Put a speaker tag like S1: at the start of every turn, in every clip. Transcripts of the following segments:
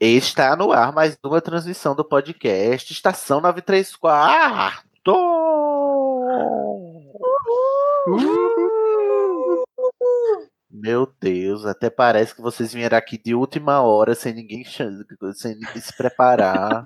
S1: Está no ar mais uma transmissão do podcast Estação 93 Quarto. Meu Deus, até parece que vocês vieram aqui de última hora sem ninguém, chan- sem ninguém se preparar.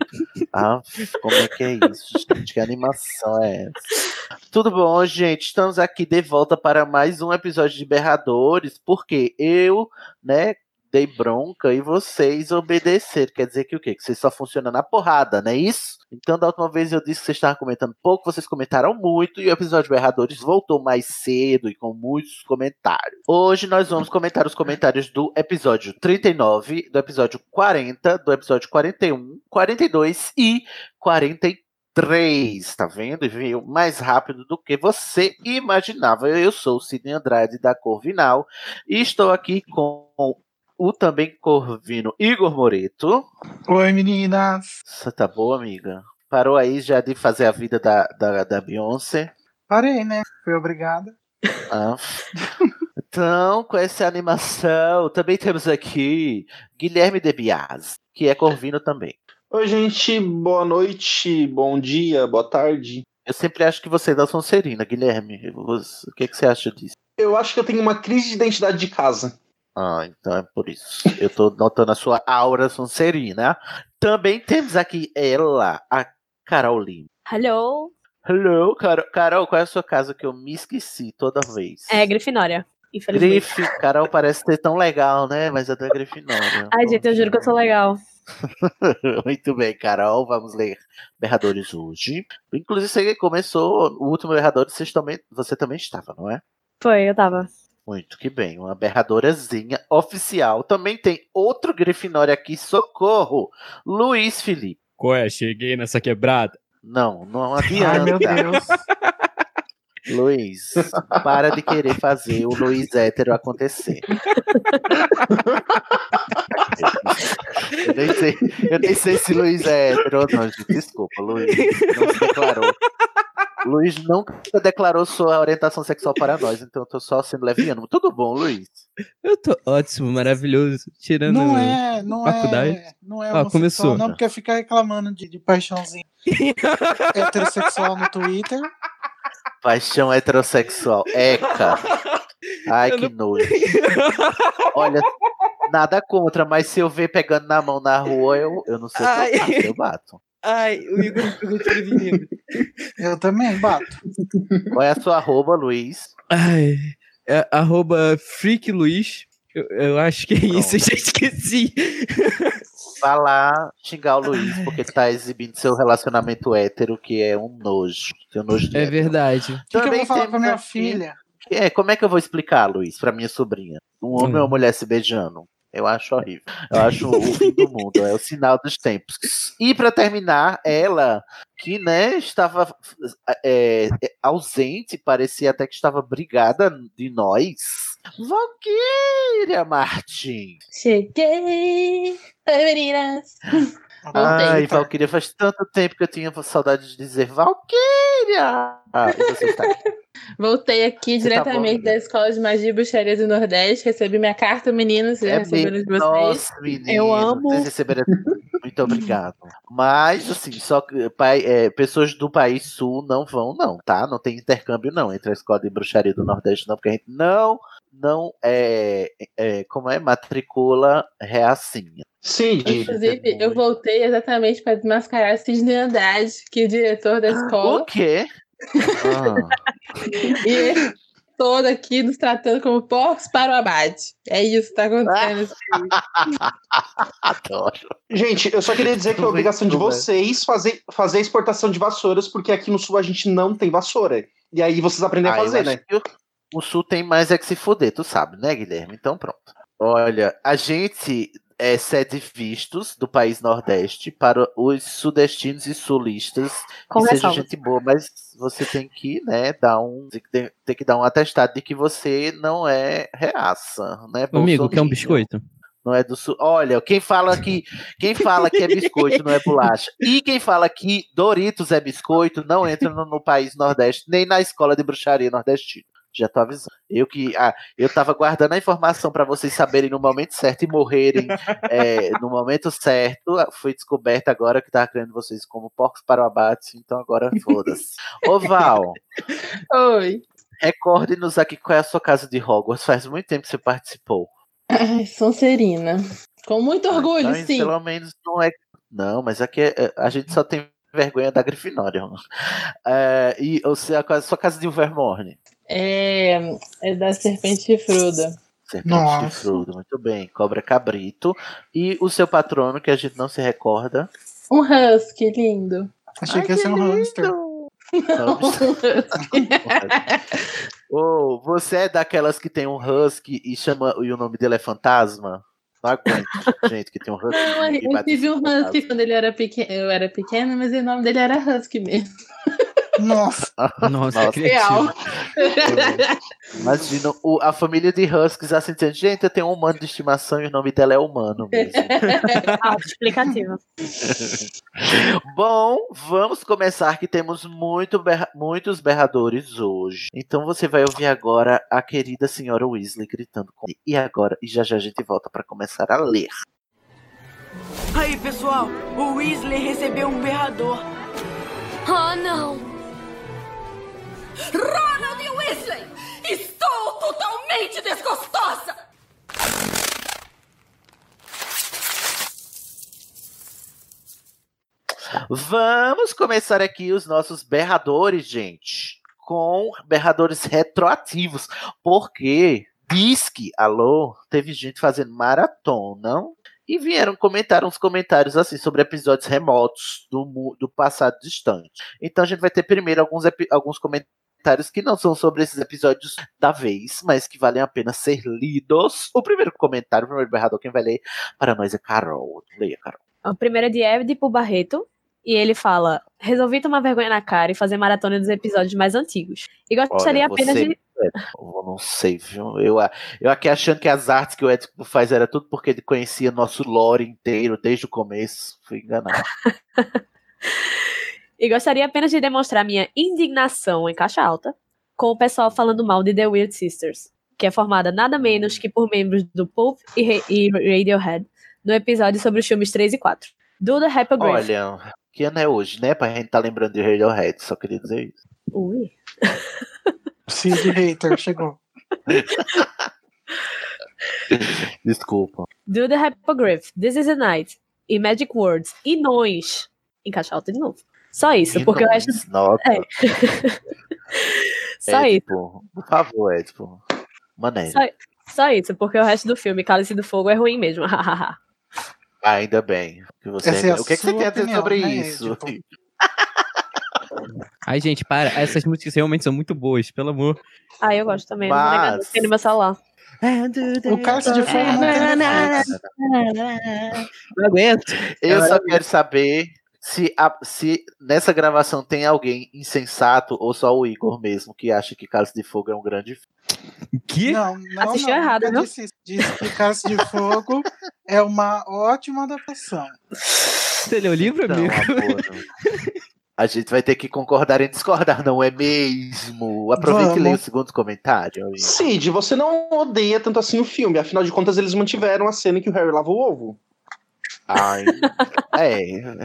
S1: ah, como é que é isso, gente? Que animação é essa? Tudo bom, gente? Estamos aqui de volta para mais um episódio de Berradores, porque eu, né, dei bronca e vocês obedeceram. Quer dizer que o quê? Que vocês só funcionam na porrada, não é isso? Então, da última vez eu disse que vocês estavam comentando pouco, vocês comentaram muito e o episódio Berradores voltou mais cedo e com muitos comentários. Hoje nós vamos comentar os comentários do episódio 39, do episódio 40, do episódio 41, 42 e 43. Tá vendo? E veio mais rápido do que você imaginava. Eu sou o Sidney Andrade da Corvinal e estou aqui com o também corvino Igor Moreto.
S2: Oi, meninas!
S1: Você tá boa, amiga? Parou aí já de fazer a vida da, da, da Beyoncé?
S2: Parei, né? Fui obrigada.
S1: Ah. Então, com essa animação, também temos aqui Guilherme De Bias, que é corvino também.
S3: Oi, gente, boa noite, bom dia, boa tarde.
S1: Eu sempre acho que você é da Sonserina, Guilherme. Você- O que, que você acha disso?
S3: Eu acho que eu tenho uma crise de identidade de casa.
S1: Ah, então é por isso. Eu tô notando a sua aura Sonserina. Também temos aqui ela, a Carol Lima.
S4: Hello.
S1: Hello, Carol. Carol, qual é a sua casa que eu me esqueci toda vez?
S4: É Grifinória, infelizmente.
S1: Grife, Carol parece ser tão legal, né? Mas é da Grifinória.
S4: Ai, gente, eu juro que eu sou legal.
S1: Muito bem, Carol. Vamos ler Berradores hoje. Inclusive, você começou o último Berradores, vocês também, você também estava, não é?
S4: Foi, eu tava.
S1: Muito que bem. Uma berradorazinha oficial. Também tem outro Grifinória aqui, socorro! Luiz Felipe.
S5: Qual é? Cheguei nessa quebrada.
S1: Não, não
S2: Ai, meu
S1: adianta.
S2: Deus.
S1: Luiz, para de querer fazer o Luiz hétero acontecer. Eu nem sei, eu nem sei se Luiz é hétero ou não, gente. Desculpa, Luiz não se declarou. Luiz nunca declarou sua orientação sexual para nós, então eu tô só sendo leviano. Tudo bom, Luiz?
S5: Eu tô ótimo, maravilhoso. Tirando.
S2: Não é, não é.
S5: Faculdade?
S2: Não é
S5: Ah,
S2: homossexual,
S5: começou.
S2: não, porque ficar reclamando de, de paixãozinha heterossexual no Twitter.
S1: Paixão heterossexual. Eca. Ai,
S5: Eu
S1: que nojo. Olha, nada contra, mas se eu ver pegando na mão na rua, eu, eu não sei o que eu
S5: Ai.
S1: faço, eu bato.
S5: Ai, o Igor ficou prevenido.
S2: Eu também bato.
S1: Qual é a sua arroba, Luiz?
S5: Ai. É, arroba Freak Luiz. Eu, eu acho que é isso, eu já esqueci.
S1: Vá lá xingar o Luiz, porque ele tá exibindo seu relacionamento hétero, que é um nojo. Seu nojo de
S5: É
S1: hétero.
S5: verdade.
S2: O que, que eu vou falar
S1: temos
S2: pra minha
S1: aqui-
S2: filha?
S1: É, como é que eu vou explicar, Luiz, pra minha sobrinha? Um homem ou uma mulher se beijando? Eu acho horrível. Eu acho o fim do mundo, é o sinal dos tempos. E pra terminar, ela, que né, estava é, é, ausente, parecia até que estava brigada de nós. Valquíria Martins.
S4: Cheguei! Oi, meninas!
S1: Ai,
S4: Voltei.
S2: tá.
S1: Valkyria, faz tanto tempo que eu tinha saudade de dizer Valkyria! Ah, e você está aqui.
S6: Voltei aqui
S1: Você tá
S6: diretamente
S1: bom,
S6: da Escola de Magia e Bruxaria do Nordeste. Recebi minha carta, meninos. Já
S1: É
S6: receberam
S1: mesmo.
S6: de vocês.
S1: Nossa, menino.
S4: Eu amo.
S1: Vocês receberam- Muito obrigado. Mas, assim, só que, pai- é, pessoas do país sul não vão, não, tá? Não tem intercâmbio, não, entre a escola de bruxaria do Nordeste, não, porque a gente não não é, é como é matricula reacinha.
S3: Sim,
S1: é
S6: Inclusive, eu voltei exatamente para desmascarar Sidney Andrade, que é diretor da escola.
S1: O quê? Ah,
S6: E esse todo aqui nos tratando como porcos para o abate. É isso que tá acontecendo.
S1: adoro.
S3: Gente, eu só queria dizer que é obrigação de
S1: Muito bem.
S3: vocês fazer, fazer a exportação de vassouras, porque aqui no sul a gente não tem vassoura. E aí vocês aprendem a
S1: Ah, eu
S3: fazer,
S1: acho
S3: né?
S1: que o, o Sul tem mais é que se fuder, tu sabe, né, Guilherme? Então pronto. Olha, a gente é sede vistos do país Nordeste para os sudestinos e sulistas
S4: Com
S1: que seja
S4: ressalvas.
S1: gente boa, mas você tem que, né, dar um. Tem, tem que dar um atestado de que você não é reaça, né?
S5: Amigo, quer
S1: bolsominion.
S5: um biscoito?
S1: Não é do sul. Olha, quem fala que quem fala que é biscoito não é bolacha. E quem fala que Doritos é biscoito não entra no, no país Nordeste, nem na escola de bruxaria nordestina. Já tô avisando. Eu que ah, eu tava guardando a informação para vocês saberem no momento certo e morrerem é, no momento certo. Ah, Foi descoberto agora que tava criando vocês como porcos para o abate, então agora foda-se. Ô Val, Ah,
S6: Oi.
S1: recorde-nos aqui qual é a sua casa de Hogwarts. Faz muito tempo que você participou.
S6: Ai, Sonserina. Com muito orgulho,
S1: Mas
S6: sim.
S1: Pelo menos não é. Não, mas aqui é- é- a gente só tem vergonha da Grifinória. mano. É, e ou seja, a casa- sua casa de Vermorne.
S6: É, é da Serpente de Fruda.
S1: Serpente de
S2: Nossa.
S1: Frodo, muito bem. Cobra Cabrito. E o seu patrono, que a gente não se recorda.
S6: Um husky lindo.
S2: Achei que ia ser um hamster.
S1: Não,
S6: Um husky.
S1: Ou você é daquelas que tem um husky e chama e o nome dele é fantasma? Não aguento, gente, que tem um husky.
S6: Não,
S1: e
S6: eu
S1: bate
S6: tive um
S1: fantasma.
S6: husky quando ele era pequeno, eu era pequena, mas o nome dele era husky mesmo.
S2: Nossa.
S5: Nossa,
S1: Nossa.
S5: criativo.
S1: Imagina, o- a família de Huskies assim dizendo, gente, eu tenho um humano de estimação e o nome dela é humano mesmo.
S4: Ah, Explicativo.
S1: Bom, vamos começar que temos muito berra- muitos berradores hoje. Então você vai ouvir agora a querida senhora Weasley gritando com E agora, e já já a gente volta pra começar a ler.
S7: Aí, pessoal, o Weasley recebeu um berrador.
S8: Oh, não!
S7: Ronald Weasley! Estou totalmente desgostosa!
S1: Vamos começar aqui os nossos berradores, gente, com berradores retroativos, porque diz que, alô, teve gente fazendo maratona e vieram comentar uns comentários assim sobre episódios remotos do, mu- do passado distante. Então a gente vai ter primeiro alguns, epi- alguns comentários que não são sobre esses episódios da vez, mas que valem a pena ser lidos. O primeiro comentário, o primeiro berrador, quem vai ler para nós é Carol. Leia, Carol.
S4: O primeiro é de Edipo Barreto. E ele fala: Resolvi tomar vergonha na cara e fazer maratona dos episódios mais antigos. E gostaria
S1: Olha,
S4: apenas
S1: você-
S4: de.
S1: Eu não sei, viu? Eu, eu aqui achando que as artes que o Edson faz era tudo porque ele conhecia nosso lore inteiro desde o começo. Fui enganado.
S4: E gostaria apenas de demonstrar minha indignação em caixa alta com o pessoal falando mal de The Weird Sisters, que é formada nada menos que por membros do Pulp e, Ra- e Radiohead, no episódio sobre os filmes 3 e 4. Do The Hypograph.
S1: Olha, que ano é hoje, né? Pra gente tá lembrando de Radiohead, só queria dizer isso.
S4: Ui.
S2: Sid Hater chegou.
S1: Desculpa.
S4: Do The Hypograph, This Is a Night, e Magic Words, e Nões, em caixa alta de novo. Só isso,
S1: E
S4: porque o
S1: nós,
S4: resto.
S1: Nota.
S4: É. Só isso.
S1: Edipo, Por favor, Edson. Mané.
S4: Só, só isso, porque o resto do filme, Cálice do Fogo, é ruim mesmo. hahaha.
S1: Ainda bem que você.
S2: Essa é a
S1: o que, que você
S2: sua
S1: tem a dizer
S2: opinião,
S1: sobre
S2: né,
S1: isso?
S2: Edipo?
S5: Ai, gente, para. Essas músicas realmente são muito boas, pelo amor.
S4: ah, eu gosto também. Não vou negar, não
S1: Mas-
S4: tem no meu celular.
S5: É,
S2: O Cálice
S4: É,
S2: de Fogo não tem Netflix.
S5: Não aguento.
S1: Eu
S3: é
S1: só quero saber se, a- se nessa gravação tem alguém insensato ou só o Igor mesmo que acha que Cálice de Fogo é um grande filme.
S5: Que?
S2: Não, não,
S4: Assistiu
S2: não.
S4: errado,
S2: Eu
S4: viu?
S2: Disse, disse que Cálice de Fogo é uma ótima adaptação.
S5: Você leu o livro,
S1: Não,
S5: amigo?
S1: amor, não. A gente vai ter que concordar em discordar, não é mesmo? Aproveita e
S2: Vamos.
S1: leia o segundo comentário. amigo.
S3: Cid, você não odeia tanto assim o filme. Afinal de contas, eles mantiveram a cena em que o Harry lava o ovo.
S1: Ai, é,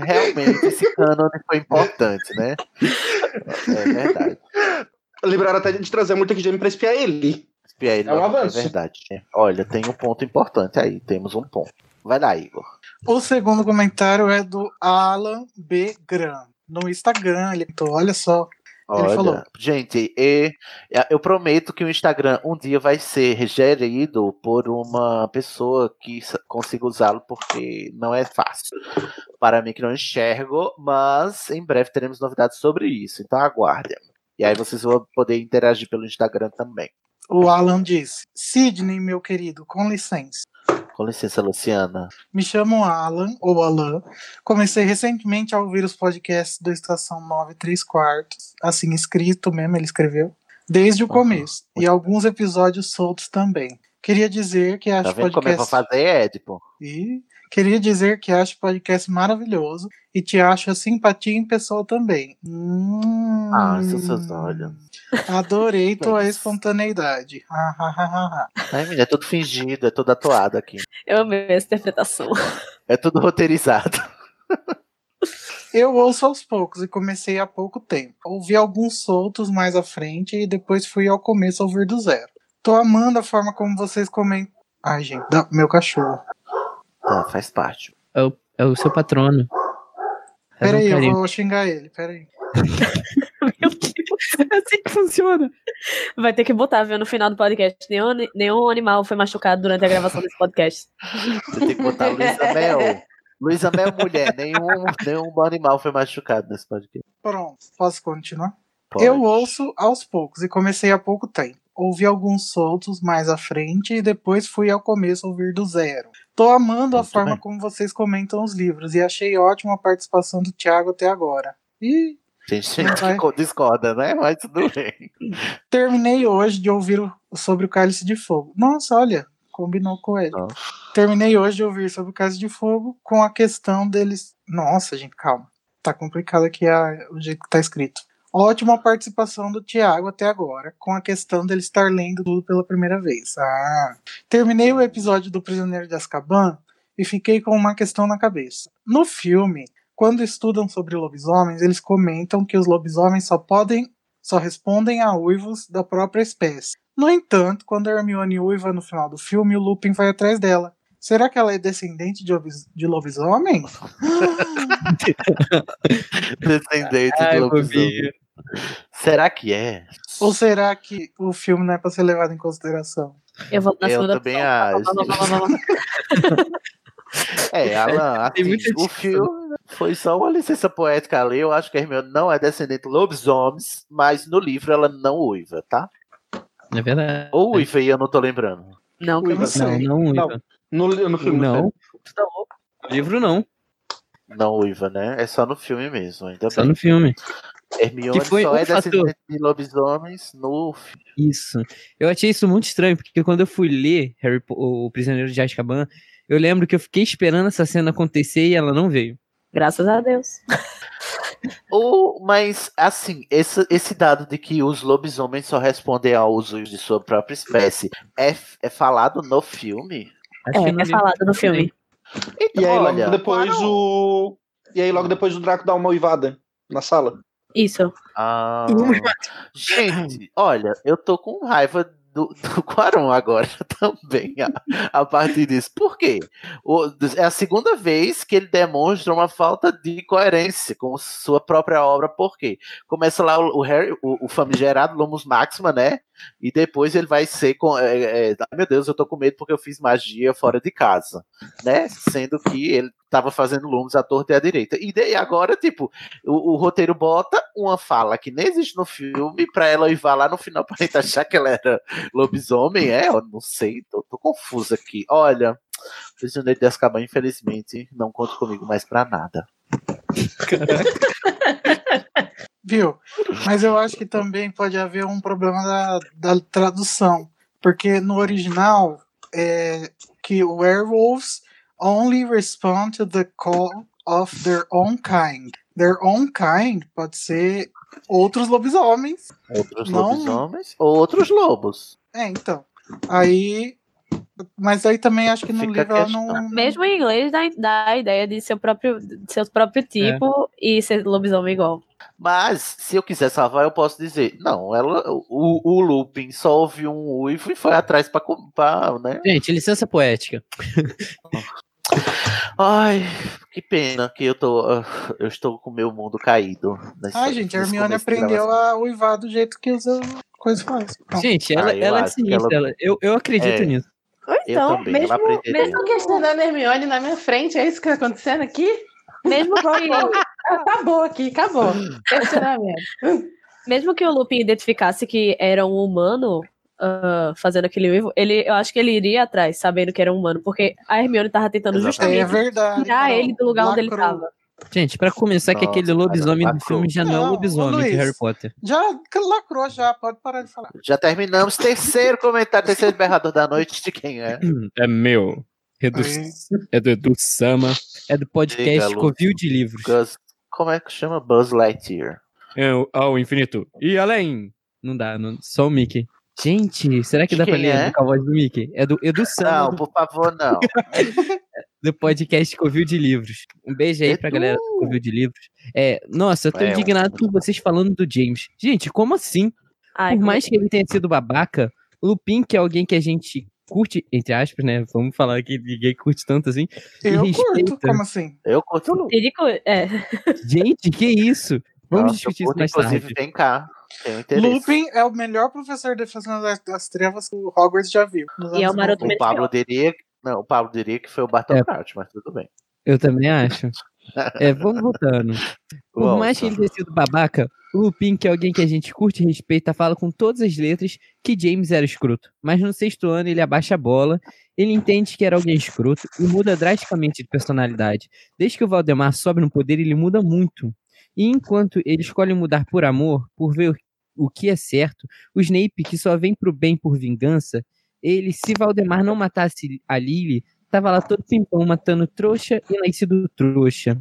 S1: realmente esse cânone foi importante, né? É verdade.
S3: Lembraram até de trazer a multa que Jamie pra espiar ele.
S1: Espiar ele
S3: É um
S1: lá,
S3: avanço.
S1: É verdade. Olha, tem um ponto importante aí. Temos um ponto. Vai lá, Igor.
S2: O segundo comentário é do Alan B. Gran. No Instagram, ele comentou, olha só. Ele
S1: Olha,
S2: falou.
S1: gente, e- eh, eu prometo que o Instagram um dia vai ser gerido por uma pessoa que sa- consiga usá-lo, porque não é fácil. Para mim que não enxergo, mas em breve teremos novidades sobre isso, então aguardem. E aí vocês vão poder interagir pelo Instagram também.
S2: O Alan disse: Sidney, meu querido, com licença.
S1: Com licença, Luciana.
S2: Me chamo Alan, ou Alan. Comecei recentemente a ouvir os podcasts do Estação 9 3 Quartos, assim escrito mesmo, ele escreveu, desde o começo, e alguns episódios soltos também. Queria dizer que acho
S1: tá
S2: o
S1: vendo como é que eu vou
S2: podcast...
S1: fazer, Edipo?
S2: E queria dizer que acho o podcast maravilhoso e te acho a simpatia em pessoa também. Hum,
S1: Ah, seus seus olhos. É
S2: adorei tua espontaneidade. Ha, ha, ha, ha, ha.
S1: Ai, menina, é tudo fingido, é tudo atuado aqui.
S4: Eu amei essa interpretação.
S1: É tudo roteirizado.
S2: Eu ouço aos poucos e comecei há pouco tempo. Ouvi alguns soltos mais à frente e depois fui ao começo ouvir do zero. Tô amando a forma como vocês comentam. Ai, gente, dá- meu cachorro.
S1: Tá, faz parte.
S5: É o, é o seu patrono. Faz um
S2: Peraí, eu
S5: carinho.
S2: vou xingar ele, peraí.
S4: É assim que funciona. Vai ter que botar, viu, no final do podcast. Nenhum, ani- nenhum animal foi machucado durante a gravação desse podcast.
S1: Você tem que botar Luísa Mel. Luísa Mel, é mulher. Nenhum, nenhum animal foi machucado nesse podcast.
S2: Pronto, posso continuar?
S1: Pode.
S2: Eu ouço aos poucos e comecei há pouco tempo. Ouvi alguns soltos mais à frente e depois fui ao começo ouvir do zero. Tô amando a forma como vocês comentam os livros e achei ótima a participação do Thiago até agora. Ih,
S1: Tem
S2: Não
S1: gente
S2: vai.
S1: que co- discorda, né? Mas tudo bem.
S2: terminei hoje de ouvir o- sobre o Cálice de Fogo. Nossa, olha, combinou com ele. Terminei hoje de ouvir sobre o Cálice de Fogo com a questão deles. Nossa, gente, calma. Tá complicado aqui a- o jeito que tá escrito. Ótima participação do Thiago até agora, com a questão dele estar lendo tudo pela primeira vez. Ah. Terminei o episódio do Prisioneiro de Azkaban e fiquei com uma questão na cabeça. No filme, quando estudam sobre lobisomens, eles comentam que os lobisomens só podem, só respondem a uivos da própria espécie. No entanto, quando a Hermione uiva no final do filme, o Lupin vai atrás dela. Será que ela é descendente de, obis- de lobisomem?
S1: Descendente
S5: Ai,
S1: do lobisomem.
S5: bobinho.
S1: Será que é?
S2: Ou será que o filme não é pra ser levado em consideração?
S4: Eu vou
S1: na Eu segunda tá também opção. É, Alan,
S5: Tem
S1: assim,
S5: muita
S1: o
S5: discussão.
S1: filme foi só uma licença poética ali. Eu acho que a Hermione não é descendente de lobisomens, mas no livro ela não uiva, tá?
S5: É verdade.
S1: Ou uiva e eu não tô lembrando.
S4: Não,
S3: Uiva,
S5: Não, não uiva.
S3: No, no filme
S5: Não.
S4: Tu tá louco?
S5: Livro não.
S1: Não uiva, né? É só no filme mesmo, ainda
S5: Só
S1: Tá bem.
S5: no filme.
S1: Hermione
S5: Que foi
S1: só
S5: um
S1: é
S5: fator.
S1: descendente de lobisomens no filme.
S5: Isso. Eu achei isso muito estranho, porque quando eu fui ler Harry Po- o Prisioneiro de Azkaban, eu lembro que eu fiquei esperando essa cena acontecer e ela não veio.
S4: Graças a Deus.
S1: Ou, mas, assim, esse, esse dado de que os lobisomens só respondem ao uso de sua própria espécie é, f- é falado no filme?
S5: Acho
S4: É,
S5: que no
S4: é
S5: livro
S4: falado no
S5: também.
S4: filme.
S3: E aí
S1: Olha,
S3: logo depois o. E aí logo depois o Draco dá uma uivada na sala.
S4: Isso.
S1: Ah, gente, olha, eu tô com raiva do, do Quaron agora também, a, a partir disso. Por quê? O- é a segunda vez que ele demonstra uma falta de coerência com sua própria obra. Por quê? Começa lá o, o Harry, o, o famigerado Lomus Maxima, né? E depois ele vai ser com. é, é, "Ai, meu Deus, eu tô com medo porque eu fiz magia fora de casa. Né? Sendo que ele tava fazendo Lumos à torta e à direita. E daí agora, tipo, o, o roteiro bota uma fala que nem existe no filme pra ela ir lá no final pra gente achar que ela era lobisomem, é? Eu não sei, tô, tô confuso aqui. Olha, Prisioneiro de Azkaban, infelizmente, não conta comigo mais pra nada.
S2: Viu? Mas eu acho que também pode haver um problema da, da tradução. Porque no original é que werewolves only respond to the call of their own kind. Their own kind pode ser outros lobisomens.
S1: Outros
S2: Não.
S1: lobisomens ou outros lobos.
S2: É, então. É, Aí Mas aí também acho que no
S4: Fica a
S2: livro ela
S4: questão.
S2: não.
S4: Mesmo em inglês dá, dá a ideia de seu próprio, de seu
S5: É.
S4: próprio tipo e ser lobisomem igual.
S1: Mas, se eu quiser salvar, eu posso dizer: não, ela, o, o Lupin só ouviu um uivo e foi atrás pra comprar, né?
S5: Gente, licença poética.
S1: Ai, que pena que eu tô. ah, Eu estou com o meu mundo caído. nesse-
S2: Ai, gente, a
S1: nesse
S2: Hermione
S1: começo de gravação.
S2: aprendeu a uivar do jeito que usa coisa Então, faz. Não.
S5: Gente, ela,
S1: Ah, eu
S5: ela é
S1: acho que
S5: sinistra.
S1: ela-
S5: ela- Eu, eu acredito
S1: É.
S5: nisso.
S1: Eu então, também, mesmo- ela aprenderia. mesmo-
S6: Estão questionando a Hermione na minha frente, é isso que tá acontecendo aqui?
S4: Mesmo que.
S6: acabou aqui, acabou. Questionamento.
S4: Mesmo que o Lupin identificasse que era um humano ah, fazendo aquele uivo, ele, eu acho que ele iria atrás, sabendo que era um humano, porque a Hermione tava tentando
S2: Exatamente. É
S4: justamente
S2: verdade,
S4: tirar
S2: não.
S4: ele do lugar onde ele
S2: Lacrou.
S4: tava.
S5: Gente, pra começar, que
S1: Nossa,
S5: aquele lobisomem
S1: cara, tá
S5: do filme já não, é
S2: Não,
S5: o lobisomem
S2: Luiz.
S5: de Harry Potter.
S2: Já lacrou, já, pode parar de falar.
S1: Já terminamos. Terceiro comentário, terceiro berrador da noite de quem é.
S5: É meu. É do, é do Edu Sama. É do podcast
S1: Diga, Lu.
S5: Covil de Livros.
S1: Gus- como é que chama Buzz Lightyear?
S5: É o- ao infinito. E além. Não dá, não- só o Mickey. Gente, será que
S1: De
S5: dá pra
S1: quem
S5: ler
S1: é?
S5: com a voz do Mickey? É do Edu Sama,
S1: Não, por favor, não.
S5: do podcast Covil de Livros. Um beijo aí pra galera do Covil de Livros. É, nossa, eu tô
S1: É, um-
S5: indignado com vocês falando do James. Gente, como assim?
S4: Ai,
S5: Por mais que ele tenha sido babaca, Lupin, que é alguém que a gente curte, entre aspas, né? Vamos falar que ninguém curte tanto assim. e
S2: Eu curto,
S5: respeita.
S2: como assim?
S1: Eu curto o Lu.
S4: Ele co- é.
S5: Gente, que isso? Vamos
S1: Nossa, eu
S5: discutir isso
S1: curto,
S5: mais
S1: inclusive,
S5: tarde.
S1: vem cá. Tenho interesse.
S2: Lupin é o melhor professor de defesa das, das trevas que o Hogwarts já viu. nos
S4: E é
S2: anos
S4: o maroto
S2: 90.
S1: O Pablo diria. Não, o Pablo diria que foi o Barton
S5: É.
S1: Crouch, mas tudo bem.
S5: Eu também acho. É, vamos voltando. Por
S1: Volta.
S5: mais que ele tenha sido babaca, o Lupin, que é alguém que a gente curte e respeita, fala com todas as letras que James era escroto. Mas no sexto ano ele abaixa a bola, ele entende que era alguém escroto e muda drasticamente de personalidade. Desde que o Valdemar sobe no poder, ele muda muito. E enquanto ele escolhe mudar por amor, por ver o que é certo, o Snape, que só vem pro bem por vingança, ele, se Valdemar não matasse a Lily, tava lá todo pimpão matando trouxa e nascido trouxa.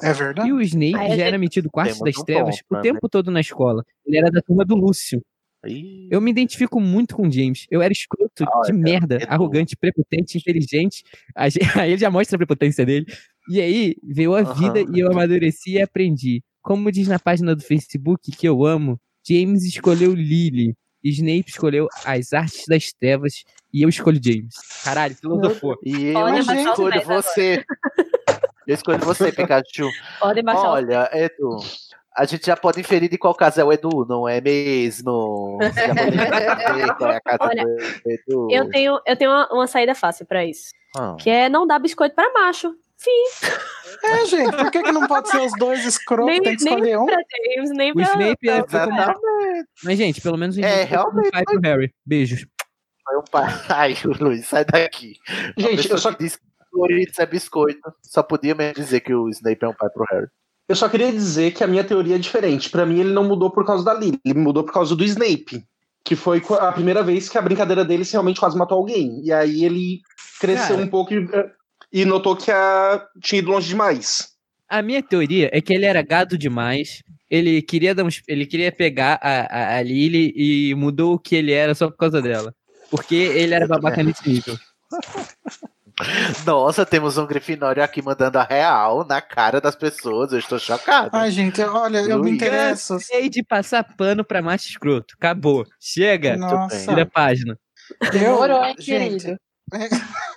S2: É verdade.
S5: E o Snape
S4: Aí a
S5: já era
S4: gente-
S5: metido quarto
S1: Temos
S5: das
S1: um
S5: trevas
S1: ponto,
S5: o
S1: né?
S5: tempo todo na escola. Ele era da turma do Lúcio.
S1: Ih,
S5: Eu me identifico muito com o James. Eu era escroto de merda,
S1: Edu.
S5: arrogante, prepotente, inteligente. A gen- Aí ele já mostra a prepotência dele. E aí veio a
S1: Aham.
S5: vida e eu amadureci e aprendi. Como diz na página do Facebook que eu amo, James escolheu Lily. Snape escolheu as artes das trevas e eu escolho James. Caralho, filosofou.
S1: E eu
S4: Olha, mas só os
S1: escolho
S4: pés agora.
S1: você. Eu escolho você, Pikachu.
S4: Podem baixar os-
S1: Olha, Edu. A gente já pode inferir de qual casa é o Edu, não é mesmo? Você já pode entender qual é a casa
S4: Olha,
S1: do Edu.
S4: Eu tenho, eu tenho uma, uma saída fácil pra isso.
S1: Ah,
S4: Que é não dar biscoito pra macho. Fim.
S2: É, gente, por que, que não pode ser os dois escrotos?
S4: nem
S2: Tem que
S4: nem
S2: escolher um?
S4: pra James, nem
S5: O
S4: pra.
S5: Snape é, ficou com-
S1: exatamente.
S5: Mas, gente, pelo menos o
S1: É,
S5: Snape ficou com
S1: realmente,
S5: o pai pro Harry. Beijos.
S1: Foi um pai. Ai, o Luiz, sai daqui. Uma
S3: Gente,
S1: pessoa
S3: eu só-
S1: que disse que Doritos é biscoito. Só podia mesmo dizer que o Snape é um pai pro Harry.
S3: Eu só queria dizer que a minha teoria é diferente. Pra mim, ele não mudou por causa da Lily, ele mudou por causa do Snape. Que foi co- a primeira vez que a brincadeira dele realmente quase matou alguém. E aí ele cresceu
S5: Cara.
S3: um pouco e, e notou que a, tinha ido longe demais.
S5: A minha teoria é que ele era gado demais. Ele queria, dar uns- ele queria pegar a, a, a Lily e mudou o que ele era só por causa dela. Porque ele era babaca nesse nível.
S1: Nossa, temos um Grifinório aqui mandando a real na cara das pessoas. Eu estou chocado.
S2: Ai, gente, olha, eu me
S1: Luiz.
S2: interesso. assim,
S5: Cansei de passar pano pra macho escroto. Acabou.
S1: É,
S5: Chega.
S2: Nossa.
S4: é-
S5: Tira a página.
S4: um
S6: Demorou, hein,
S2: Eu, gente,
S6: querido?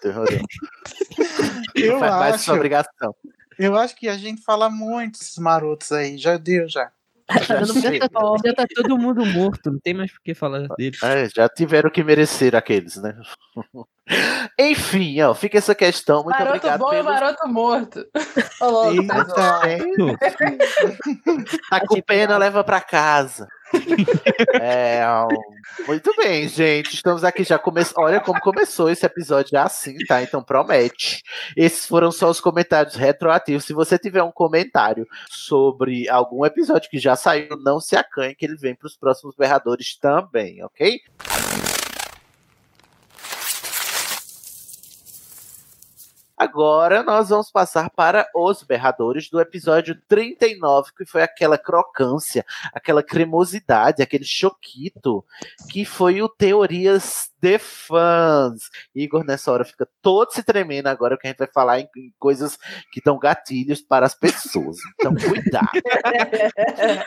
S1: Terrorão.
S2: eu
S1: Faz mais
S2: acho,
S1: sua obrigação.
S2: eu acho que a gente fala muito esses marotos aí. Já deu, já.
S4: Tá dando
S1: Sim.
S4: muito fome.
S5: Já tá todo mundo morto. Não tem mais por que falar dele.
S1: É, já tiveram que merecer aqueles, né? Enfim, ó, fica essa questão. Muito
S6: Maroto
S1: obrigado
S6: bom e
S1: pelo.
S6: maroto morto. Ô, louco, tá zoando.
S2: Eita.
S1: Tá com pena, leva pra casa. É, ó, muito bem, gente. Estamos aqui já começou. Olha como começou esse episódio já assim, tá? Então promete. Esses foram só os comentários retroativos. Se você tiver um comentário sobre algum episódio que já saiu, não se acanhe que ele vem para os próximos berradores também, ok? Agora nós vamos passar para os berradores do episódio 39, que foi aquela crocância, aquela cremosidade, aquele choquito, que foi o Teorias de Fãs. Igor, nessa hora, fica todo se tremendo agora, que a gente vai falar em, em coisas que dão gatilhos para as pessoas. Então, cuidado.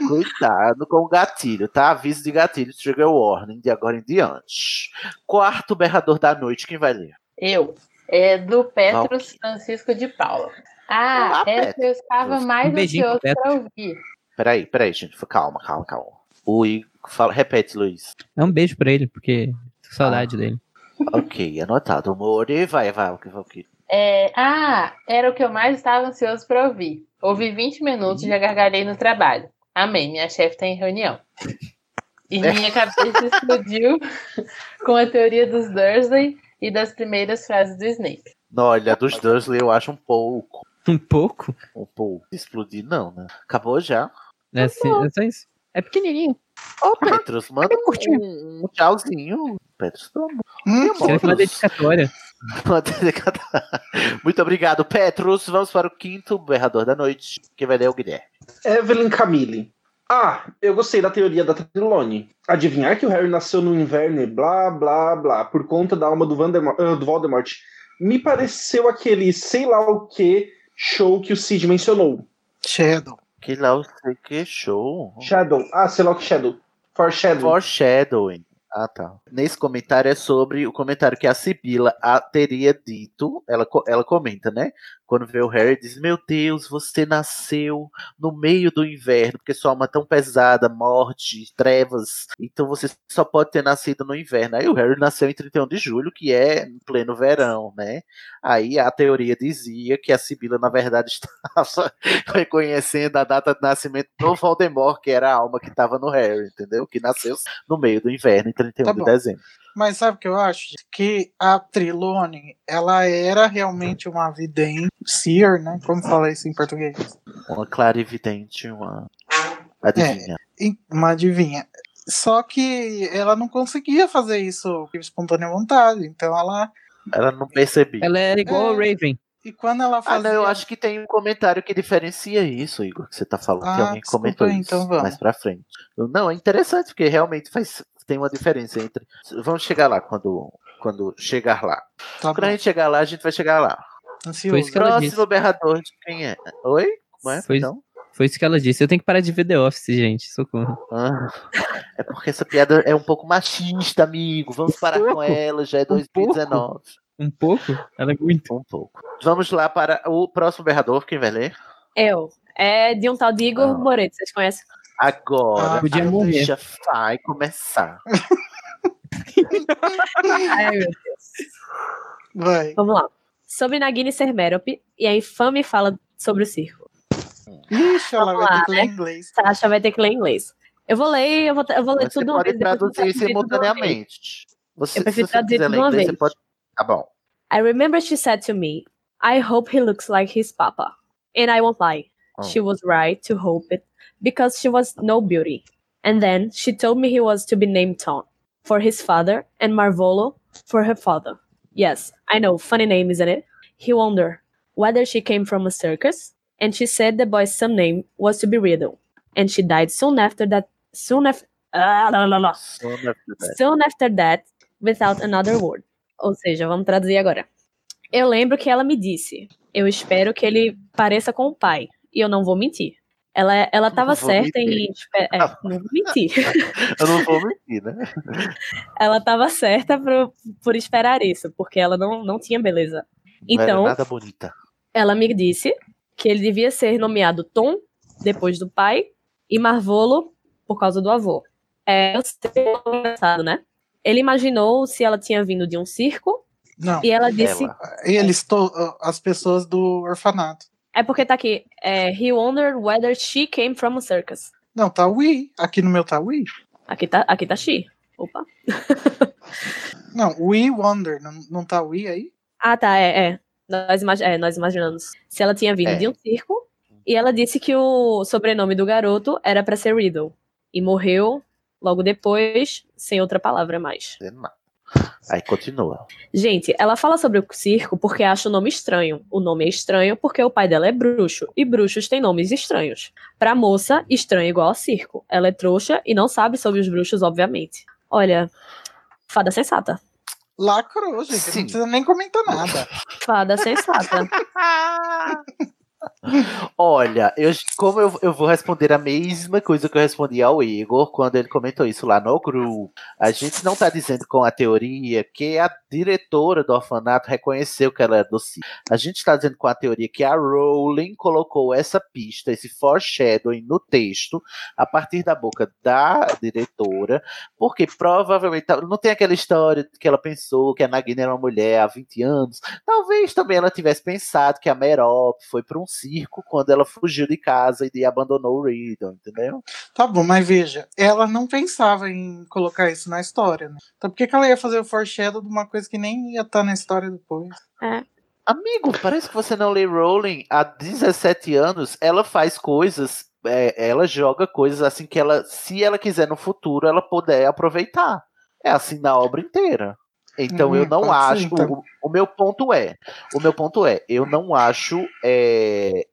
S1: cuidado com o gatilho, tá? Aviso de gatilho, trigger warning, de agora em diante. Quarto berrador da noite, quem vai ler?
S6: Eu. É do Petros Francisco de Paula. Ah,
S1: Olá,
S6: essa eu
S1: Petros.
S6: estava mais
S1: Um beijinho pro
S6: ansioso para
S1: Petros.
S6: ouvir.
S1: Peraí, peraí, gente. Calma, calma, calma. O Igor, fala, repete, Luiz.
S5: É um beijo pra ele, porque tô com saudade dele.
S1: Ok, anotado. Mori, vai, vai, o que vai, o que.
S6: É, ah, era o que eu mais estava ansioso para ouvir. Ouvi 20 minutos e já gargalhei no trabalho. Amém, minha chefe está em reunião. E minha cabeça explodiu com a teoria dos Dursley e das primeiras frases do Snape.
S1: Não, Olha, dos Dursley eu acho um pouco.
S5: Um pouco?
S1: Um pouco. Explodir, não, né? Acabou já.
S5: É, assim, é só isso. É pequenininho.
S1: Ô, Petrus, manda um, um tchauzinho. Petrus, pelo amor.
S2: Hum, Um
S5: Será que é uma dedicatória?
S1: Uma dedicada- Muito obrigado, Petrus. Vamos para o quinto berrador da noite, que vai ler o Guilherme.
S3: Evelyn Camille. Ah, eu gostei da teoria da Trilone. Adivinhar que o Harry nasceu no inverno e blá, blá, blá, por conta da alma do, Vandemort, ah, do Voldemort. Me pareceu aquele sei lá o que show que o Cid mencionou.
S2: Shadow.
S1: Que lá o sei que show.
S3: Shadow. Ah, sei lá o que Shadow. Foreshadowing.
S1: Foreshadowing. Ah, tá. Nesse comentário é sobre o comentário que a Sibila a- teria dito. Ela, co- ela comenta, né? Quando vê o Harry, diz: Meu Deus, você nasceu no meio do inverno, porque sua alma é tão pesada, morte, trevas. Então você só pode ter nascido no inverno. Aí o Harry nasceu em 31 de julho, que é em pleno verão, né? Aí a teoria dizia que a Sibila, na verdade, estava reconhecendo a data de nascimento do Voldemort, que era a alma que estava no Harry, entendeu? Que nasceu no meio do inverno, em 31
S2: Tá
S1: de
S2: bom.
S1: dezembro.
S2: Mas sabe o que eu acho? Que a Trilone, ela era realmente uma vidente, seer, né? Como fala isso em português?
S1: Uma clarividente, uma. Adivinha.
S2: E- Uma adivinha. Só que ela não conseguia fazer isso por espontânea vontade. Então ela.
S1: Ela não percebia.
S5: Ela era igual ao
S2: É.
S5: Raven.
S2: E quando ela
S1: Ah,
S2: fazia.
S1: não, eu acho que tem um comentário que diferencia isso, Igor, que você tá falando, que
S2: Ah,
S1: alguém
S2: desculpa,
S1: comentou isso
S2: então vamos.
S1: mais pra frente. Eu- Não, é interessante, porque realmente faz, tem uma diferença entre. Vamos chegar lá quando, quando chegar lá.
S2: Tá
S1: Quando a gente chegar lá, a gente vai chegar lá.
S2: ansioso.
S5: Foi isso que ela disse.
S1: Próximo berrador de quem é? Oi? Como é?
S5: Foi-
S1: Então?
S5: Foi isso que ela disse. Eu tenho que parar de ver The Office, gente. Socorro.
S1: Ah, é porque essa piada é um pouco machista, amigo. Vamos parar com
S5: Um pouco.
S1: ela, já é
S5: Um pouco.
S1: 2019.
S5: Um pouco? Ela é muito.
S1: Um pouco. Vamos lá para o próximo berrador, quem vai ler?
S4: Eu. É de um tal de Igor
S1: Ah.
S4: Moreto, vocês conhecem?
S1: Agora,
S2: Ah,
S5: podia
S1: a
S5: morrer.
S1: deixa vai começar.
S4: Ai, meu Deus.
S2: Vai.
S4: Vamos lá. Sobre Nagini Sermerope e a infame fala sobre o circo.
S2: Ixi, ela
S4: Vamos
S2: vai ter
S4: lá,
S2: que ler inglês.
S4: Sasha vai ter que ler em inglês. Eu vou ler, eu vou, eu vou ler
S1: Mas Você
S4: tudo uma
S1: pode
S4: vez. depois eu vou
S1: traduzir
S4: traduzir tudo de uma vez.
S1: simultaneamente. Você,
S4: Eu prefiro
S1: se você
S4: traduzir
S1: quiser
S4: tudo
S1: ler
S4: de uma
S1: inglês, você
S4: vez.
S1: pode. Tá bom.
S4: I remember she said to me, I hope he looks like his papa. And I won't lie, she was right to hope it because she was no beauty. And then she told me he was to be named Tom for his father and Marvolo for her father. Yes, I know, funny name, isn't it? He wondered whether she came from a circus, and she said the boy's surname was to be Riddle. And she died soon after that, soon after. Ah, la, la, la.
S1: Soon after that.
S4: Soon after that, without another word. Ou seja, vamos traduzir agora. Eu lembro que ela me disse: Eu espero que ele pareça com o pai. E eu não vou mentir. Ela, ela tava
S1: Não vou
S4: certa
S1: mentir. Ah.
S4: em. espe- É, não vou mentir.
S1: Eu não vou mentir, né?
S4: ela tava certa por, por esperar isso, porque ela não, não tinha beleza.
S1: não
S4: Então,
S1: era nada bonita.
S4: ela me disse que ele devia ser nomeado Tom, depois do pai, e Marvolo, por causa do avô. É, eu sei, é engraçado, né? Ele imaginou se ela tinha vindo de um circo,
S2: Não.
S4: e ela disse
S1: Ela.
S2: Eles, to... as pessoas do orfanato.
S4: É porque tá aqui. É, he wondered whether she came from a circus.
S2: Não, tá Wii. Aqui no meu tá Wii.
S4: Aqui tá, aqui tá she. Opa.
S2: Não, We Wonder. Não, não tá We aí?
S4: Ah, tá, é, é. Nós, imagi- é, nós imaginamos. Se ela tinha vindo
S1: É.
S4: de um circo. E ela disse que o sobrenome do garoto era pra ser Riddle. E morreu logo depois, sem outra palavra a mais.
S1: Não. Aí continua.
S4: Gente, ela fala sobre o circo porque acha o nome estranho. O nome é estranho porque o pai dela é bruxo, e bruxos têm nomes estranhos. Pra moça, estranho é igual ao circo. Ela é trouxa e não sabe sobre os bruxos, obviamente. Olha, fada sensata.
S2: Lacrou, gente. Não precisa nem comentar nada.
S4: Fada sensata.
S1: Olha, eu, como eu, eu vou responder a mesma coisa que eu respondi ao Igor quando ele comentou isso lá no grupo. A gente não tá dizendo com a teoria que a diretora do orfanato reconheceu que ela era do circo. A gente tá dizendo com a teoria que a Rowling colocou essa pista, esse foreshadowing no texto, a partir da boca da diretora, porque provavelmente não tem aquela história de que ela pensou que a Nagini era uma mulher há 20 anos. Talvez também ela tivesse pensado que a Merop foi para um circo quando ela fugiu de casa e de- abandonou o Riddle, entendeu?
S2: Tá bom, mas veja, ela não pensava em colocar isso na história, né? Então por que, que ela ia fazer o foreshadow de uma coisa que nem ia estar na história depois?
S1: Amigo, parece que você não lê Rowling há 17 anos. Ela faz coisas, é, ela joga coisas assim que ela, se ela quiser no futuro, ela puder aproveitar. É assim na obra inteira. Então
S2: Hum,
S1: eu não
S2: pode ser,
S1: acho.
S2: então.
S1: o- o meu ponto é, o meu ponto é, eu não acho é,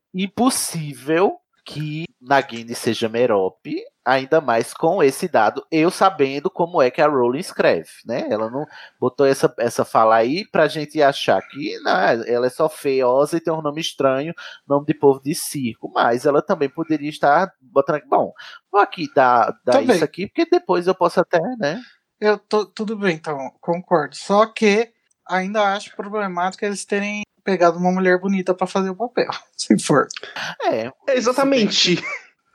S1: impossível que Nagini seja Merope, ainda mais com esse dado, eu sabendo como é que a Rowling escreve, né? Ela não botou essa, essa fala aí pra gente achar que não, ela é só feiosa e tem um nome estranho, nome de povo de circo, mas ela também poderia estar botando aqui, bom, vou aqui dar, dar
S2: Também.
S1: isso aqui, porque depois eu posso até, né?
S2: Eu tô, tudo bem, então, concordo. Só que ainda acho problemático eles terem pegado uma mulher bonita pra fazer o papel, se for.
S1: É,
S3: É exatamente.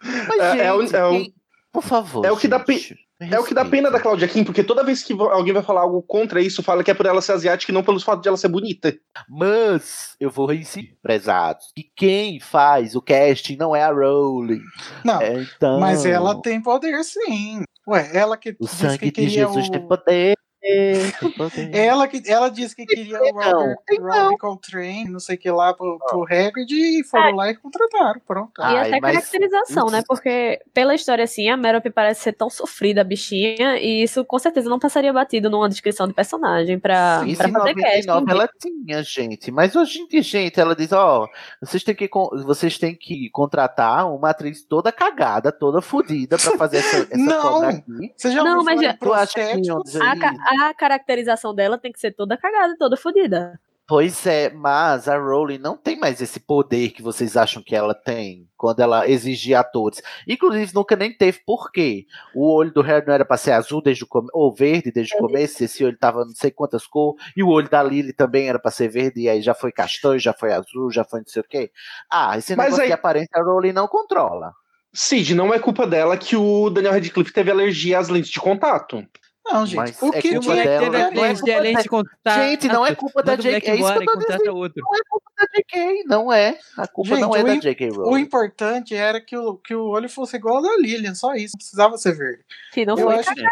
S1: mas
S3: É-
S1: gente,
S3: é o- é o-
S1: quem- por favor,
S3: É o que dá pe-
S1: gente, me
S3: É o que dá pena da Claudia Kim, porque toda vez que vo- alguém vai falar algo contra isso, fala que é por ela ser asiática e não pelo fato de ela ser bonita.
S1: Mas eu vou insistir, prezados, que quem faz o casting não é a Rowling.
S2: Não,
S1: É, então,
S2: mas ela tem poder sim. Ué, ela que
S1: o
S2: disse
S1: sangue
S2: que
S1: de
S2: queria um
S1: Jesus
S2: o...
S1: tem poder. tem poder.
S2: Ela, que, ela disse que queria o Robert,
S1: então. Ah.
S2: Robert Coltrane, não sei o que lá, pro, pro Hagrid, e foram lá e contrataram, pronto.
S4: E
S1: Ai,
S4: até
S1: mas-
S4: caracterização,
S1: Ups.
S4: né? Porque pela história assim, a Merope parece ser tão sofrida, a bichinha, e isso com certeza não passaria batido numa descrição de personagem
S2: É,
S4: pra,
S1: Isso
S4: pra
S1: em
S4: fazer né? casting.
S1: 99 ela
S2: né?
S1: tinha, gente. Mas hoje em dia, gente, ela diz, ó, vocês têm que con- vocês têm que contratar uma atriz toda cagada, toda fodida pra fazer essa, essa
S2: Não.
S1: cobra aqui.
S2: Você já
S4: Não,
S2: ouviu
S4: mas
S2: falar
S4: já-
S2: em
S1: Tu acha é- que
S2: prostéticos?
S1: não,
S4: A, ca- a caracterização dela tem que ser toda cagada, toda fodida.
S1: Pois é, mas a Rowling não tem mais esse poder que vocês acham que ela tem quando ela exige atores. Inclusive, nunca nem teve por quê. O olho do Harry não era pra ser azul desde o começo, ou verde desde o começo, esse olho tava não sei quantas cores, e o olho da Lily também era pra ser verde, e aí já foi castanho, já foi azul, já foi não sei o quê. Ah, esse
S3: Mas
S1: negócio
S3: aí-
S1: de aparência a Rowling não controla.
S3: Cid, não é culpa dela que o Daniel Radcliffe teve alergia às lentes de contato.
S2: Não, gente.
S1: Mas é
S2: o que
S1: culpa
S2: tinha
S1: dela,
S2: que ter
S1: né?
S2: ali?
S1: Não é culpa
S5: além de contar.
S1: Gente, não é culpa da
S5: Manda o
S1: J.K.
S5: Tá, Black
S1: É isso que eu
S5: embora e
S1: tô
S5: contrata
S1: dizendo.
S5: outro.
S1: Não é culpa da J.K., não é. A culpa
S2: Gente,
S1: não é
S2: o
S1: da
S2: im-
S1: J.K.
S2: O
S1: Rowling.
S2: importante era que o, que o olho fosse igual ao da Lilian, só isso. Não precisava ser verde.
S4: Que não
S2: Eu
S4: foi
S2: acho-
S4: kkk.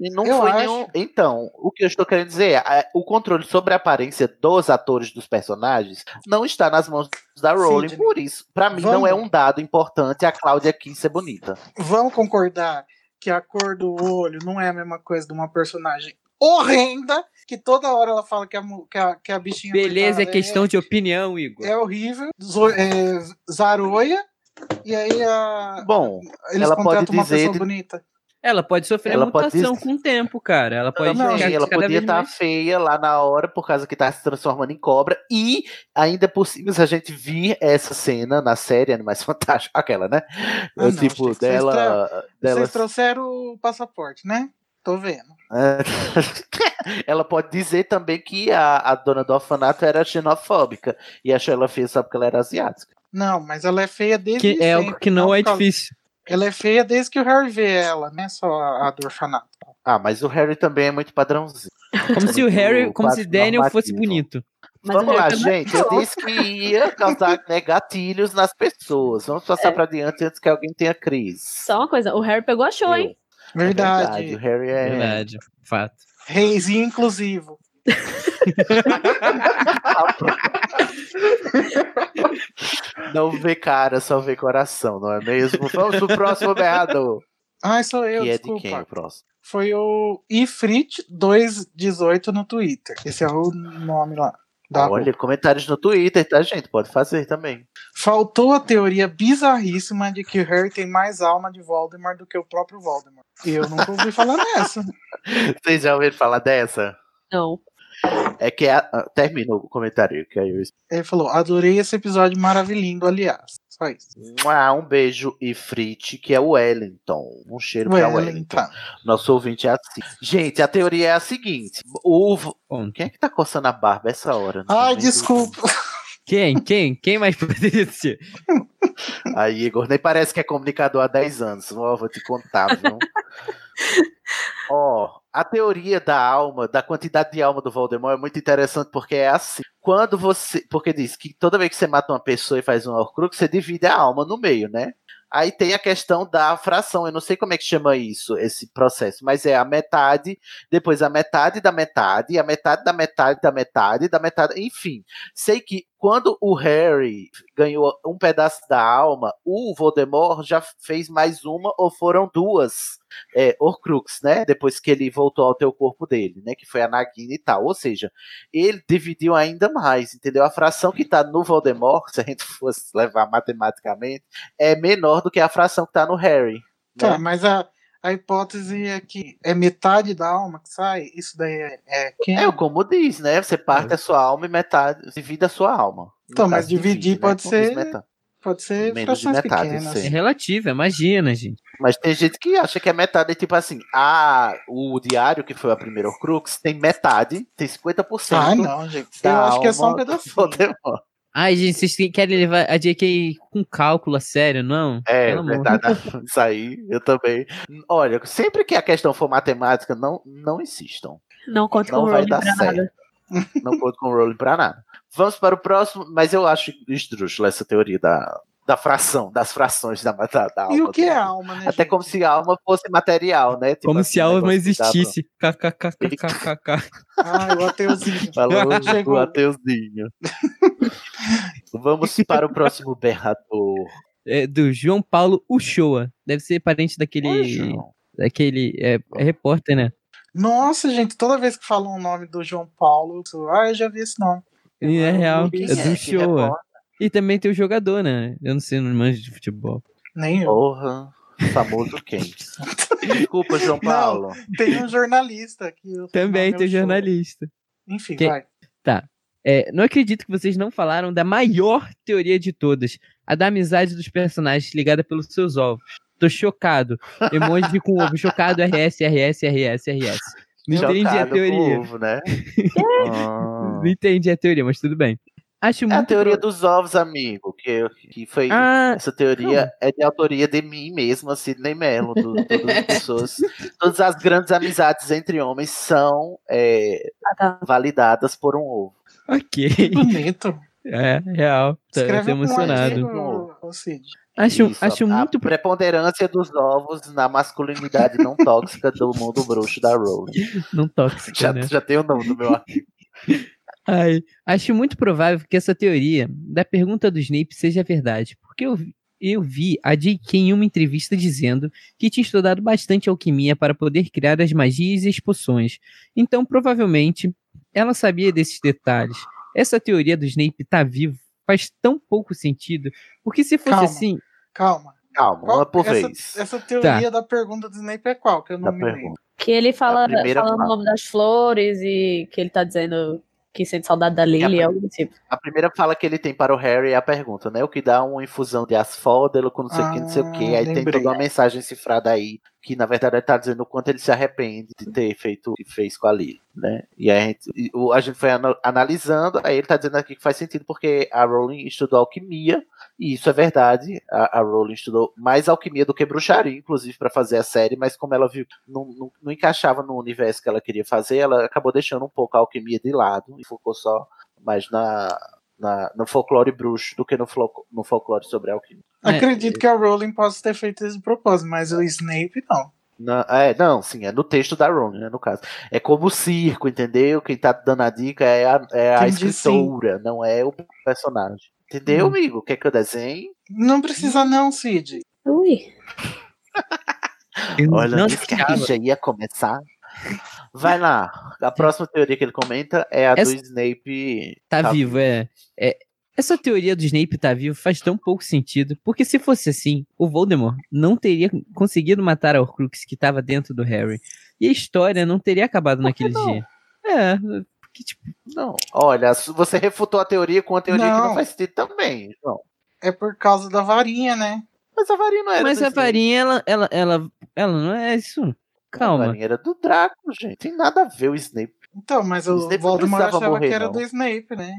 S1: E não
S2: Eu
S1: foi
S2: acho.
S1: nenhum. Então, o que eu estou querendo dizer é a- o controle sobre a aparência dos atores dos personagens não está nas mãos da Rowling.
S2: Sidney,
S1: Por isso, para mim, não
S2: vamos-
S1: é um dado importante a Cláudia Kim ser bonita.
S2: Vamos concordar que a cor do olho não é a mesma coisa de uma personagem horrenda, que toda hora ela fala que a, mu- que a, que a bichinha.
S5: Beleza, é
S2: coitada,
S5: questão de opinião, Igor.
S2: É horrível. Zo- é, zaroia. E aí a,
S1: Bom,
S2: eles
S1: Ela pode
S2: contratam uma
S1: dizer
S2: pessoa
S1: de-
S2: bonita.
S5: Ela pode sofrer
S1: Ela pode
S5: mutação
S1: dizer-
S5: com o tempo, cara. Ela pode
S2: Não,
S1: também,
S5: ficar
S2: gente,
S1: ela
S5: é. cada
S1: podia tá
S5: vez
S1: estar
S5: mais
S1: feia lá na hora por causa que tá se transformando em cobra. E ainda por cima, se a gente vir essa cena na série Animais Fantásticos, aquela, né?
S2: Ah, não,
S1: tipo,
S2: gente, vocês
S1: dela. dela
S2: Vocês trouxeram o passaporte, né? Tô vendo.
S1: É. ela pode dizer também que a, a dona do orfanato era xenofóbica e achou ela feia só porque ela era asiática.
S2: Não, mas ela é feia desde
S5: que é algo
S2: sempre,
S5: que não é
S2: por causa-
S5: difícil.
S2: Ela é feia desde que o Harry vê ela, né? Só a a do orfanato.
S1: Ah, mas o Harry também é muito padrãozinho.
S5: Como se o Harry,
S1: O
S5: como se
S1: quadro
S5: Daniel
S1: normativo.
S5: fosse bonito.
S4: Mas o
S1: Vamos lá,
S4: Harry também- é
S1: gente. Eu disse que ia causar né, gatilhos nas pessoas. Vamos passar
S4: É.
S1: pra diante antes que alguém tenha crise.
S4: Só uma coisa, o Harry pegou a show, hein?
S1: É
S2: Verdade.
S1: verdade, o Harry é.
S5: Verdade, fato.
S2: Reizinho inclusivo.
S1: Não vê cara, só vê coração, não é mesmo? Vamos pro próximo berrador.
S2: Ah, sou eu,
S1: que é de
S2: desculpa.
S1: quem o próximo?
S2: Foi o ifrit218 no Twitter. Esse é o nome lá. Da
S1: Olha, comentários no Twitter, tá, gente? Pode fazer também.
S2: Faltou a teoria bizarríssima de que Harry tem mais alma de Voldemort do que o próprio Voldemort. Eu nunca ouvi falar nessa.
S1: Vocês já ouviram falar dessa?
S4: Não.
S1: É que a, a- termina o comentário, que aí eu
S2: Ele falou: adorei esse episódio maravilhoso, aliás. Só isso.
S1: Mua, um beijo e Frit, que é o Wellington. Um cheiro para pra Wellington.
S2: Wellington.
S1: Nosso ouvinte é assim. Gente, a teoria é a seguinte: o... quem é que tá coçando a barba essa hora? Não
S2: Ai,
S1: tô nem
S2: desculpa.
S1: é
S5: Quem? Quem? Quem mais poderia ser?
S1: entendendo. Aí, Igor, nem parece que é comunicador há 10 anos. Ó, vou te contar, viu? Ó, a teoria da alma, da quantidade de alma do Voldemort é muito interessante porque é assim. Quando você. Porque diz que toda vez que você mata uma pessoa e faz um horcrux, você divide a alma no meio, né? Aí tem a questão da fração, eu não sei como é que chama isso, esse processo, mas é a metade, depois a metade da metade, a metade da metade da metade da metade, enfim. Sei que quando o Harry ganhou um pedaço da alma, o Voldemort já fez mais uma ou foram duas é, Horcrux, né? Depois que ele voltou ao teu corpo dele, né? Que foi a Nagini e tal. Ou seja, ele dividiu ainda mais, entendeu? A fração que tá no Voldemort, se a gente fosse levar matematicamente, é menor do que a fração que tá no Harry.
S2: Tá, mas a, a hipótese é que é metade da alma que sai. Isso daí é, é quem?
S1: É como diz, né? Você parte a sua alma e metade, divide a sua alma.
S2: Então,
S1: No
S2: mas
S1: caso,
S2: dividir
S1: divide, né?
S2: pode
S1: Como diz
S2: ser-
S1: metade.
S2: Pode ser
S1: Menos de
S2: frações
S1: metade,
S2: pequenas.
S1: sim.
S5: É relativo, imagina, gente.
S1: Mas tem gente que acha que é metade, é tipo assim, ah, o diário, que foi a primeira Horcrux, tem metade, tem 50%.
S2: Ah, não, gente.
S1: da
S2: Eu acho que é só um
S1: alma do
S2: pedacinho.
S1: Voldemort.
S5: Ai, gente, vocês que- querem levar a JK com cálculo a sério, não?
S1: É,
S5: Pelo amor.
S1: verdade. Isso aí, eu também. Olha, sempre que a questão for matemática, não, não insistam.
S4: Não conte com
S1: Não
S4: o
S1: vai
S4: Rony
S1: dar
S4: pra nada.
S1: certo. Não conto com o Rowling pra nada. Vamos para o próximo, mas eu acho esdrúxula essa teoria da, da fração, das frações da, da, da alma.
S2: E o que é
S1: do-
S2: alma, né?
S1: Até como se a alma fosse material, né? Tipo
S5: Como
S1: assim,
S5: se a alma não
S1: negócio que dá pra-
S5: existisse. KKKKKK.
S2: Ah, o ateuzinho.
S1: Falou
S2: Chegou.
S1: do Ateuzinho. Vamos para o próximo berrador.
S5: É do João Paulo Uchoa. Deve ser parente daquele.
S1: Oi, João.
S5: daquele. É, é repórter, né?
S2: Nossa, gente, toda vez que falam o nome do João Paulo, eu sou, ah, eu já vi esse nome.
S5: E é real.
S2: quem
S5: É
S2: é
S5: do
S1: que
S5: Uchoa.
S1: repórter?
S5: E também tem o jogador, né? Eu não sei, não manjo de futebol.
S2: Nem eu.
S1: Porra. Famoso quem? Desculpa, João Paulo.
S2: Tem um jornalista aqui. eu-
S5: Também
S2: nome é
S5: tem o
S2: Uchoa.
S5: jornalista.
S2: Enfim,
S5: Que-
S2: vai.
S5: É, não acredito que vocês não falaram da maior teoria de todas, a da amizade dos personagens ligada pelos seus ovos. Tô chocado. Emoji com ovo, chocado, RS, RS, RS, RS. Não entendi a
S1: Chocado com
S5: teoria.
S1: ovo, né? Ah.
S5: Não entendi a teoria, mas tudo bem. Acho
S1: É
S5: muito.
S1: a teoria
S5: pro-
S1: dos ovos, amigo, que, que foi.
S5: Ah,
S1: Essa teoria é de autoria de mim mesma, Sidney Mello, do- todas as pessoas. Todas as grandes amizades entre homens são é,
S4: Ah, tá.
S1: validadas por um ovo.
S5: Ah, ok.
S2: Bonito.
S5: É, real. Tô, tô
S2: Escreve
S5: emocionado.
S1: artigo.
S2: Um artigo, ô, Cid.
S5: Acho,
S1: Isso, tá
S5: acho
S1: a,
S5: muito.
S1: A preponderância dos ovos na masculinidade não tóxica do mundo bruxo da Rowling.
S5: Não tóxico,
S1: Já, tá.
S5: né?
S1: já tem o nome do meu artigo.
S5: Ai, acho muito provável que essa teoria da pergunta do Snape seja verdade, porque eu, vi- eu vi a J.K. em uma entrevista dizendo que tinha estudado bastante alquimia para poder criar as magias e as poções. Então, provavelmente, ela sabia desses detalhes. Essa teoria do Snape tá vivo faz tão pouco sentido, porque se fosse
S2: Calma.
S5: assim,
S2: Calma.
S1: Calma, uma por
S2: é essa,
S1: vez.
S2: essa
S5: Tá.
S2: teoria da pergunta do Snape é qual? Que eu não
S1: Da
S2: me lembro.
S1: pergunta.
S4: Que ele fala,
S1: A primeira
S4: falando o
S1: fala.
S4: nome das flores e que ele tá dizendo que sente saudade da
S1: a
S4: Lily,
S1: prim-
S4: algo do tipo.
S1: A primeira fala que ele tem para o Harry é a pergunta, né? O que dá uma infusão de asfódelo com não sei o que, não sei o que.
S2: Ah,
S1: Aí tem
S2: lembrei.
S1: toda uma mensagem cifrada aí, que na verdade ele tá dizendo o quanto ele se arrepende de ter feito o que fez com a Lily, né? E aí a gente, e o- a gente foi ana- analisando, aí ele tá dizendo aqui que faz sentido porque a Rowling estudou alquimia, e isso é verdade. A, a Rowling estudou mais alquimia do que bruxaria, inclusive, para fazer a série, mas como ela viu que não, não, não encaixava no universo que ela queria fazer, ela acabou deixando um pouco a alquimia de lado e focou só mais na, na- no folclore bruxo do que no, flo- no folclore sobre alquimia.
S5: É.
S2: Acredito que a Rowling possa ter feito esse propósito, mas o Snape não.
S1: Na- é, não, sim, é no texto da Rowling, né, no caso. É como o circo, entendeu? Quem tá dando a dica é a, é a
S2: Entendi, sim.
S1: escritora, não é o personagem. Entendeu,
S5: Hum.
S1: amigo? Quer que eu desenhe?
S2: Não precisa não, Cid.
S4: Ui.
S5: Eu
S1: Olha,
S5: não
S1: disse que a
S5: ficava.
S1: rixa ia começar. Vai lá. A próxima teoria que ele comenta é a
S5: Essa-
S1: do Snape.
S5: Tá vivo, é. é. Essa teoria do Snape tá vivo faz tão pouco sentido, porque se fosse assim, o Voldemort não teria conseguido matar a Horcrux que tava dentro do Harry. E a história não teria acabado naquele
S1: não?
S5: dia. É,
S1: Não, olha, su- você refutou a teoria com uma teoria que
S2: Não.
S1: não faz sentido também, João.
S2: É por causa da varinha, né?
S1: Mas a varinha não era
S5: mas
S1: do
S5: a
S1: Snape.
S5: varinha, ela, ela, ela, ela não é isso.
S1: A
S5: Calma.
S1: varinha era do Draco, gente. Tem nada a ver o Snape.
S2: Então, mas o
S1: Snape não
S2: Voldemort
S1: precisava
S2: achava
S1: morrer,
S2: que era
S1: não.
S2: do Snape, né?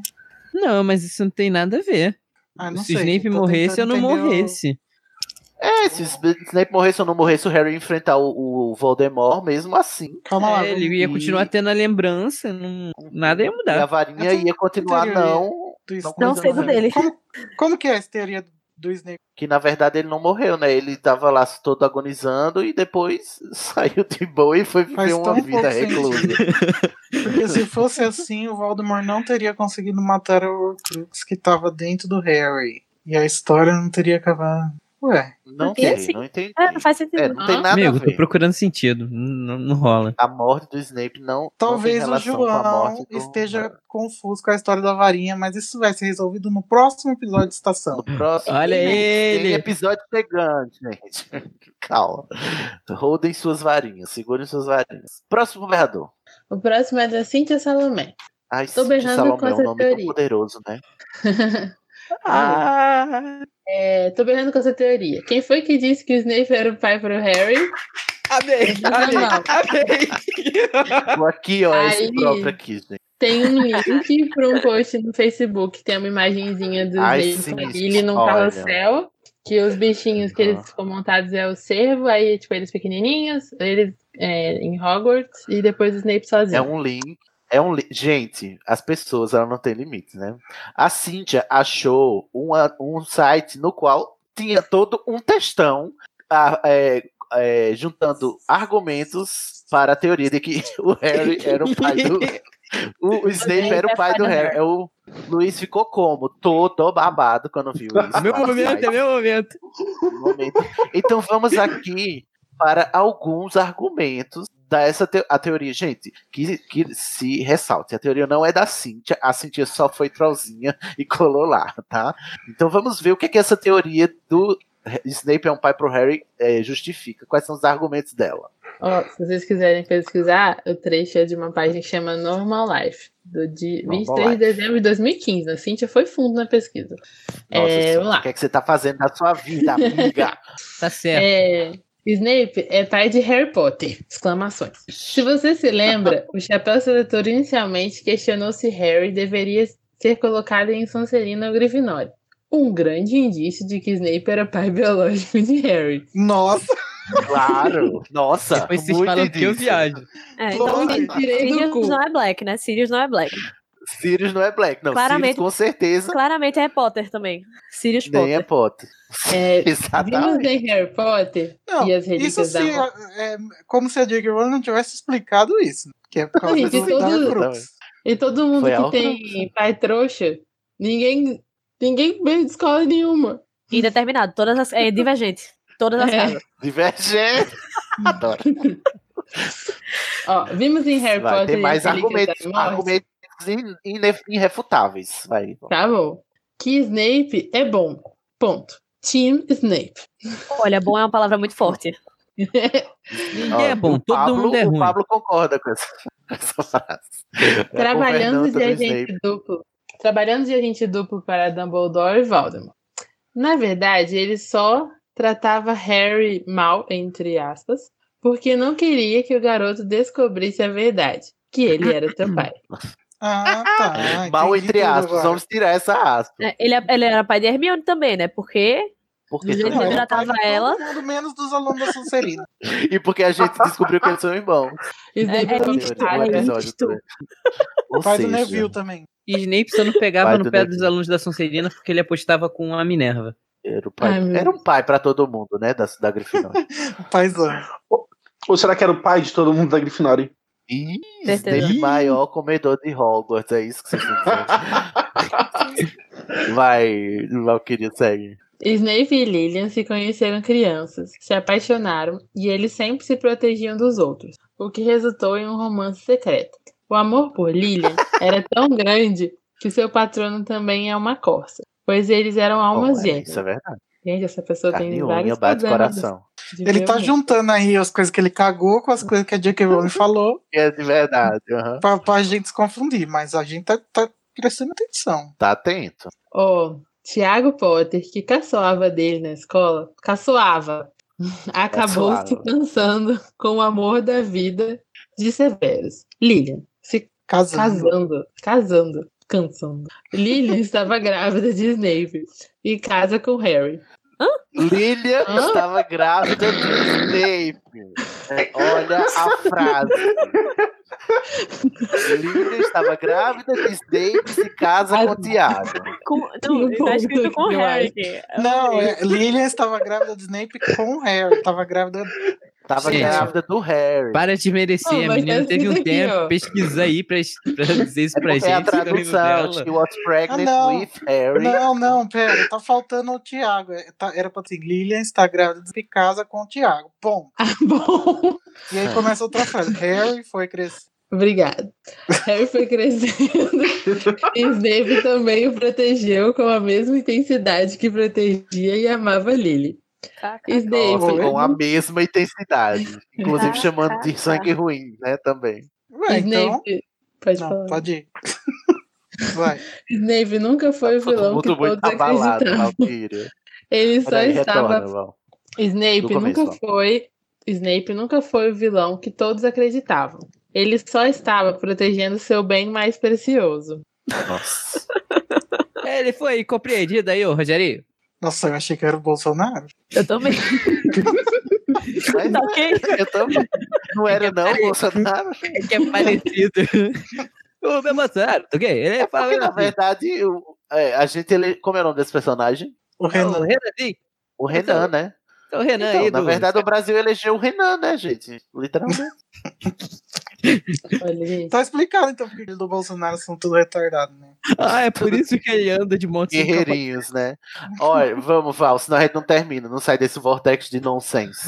S5: Não, mas isso não tem nada a ver.
S2: Ah, não
S5: se o
S2: sei,
S5: Snape
S2: tô
S5: morresse, eu
S2: tentando
S5: não
S2: entender o-
S5: morresse.
S1: É, se o Sna- Snape morresse ou não morresse, o Harry ia enfrentar o, o Voldemort mesmo assim.
S2: Calma lá,
S5: É,
S2: vamos-
S5: ele ia
S1: E-
S5: continuar tendo a lembrança, não- nada ia
S1: E a
S5: mudar.
S1: varinha
S2: Essa
S1: ia continuar,
S2: teoria
S1: não.
S2: do Snape.
S4: Não sei do
S1: Não,
S4: dele.
S2: Como que é essa teoria do Snape?
S1: Que na verdade ele não morreu, né? Ele tava lá todo agonizando e depois saiu de boa e foi
S2: Faz
S1: viver uma
S2: tão
S1: vida
S2: pouco
S1: reclusa.
S2: Porque se fosse assim, o Voldemort não teria conseguido matar a Horcrux que tava dentro do Harry. E a história não teria acabado. Ué,
S1: Não
S4: Porque
S1: sei,
S4: assim-
S1: não entendi.
S4: É, não faz sentido.
S1: É, não tem
S6: Hã?
S1: nada a
S5: Amigo, tô
S1: ver.
S5: procurando sentido. Não, não rola.
S1: A morte do Snape não,
S2: talvez
S1: não tem
S2: o
S1: relação com a morte
S2: João
S1: do...
S2: esteja confuso com a história da varinha, mas isso vai ser resolvido no próximo episódio de estação.
S1: No próximo.
S5: Olha
S1: tem-
S5: ele!
S1: Tem episódio chegando, gente. Calma. Rodem suas varinhas, segurem suas varinhas. Próximo berrador.
S6: O próximo é da Cíntia Salomé.
S1: Ai,
S6: Tô
S1: Cíntia
S6: beijando com
S1: Salomé,
S6: essa
S1: um nome
S6: teoria.
S1: tão poderoso, né?
S5: Ah,
S6: É, tô brincando com essa teoria. Quem foi que disse que o Snape era o pai pro Harry?
S5: amei,
S6: Não, não,
S5: amei,
S6: não.
S5: amei.
S1: Tô Aqui, ó, esse
S6: Aí.
S1: próprio aqui, gente.
S6: Tem um link para um post no Facebook, tem uma imagenzinha do
S1: Ai,
S6: Snape
S1: sim,
S6: com a Lily num
S1: olha. Uhum.
S6: carrossel, que os bichinhos que
S1: Aham.
S6: eles ficam montados é o cervo, aí tipo eles pequenininhos, eles é, em Hogwarts e depois o Snape
S1: É
S6: sozinho.
S1: um link. É um li- Gente, as pessoas elas não têm limites, né? A Cíntia achou uma- um site no qual tinha todo um textão ah, é, é, juntando argumentos para a teoria de que o Harry era o pai do. O, o Snape era o pai do Harry. É O Luiz ficou como? Todo babado quando viu isso.
S5: meu
S1: lá no
S5: momento,
S1: site
S5: é meu momento.
S1: no momento. Então vamos aqui para alguns argumentos dessa te a teoria, gente, que, que se ressalte. A teoria não é da Cíntia, a Cíntia só foi trollzinha e colou lá, tá? Então vamos ver o que é que essa teoria do Snape é um pai pro Harry eh, justifica. Quais são os argumentos dela?
S6: Ó, se vocês quiserem pesquisar, o trecho é de uma página que chama Normal Life, do dia
S1: Normal
S6: 23 de
S1: Life.
S6: dezembro de 2015. A né? Cintia foi fundo na pesquisa.
S1: Nossa,
S6: É,
S1: Cíntia,
S6: vamos lá.
S1: o que é que você tá fazendo na sua vida, amiga?
S5: Tá certo.
S6: É, Snape é pai de Harry Potter! Exclamações. Se você se lembra, o Chapéu Seletor inicialmente questionou se Harry deveria ser colocado em Sonserina ou Grifinória. Um grande indício de que Snape era pai biológico de Harry.
S2: Nossa,
S1: claro! Nossa,
S5: Depois vocês
S1: muito
S5: falam que eu
S1: disso.
S5: viajo.
S4: É, então,
S2: Claro.
S6: Me
S1: assim,
S6: tirei do
S4: Sirius
S6: cu.
S4: não é black, né? Sirius não é black.
S1: Sirius não é Black, não. Sirius
S4: Claramente-
S1: com certeza
S4: Claramente é Potter também. Sirius
S1: nem é
S4: Potter.
S1: Potter.
S6: É, Vimos
S1: Exatamente.
S6: em Harry Potter
S2: não.
S6: e as
S2: Isso
S6: Relíquias
S2: se
S6: da Morte.
S2: é, é como se a J.K. Rowling não tivesse explicado isso, né? que é por causa
S6: Gente,
S2: do
S6: todo-
S2: da Horcrux.
S6: E todo mundo
S1: Foi
S6: que
S1: a
S6: tem pai trouxa, ninguém, ninguém veio de escola nenhuma.
S4: Indeterminado. Todas as. É divergente. Todas as
S6: É.
S4: casas.
S1: Divergente. Adoro.
S6: Ó, vimos em Harry
S1: Vai,
S6: Potter
S1: tem
S6: e
S1: mais
S6: as Relíquias
S1: argumentos,
S6: da Morte.
S1: argumentos in- ine- irrefutáveis. Vai.
S6: Tá bom. Que Snape é bom. Ponto. Team Snape.
S4: Olha, bom é uma palavra muito forte.
S5: Ninguém é
S1: Ó,
S5: bom,
S1: o
S5: todo
S1: Pablo,
S5: mundo é
S1: o
S5: ruim.
S1: Pablo concorda com essa, com essa frase. É,
S6: Trabalhando
S1: Governanta
S6: de
S1: do
S6: agente duplo. Trabalhando de agente duplo para Dumbledore e Voldemort. Na verdade, ele só tratava Harry mal, entre aspas, porque não queria que o garoto descobrisse a verdade, que ele era seu pai.
S2: Ah, tá.
S1: Mal
S2: entendi
S1: entre
S2: tudo
S1: aspas,
S2: agora.
S1: vamos tirar essa aspa.
S4: É, Ele, ele era pai de Hermione também, né? Porque.
S1: Porque
S4: Do jeito
S1: todo
S4: que ele
S1: mundo-
S2: é pai de
S4: tratava ela.
S2: Todo mundo menos dos alunos da Sonserina.
S1: E porque a gente descobriu que eles são irmãos.
S6: Snape
S4: É, é
S6: é um
S4: muito
S1: Teoria,
S6: otário.
S1: um
S4: estúpido.
S1: episódio do- Ou
S2: Pai do
S1: seja,
S2: Neville também.
S5: E Snape só não pegava
S1: Pai
S5: no
S1: do
S5: pé
S1: Neville.
S5: dos alunos da Sonserina porque ele apostava com a Minerva.
S1: Era, o pai,
S6: Ai, meu
S1: era um pai pra todo mundo, né? Da, da Grifinória.
S2: Paizão.
S3: Ou será que era o pai de todo mundo da Grifinória?
S1: Ih,
S4: Certeza.
S1: Snape maior comedor de Hogwarts, é isso que vocês estão dizendo. Vai, Valkyrie, segue.
S6: Snape e Lilian se conheceram crianças, se apaixonaram e eles sempre se protegiam dos outros, o que resultou em um romance secreto. O amor por Lilian era tão grande que seu patrono também é uma corça, pois eles eram almas
S1: Olha,
S6: gêmeas.
S1: Isso é verdade.
S6: Gente, essa pessoa
S1: Carne
S6: tem
S1: e unha
S6: vários
S1: bate
S6: problemas
S1: coração.
S6: de
S2: Ele tá
S6: violência.
S2: juntando aí as coisas que ele cagou com as coisas que a J.K. Rowling falou
S1: É de verdade. aham.
S2: pra, pra gente se confundir, mas a gente tá, tá prestando atenção.
S1: Tá atento.
S6: Ó, Tiago Potter, que caçoava dele na escola, caçoava, acabou se
S1: Caçoava.
S6: cansando com o amor da vida de Severus. Lilian, se
S2: Casando.
S6: casando, casando, cansando. Lilian estava grávida de Snape e casa com Harry.
S1: Lilian
S6: Hã?
S1: estava grávida de Snape. É, Olha a frase. Lilian estava grávida de Snape e se casa com o Tiago.
S4: Com, não,
S6: um Que
S4: tá
S6: bom,
S4: escrito com
S6: eu
S4: Harry aqui.
S2: Não, é, Lilian estava grávida de Snape com Harry. Tava grávida.
S1: Tava
S5: Gente.
S1: grávida do Harry.
S5: Para de merecer,
S6: Não,
S5: a
S6: mas
S5: menina
S6: tá
S5: teve um
S6: escrito aqui,
S5: tempo,
S6: ó.
S5: pesquisa aí pra, pra dizer isso
S1: É
S5: pra
S1: porque
S5: gente.
S1: é a
S5: tá rindo
S1: tradução.
S5: dela.
S1: She was pregnant
S2: Ah, não.
S1: with Harry.
S2: Não, não, pera, tá faltando o Tiago. Era pra assim, Lilian está grávida de casa com o Tiago. Bom.
S6: Ah, bom.
S2: E aí começa outra frase. Harry foi crescer.
S6: Obrigada. Harry foi crescendo e Snape também o protegeu com a mesma intensidade que protegia e amava Lily.
S1: é
S4: Ah, então
S6: Snape,
S1: Nossa, com a
S6: Snape
S1: mesma intensidade. Inclusive
S4: Tá,
S1: chamando
S4: tá,
S1: de sangue ruim, né? Também.
S2: Ué, então.
S6: pode
S2: Não,
S6: falar.
S2: pode ir. Vai.
S6: Snape nunca foi o
S1: Tá Todo
S6: vilão que
S1: mundo
S6: todos
S1: muito abalado, tá né?
S6: acreditavam.
S1: Valkyria.
S6: Ele só
S1: Peraí,
S6: estava
S1: retorna, Val. Do
S6: Snape
S1: começo, ó.
S6: nunca foi. Snape nunca foi o vilão que todos acreditavam. Ele só estava protegendo seu bem mais precioso.
S1: Nossa.
S5: É, Ele foi compreendido aí, ô Rogério.
S2: Nossa, eu achei que era o Bolsonaro.
S4: Eu também.
S1: Mas é.
S4: Tá ok?
S1: eu também. Não era, não, Bolsonaro?
S5: É que é parecido. o meu Bolsonaro, ok? Ele é
S1: Porque, na
S5: fala assim.
S1: verdade, o- é, a gente. Ele, como é o nome desse personagem?
S2: O
S5: "Ah, O
S2: Renan.
S5: Renanzinho.
S1: O Renan, né?
S5: O Renan
S1: Então,
S5: aí
S1: na
S5: do-
S1: verdade, o Brasil elegeu o Renan, né, gente? Literalmente.
S6: Olha, gente.
S2: Tá explicado então porque os do Bolsonaro são tudo retardado, né?
S5: Ah, é por isso que ele anda de monte de capa-
S1: Guerreirinhos, né? Olha, vamos, Val, senão a gente não termina, não sai desse vortex de nonsense.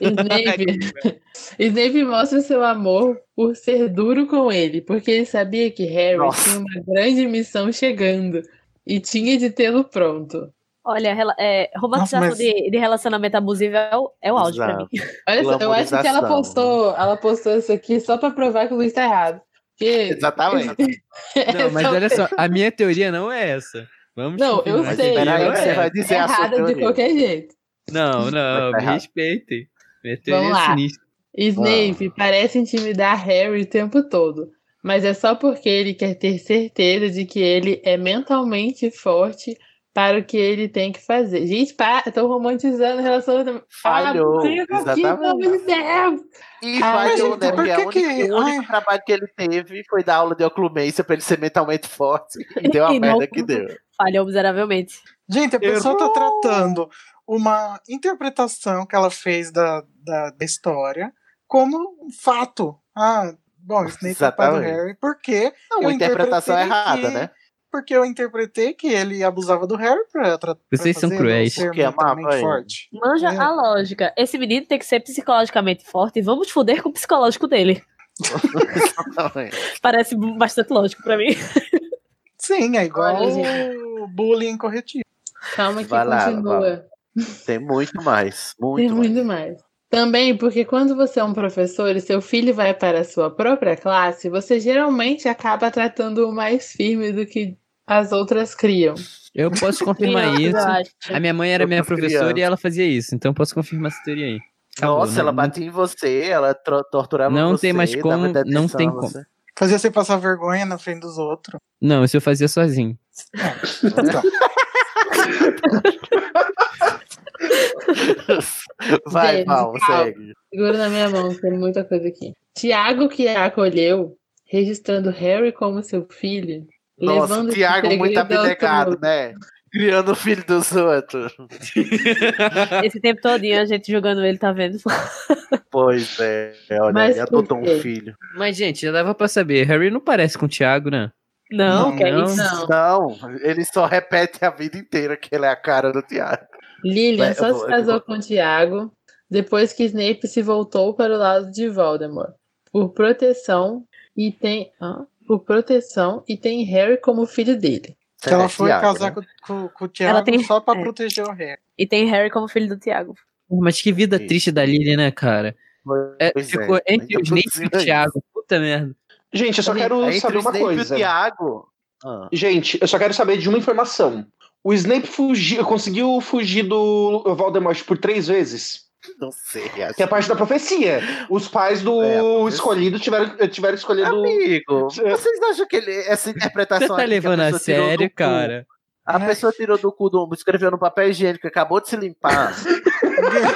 S6: Snape, Snape mostra seu amor por ser duro com ele, porque ele sabia que Harry
S1: Nossa.
S6: tinha uma grande missão chegando e tinha de tê-lo pronto.
S4: Olha, rela- é, romantização
S2: Nossa, mas-
S4: de, de relacionamento abusivo é o, é o auge pra mim.
S6: Olha só, eu acho que ela
S1: Glamorização,
S6: postou, ela postou isso aqui só pra provar que o Luiz tá errado. Porque
S1: Exatamente.
S5: Não, mas
S6: essa
S5: olha só, a minha teoria não é essa. Vamos
S6: Não, eu
S5: confirmar.
S1: Mas
S6: sei,
S1: espera aí
S6: eu
S1: que
S6: sei.
S1: você vai dizer a sua
S6: é errada de
S1: teoria.
S6: qualquer jeito.
S5: Não,
S1: Vai
S5: não,
S1: tá
S5: me
S1: errado.
S5: respeitem. Minha teoria
S6: Vamos
S5: é
S6: lá.
S5: sinistra.
S6: Snape parece intimidar Harry o tempo todo, mas é só porque ele quer ter certeza de que ele é mentalmente forte para o que ele tem que fazer. Gente, pá, eu tô romantizando a relação.
S1: Falhou,
S6: Ah, por que, pelo amor de Deus?
S1: E
S6: Ah,
S1: vai valeu,
S2: gente,
S1: né?
S2: por
S1: Porque a
S2: que
S1: única-
S2: que-
S1: o único
S2: ai.
S1: trabalho que ele teve foi dar aula de oclumência pra ele ser mentalmente forte. E deu a
S4: E não-
S1: merda que deu.
S4: Falhou miseravelmente.
S2: Gente, a pessoa tá tratando uma interpretação que ela fez da, da, da história como um fato. Ah, bom, Snape é o pai do
S1: Exatamente.
S2: Harry, porque
S1: Não,
S2: Eu
S1: uma interpretação
S2: interpretei
S1: errada,
S2: é que-
S1: né?
S2: porque eu interpretei que ele abusava do Harry pra, tra- pra
S5: Vocês são
S2: fazer ele
S5: cruéis.
S2: ser
S1: Porque amava
S2: mentalmente
S1: ele.
S2: forte.
S4: Manja
S2: É.
S4: a lógica. Esse menino tem que ser psicologicamente forte e vamos foder com o psicológico dele.
S1: Exatamente.
S4: Parece bastante lógico pra mim.
S2: Sim, é igual
S6: Olha,
S2: o bullying corretivo.
S6: Calma que
S1: Vai lá,
S6: continua.
S1: vai. Tem muito mais. Muito,
S6: Tem muito
S1: mais.
S6: mais. Também porque quando você é um professor e seu filho vai para a sua própria classe, você geralmente acaba tratando-o mais firme do que as outras criam.
S5: Eu posso confirmar
S4: Crianças, eu
S5: isso.
S4: acho.
S5: A minha mãe era minha
S1: Outras
S5: professora e
S1: crianças.
S5: ela fazia isso, então eu posso confirmar essa teoria aí. Acabou,
S1: Nossa, ela
S5: não-
S1: batia em você, ela tro- torturava
S5: Não
S1: você.
S5: tem mais
S1: dava
S5: como, não
S1: detenção
S5: tem
S1: a você.
S2: Fazia você passar vergonha na frente dos outros.
S5: Não, isso eu fazia sozinho.
S2: Então,
S1: Vai,
S6: Gente,
S1: Val,
S6: calma.
S1: segue.
S6: Segura na minha mão, tem muita coisa aqui. Tiago que a acolheu, registrando Harry como seu filho,
S1: Nossa,
S6: levando esse
S1: Tiago muito
S6: segredo ao
S1: abnegado,
S6: túmulo.
S1: né? Criando o filho dos outros.
S4: Esse tempo todinho a gente jogando ele, tá vendo?
S1: Pois é, olha,
S6: Mas
S1: ele adotou
S6: por
S1: um
S6: quê?
S1: filho.
S5: Mas, gente, já dava pra saber. Harry não parece com o Thiago, né?
S4: Não, que é isso?
S1: Não. Não, ele só repete a vida inteira que ele é a cara do Tiago.
S6: Lilian
S1: Vai, eu
S6: só
S1: vou-
S6: se
S1: eu
S6: casou
S1: vou-
S6: com Tiago depois que Snape se voltou para o lado de Voldemort por proteção e tem hã? por proteção e tem Harry como filho dele.
S1: é
S2: Que ela foi
S1: né?
S2: casar com, com, com o Thiago
S4: tem-
S2: só pra
S4: é.
S2: proteger o Harry.
S4: E tem Harry como filho do Tiago.
S5: Mas que vida triste da Lily, né, cara? É,
S1: Pois
S5: ficou
S1: é,
S5: entre
S1: então
S5: o Snape e
S1: produzindo
S5: o
S1: isso.
S5: Thiago. Puta merda.
S3: Gente, eu só quero
S1: Entre
S3: saber
S1: o
S3: uma
S1: Snape
S3: coisa.
S1: E o Tiago. Ah.
S3: Gente, eu só quero saber de uma informação. O Snape fugiu, conseguiu fugir do Voldemort por três vezes.
S1: Não sei, assim. acho
S3: Que é parte da profecia. Os pais do
S1: É, a profecia.
S3: escolhido tiveram, tiveram escolhido.
S1: Amigo, vocês acham que ele, essa interpretação
S5: Você tá
S1: aqui que
S5: levando a
S1: pessoa tirou do
S5: sério,
S1: cu,
S5: cara?
S2: É.
S1: A pessoa tirou do cu do escreveu no papel higiênico, acabou de se limpar.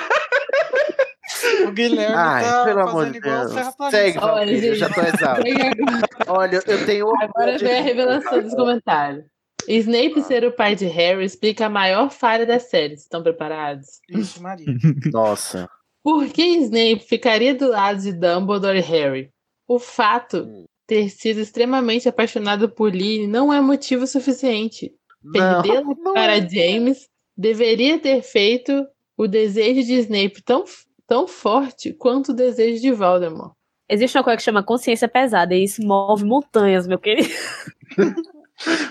S2: O Guilherme
S1: Ai,
S2: tá
S1: pelo amor
S2: fazendo
S1: de
S2: igual o
S1: Deus.
S2: Serra Paulista.
S1: Segue,
S6: Olha,
S1: Valquíria, eu
S6: gente.
S1: já tô exausto.
S6: Vem agora-
S1: Olha, eu tenho
S6: Agora vem a revelação dos comentários.
S1: Tá.
S6: Snape ser o pai de Harry explica a maior falha da série. Estão preparados?
S2: Isso, Maria.
S1: Nossa.
S6: Por que Snape ficaria do lado de Dumbledore e Harry? O fato
S1: Hum.
S6: de ter sido extremamente apaixonado por Lily não é motivo suficiente.
S1: Não,
S6: Perdê-la
S1: não
S6: para
S1: é.
S6: James deveria ter feito o desejo de Snape tão, tão forte quanto o desejo de Voldemort.
S4: Existe uma coisa que chama consciência pesada e isso move montanhas, meu querido.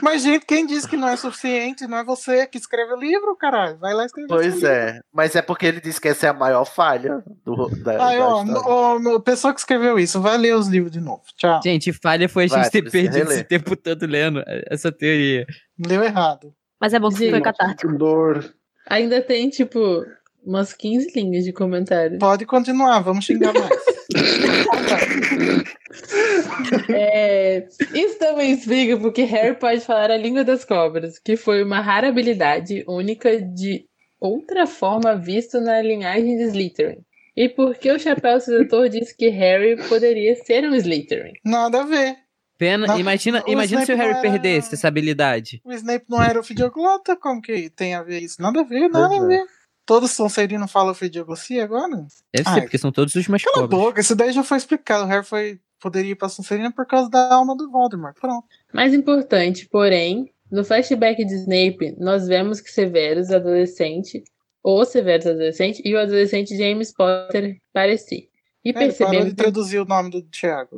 S2: Mas, gente, quem disse que não é suficiente? Não é você que escreve o livro, caralho. Vai lá escrever seu
S1: Pois
S2: livro.
S1: é. Mas é porque ele disse que essa é a maior falha do, da,
S2: Aí,
S1: da
S2: ó,
S1: história.
S2: ó, a pessoa que escreveu isso, vai ler os livros de novo. Tchau.
S5: Gente, falha foi a
S1: Vai,
S5: gente ter
S1: precisa
S5: perdido
S1: reler.
S5: esse tempo todo lendo essa teoria.
S2: Leu errado.
S4: Mas é bom que
S6: Gente,
S4: foi catártico.
S3: Dor.
S6: Ainda tem, tipo, umas 15 linhas de comentário.
S2: Pode continuar, vamos xingar mais.
S6: É, isso também explica porque Harry pode falar a língua das cobras, que foi uma rara habilidade única de outra forma vista na linhagem de Slytherin. E porque o Chapéu Sedutor disse que Harry poderia ser um Slytherin.
S2: Nada a ver.
S5: Pena,
S2: Não,
S5: imagina,
S2: o
S5: imagina se o
S2: Snape
S5: Harry
S2: não era-
S5: perdesse essa habilidade.
S2: O Snape não era o Fidioglota, como que tem a ver isso? Nada a ver, nada a
S1: Pois é.
S2: ver. Todos os Sonserino falam Fidioglossia agora?
S5: Deve
S2: Ah,
S5: ser, porque são todos os mais
S2: Cala a
S5: pobres.
S2: boca, isso daí já foi explicado. O Harry foi, poderia ir pra Sonserina por causa da alma do Voldemort. Pronto.
S6: Mais importante, porém, no flashback de Snape, nós vemos que Severus adolescente, ou Severus adolescente, e o adolescente James Potter pareciam. E
S2: É, Ele parou
S6: percebemos
S2: de traduzir o nome do Thiago.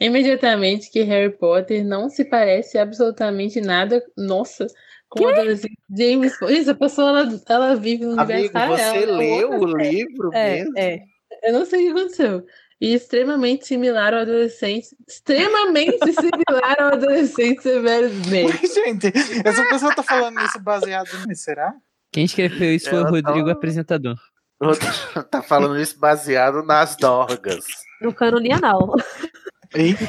S6: imediatamente que Harry Potter não se parece absolutamente nada, nossa, com o adolescente James Potter. Isso, a pessoa ela, ela vive no universo
S1: Amigo, você
S6: paralelo, é
S1: leu
S6: outra-
S1: o livro
S4: É,
S1: mesmo?
S4: é.
S6: Eu não sei o que aconteceu. E extremamente similar ao adolescente, extremamente similar ao adolescente Severus Snape.
S2: Mas, gente, essa pessoa tá falando isso baseado nisso, será?
S5: Quem escreveu isso foi o
S1: Ela tá-
S5: Rodrigo apresentador.
S1: tá falando isso baseado nas dorgas.
S4: No cânone anal.
S2: Eita.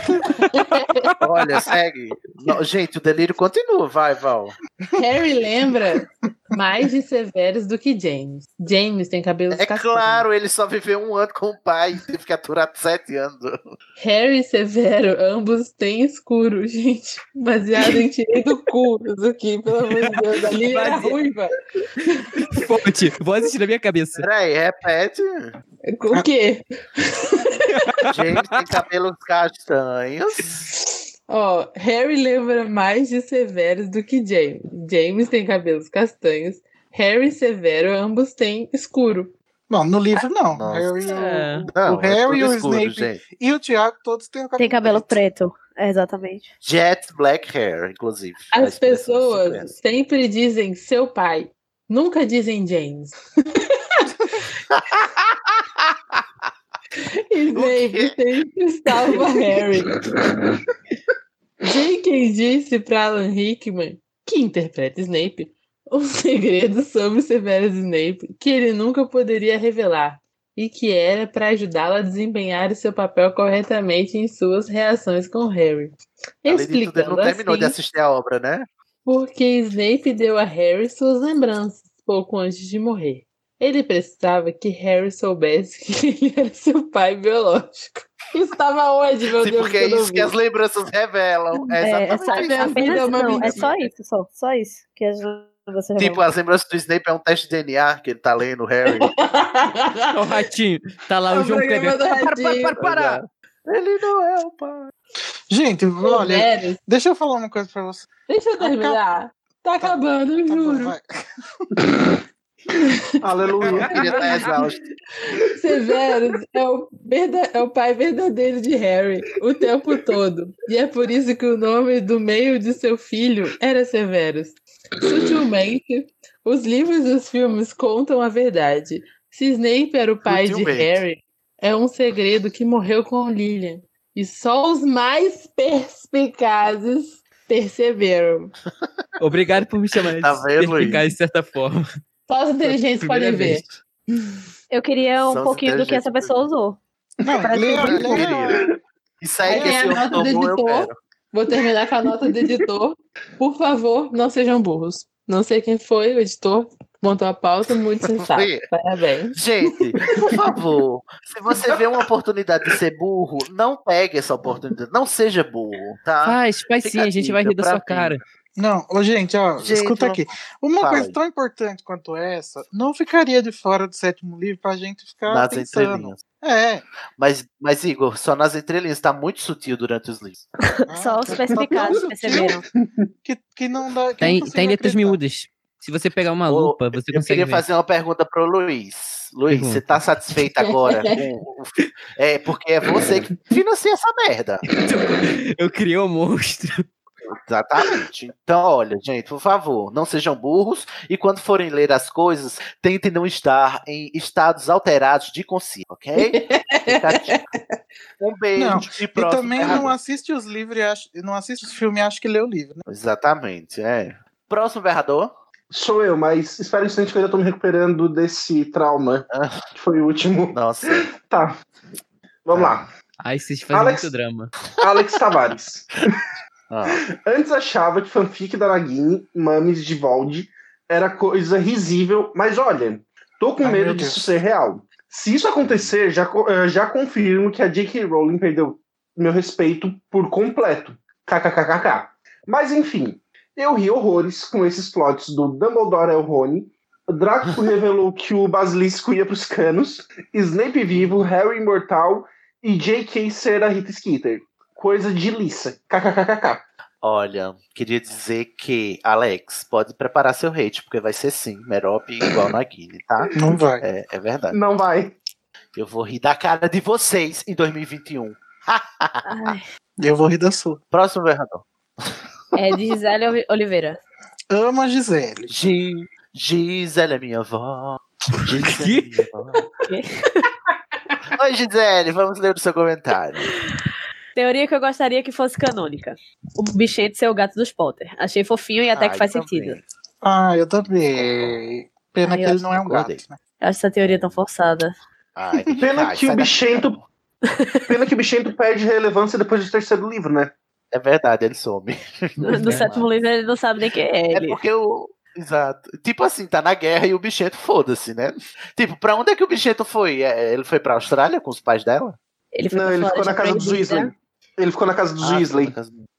S1: Olha, segue. No- gente, o delírio continua, vai, Val.
S6: Harry lembra mais de Severus do que James. James tem cabelos
S1: É
S6: castanhos.
S1: claro, ele só viveu um ano com o pai e teve que aturar sete anos.
S6: Harry e Severo, ambos têm escuro, gente. Baseado em tirei do cu isso aqui, pelo amor de Deus. A Lily era
S5: Baseado-
S6: ruiva.
S5: Fonte, vozes na minha cabeça.
S1: Peraí, repete.
S6: O quê?
S1: Gente, tem cabelos castanhos.
S6: Ó, Harry lembra mais de Severus do que James. James tem cabelos castanhos. Harry e Severo, ambos têm escuro.
S2: Bom, no livro não.
S1: Nossa.
S2: Harry, o-
S5: É.
S1: Não,
S2: o Harry,
S1: é
S2: o
S1: tudo escuro,
S2: Snape
S1: gente.
S2: e o Thiago, todos têm o cabelo,
S4: Tem cabelo preto. É, exatamente.
S1: Jet black hair, inclusive. A
S6: As
S1: expressão se
S6: pessoas
S1: conhece.
S6: sempre dizem seu pai, nunca dizem James. Snape sempre salva Harry. J.K. disse para Alan Rickman, que interpreta Snape, um segredo sobre Severus Snape que ele nunca poderia revelar e que era para ajudá-lo a desempenhar o seu papel corretamente em suas reações com
S1: Além
S6: Harry.
S1: de tudo, ele não
S6: Explicando
S1: terminou de
S6: assim
S1: assistir a obra, né?
S6: porque Snape deu a Harry suas lembranças pouco antes de morrer. Ele precisava que Harry soubesse que ele era seu pai biológico. Isso Estava onde, meu
S1: Sim,
S6: Deus?
S1: porque é
S6: eu não
S1: isso que
S6: vi?
S1: as lembranças revelam. É
S4: É,
S1: exatamente
S4: essa,
S6: Ai, minha
S4: apenas,
S6: vida é uma
S4: não, é
S6: mentira.
S4: só isso, só, só isso. Que as você
S1: Tipo, as lembranças do Snape é um teste de DNA que ele tá lendo, o Harry.
S5: Ó, O ratinho. Tá lá
S6: É
S5: o
S6: o
S5: João
S6: programa
S1: Tá
S5: Kleber. Para,
S6: do
S5: para,
S6: ratinho.
S5: para, para, para.
S1: Ele não é o pai.
S2: Gente, olha,
S6: Homero.
S2: deixa eu falar uma coisa pra você.
S6: Deixa eu terminar. Tá acabando, eu juro.
S2: Vai.
S3: Aleluia.
S1: Ele tá exausto.
S6: Severo é o, verda- é o pai verdadeiro de Harry o tempo todo. E é por isso que o nome do meio de seu filho era Severus. Sutilmente, os livros e os filmes contam a verdade. Se Snape era o pai de
S1: Sutilmente.
S6: Harry, é um segredo que morreu com Lilian. E só os mais perspicazes perceberam.
S5: Obrigado por me chamar de
S1: Tá vendo, Luiz?
S5: perspicaz de certa forma.
S6: Só os inteligentes podem
S5: Primeira
S6: ver.
S5: vez.
S4: Eu queria um
S1: São
S4: pouquinho do que essa
S1: inteligentes.
S4: pessoa usou.
S2: Não,
S4: Parece
S2: leia,
S4: que eu
S1: né?
S2: leia.
S1: Isso aí
S6: Aí
S1: que
S6: tem
S5: é
S1: esse
S6: a
S1: homem
S6: nota do
S1: tomou, eu
S6: editor.
S5: então?
S1: quero.
S6: Vou terminar com a nota do editor. Por favor, não sejam burros. Não sei quem foi, o editor montou a pauta, muito sensato.
S1: Foi.
S6: Parabéns.
S1: Gente, por favor, se você vê uma oportunidade de ser burro, não pegue essa oportunidade. Não seja burro, tá?
S5: Faz, faz
S1: Fica
S5: sim, a gente
S1: a
S5: vai
S1: dica
S5: rir da
S1: pra
S5: sua
S1: mim.
S5: cara.
S2: Não, ô, gente, ó,
S1: Gente,
S2: escuta
S1: eu-
S2: aqui. Uma
S1: Fala
S2: coisa
S1: aí.
S2: tão importante quanto essa não ficaria de fora do sétimo livro pra gente ficar
S1: Nas
S2: pensando.
S1: entrelinhas.
S2: É.
S1: Mas, mas, Igor, só nas entrelinhas, tá muito sutil durante os livros.
S4: Só os
S2: tá-
S4: perspicazes
S2: tá tão
S4: perceberam.
S2: Que, que não dá. que é
S5: Tem,
S2: impossível
S5: tem letras
S2: acreditar.
S5: miúdas. Se você pegar uma
S1: Ô,
S5: lupa, você
S1: Eu
S5: consegue
S1: queria
S5: ver.
S1: fazer uma pergunta pro Luiz. Luiz,
S5: Pergunta.
S1: você tá satisfeito agora com o- É, porque é você que financia essa merda.
S5: Eu criei o monstro.
S1: Exatamente. Então, olha, gente, por favor, não sejam burros e quando forem ler as coisas, tentem não estar em estados alterados de consciência, ok? Fica a dica. Um beijo
S2: Não,
S1: de
S2: E
S1: próximo.
S2: também não assiste os livros e acha- não assiste os filmes e acha que lê o livro, né?
S1: Exatamente, é. Próximo berrador.
S3: Sou eu, mas espera um instante que eu ainda tô me recuperando desse trauma.
S1: Ah.
S3: Que foi o último.
S1: Nossa,
S3: Tá. Vamos lá.
S5: Ai, vocês fazem
S3: Alex-
S5: muito drama.
S3: Alex Tavares.
S1: ó,
S3: Antes achava que fanfic da Nagini, Mames de Valde, era coisa risível, mas olha, tô com
S2: Ai,
S3: medo
S2: meu
S3: disso
S2: Deus.
S3: ser real. Se isso acontecer, já, co- eh, já confirmo que a J.K. Rowling perdeu meu respeito por completo. KKKKK. Mas enfim, eu ri horrores com esses plots do Dumbledore é o Rony, Draco revelou que o basilisco ia pros canos, Snape vivo, Harry imortal e J.K. ser a Rita Skeeter. Coisa de liça. KKKKK.
S1: olha, queria dizer que, Alex, pode preparar seu hate, porque vai ser sim, Merop igual na Guine, tá?
S2: Não vai.
S1: É, é verdade.
S3: Não vai.
S1: Eu vou rir da cara de vocês em 2021.
S4: Ai.
S2: Eu vou rir da sua.
S1: Próximo berrador.
S4: É de Gisele Oli- Oliveira.
S2: Ama a Gisele.
S1: Gi- Gisele é minha avó. Gisele é minha avó.
S4: Quê?
S1: Oi, Gisele, vamos ler o seu comentário.
S4: Teoria que eu gostaria que fosse canônica. O bichete ser o gato dos Potter. Achei fofinho e até
S1: Ai,
S4: que faz
S1: também.
S4: sentido. Eu
S2: Ah, eu também. Pena
S4: Ai,
S2: que
S4: eu
S2: ele não é um gato,
S1: odeio.
S2: né?
S4: acho essa teoria tão forçada.
S1: Ai,
S3: Pena
S1: ai,
S3: que
S1: sai daqui.
S3: o bichento- Pena que o bichento perde relevância depois do terceiro livro, né?
S1: É verdade, ele some.
S4: No, no sétimo livro ele não sabe nem quem é
S1: É
S4: ele.
S1: porque o. Exato. Tipo assim, tá na guerra e o bichento foda-se, né? Tipo, pra onde é que o bichento foi? É, Ele foi pra Austrália com os pais dela?
S4: Ele foi
S3: Não,
S4: pra
S3: ele ficou
S4: Floresta
S3: na casa dos
S4: Proibida.
S1: né?
S3: Weasley. Ele ficou na casa dos
S1: Ah,
S3: Weasley.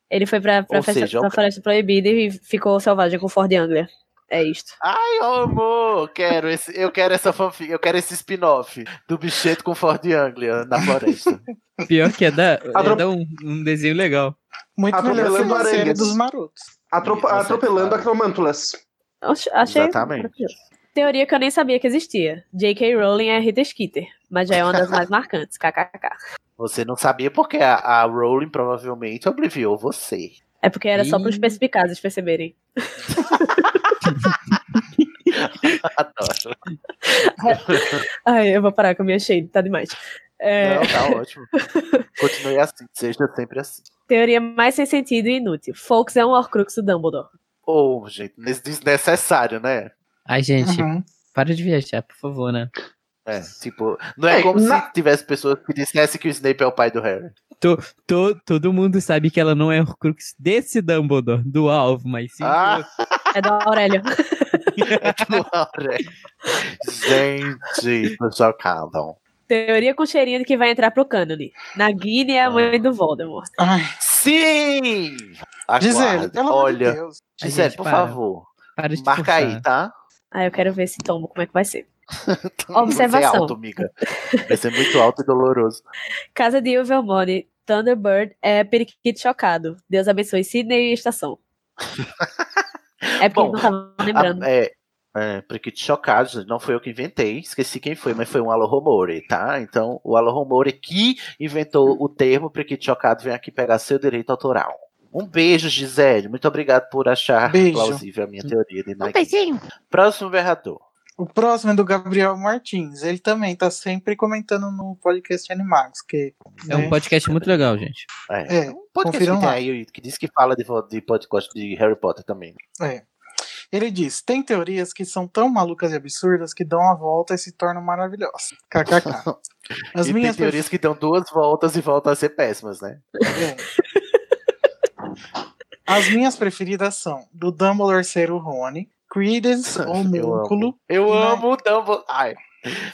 S4: Ele foi pra, pra,
S1: Ou
S4: festa-
S1: seja, é um
S4: pra
S1: ca-
S4: Floresta Proibida e ficou selvagem com o Ford Angler. É isto.
S1: Ai, ô, amor, quero esse, eu quero essa fanfic, eu quero esse spin-off do bichento com Ford Anglia na floresta.
S5: Pior que é dar, é
S3: Atro-
S5: dar um, um desenho legal.
S1: Ah,
S2: Muito
S1: é
S2: melhor que
S3: Atropelando
S2: uma série
S3: aranhas.
S2: dos marotos.
S3: Atropa-
S1: Você
S3: atropelando
S1: sabe.
S3: a Cromântulas.
S4: Oxe, Achei
S1: Exatamente.
S4: maravilhoso. Teoria que eu nem sabia que existia. J.K. Rowling é Rita Skeeter, mas já é uma das mais marcantes. KKK.
S1: Você não sabia porque a, a Rowling provavelmente obliviou você.
S4: É porque era só pros
S5: Ih.
S4: perspicazes perceberem.
S1: Adoro.
S4: Ai, eu vou parar com a minha shade, tá demais. É,
S1: Não, tá ótimo. Continue assim, seja sempre assim.
S4: Teoria mais sem sentido e inútil. Fawkes é um Horcrux do Dumbledore.
S1: Ou, gente, nesse desnecessário, né?
S5: Ai, gente,
S2: Uhum.
S5: para de viajar, por favor, né?
S1: É, tipo, não é
S3: É,
S1: como
S3: na-
S1: se tivesse pessoas que dissessem que o Snape é o pai do Harry.
S5: To- todo mundo sabe que ela não é Horcrux desse Dumbledore, do alvo, mas sim. do
S1: Ah.
S5: outro.
S4: É da Aurélio.
S1: Claro, é. Gente, tô chocado.
S4: Teoria com cheirinho de que vai entrar pro cânone. Na Guiné é a mãe do Voldemort.
S2: Ai,
S1: Sim!
S2: Gisele,
S1: Aguarde.
S2: pelo amor de
S1: Olha,
S2: Deus.
S5: Ai,
S1: Gisele,
S5: gente,
S1: por
S5: para.
S1: favor,
S5: Para de
S1: marca
S5: forçar.
S1: aí, tá?
S4: Ah, eu quero ver esse tomo, como é que vai ser.
S1: Vai ser
S4: Observação.
S1: alto, amiga. Vai ser muito alto e doloroso.
S4: Casa de Ilvermorny Thunderbird é periquito chocado. Deus abençoe Sidney e estação. é porque
S1: Bom,
S4: não tava lembrando.
S1: A- é, é, porque te chocado, gente, não foi eu que inventei, esqueci quem foi, mas foi um Alô Romore, tá? Então, o Alô Romore que inventou o termo prequito chocado vem aqui pegar seu direito autoral. Um beijo, Gisele. Muito obrigado por achar
S2: Beijo.
S1: plausível a minha teoria. De Nike.
S2: beijinho.
S1: Próximo berrador.
S2: O próximo é do Gabriel Martins. Ele também tá sempre comentando no podcast Animagos. Que,
S5: É um podcast muito legal, gente.
S1: É.
S2: É,
S1: Podcast que
S2: confiram
S1: tem
S2: lá.
S1: aí, que diz que fala de, vo- de podcast de Harry Potter também.
S2: É. Ele diz: tem teorias que são tão malucas e absurdas que dão a volta e se tornam maravilhosas. KKK. As
S1: e
S2: minhas
S1: tem teorias que dão duas voltas e voltam a ser péssimas, né?
S2: É. As minhas preferidas são do Dumbledore ser o Rony, Credence ou Múnculo.
S1: Eu
S2: é.
S1: amo o Dumbledore. Ai.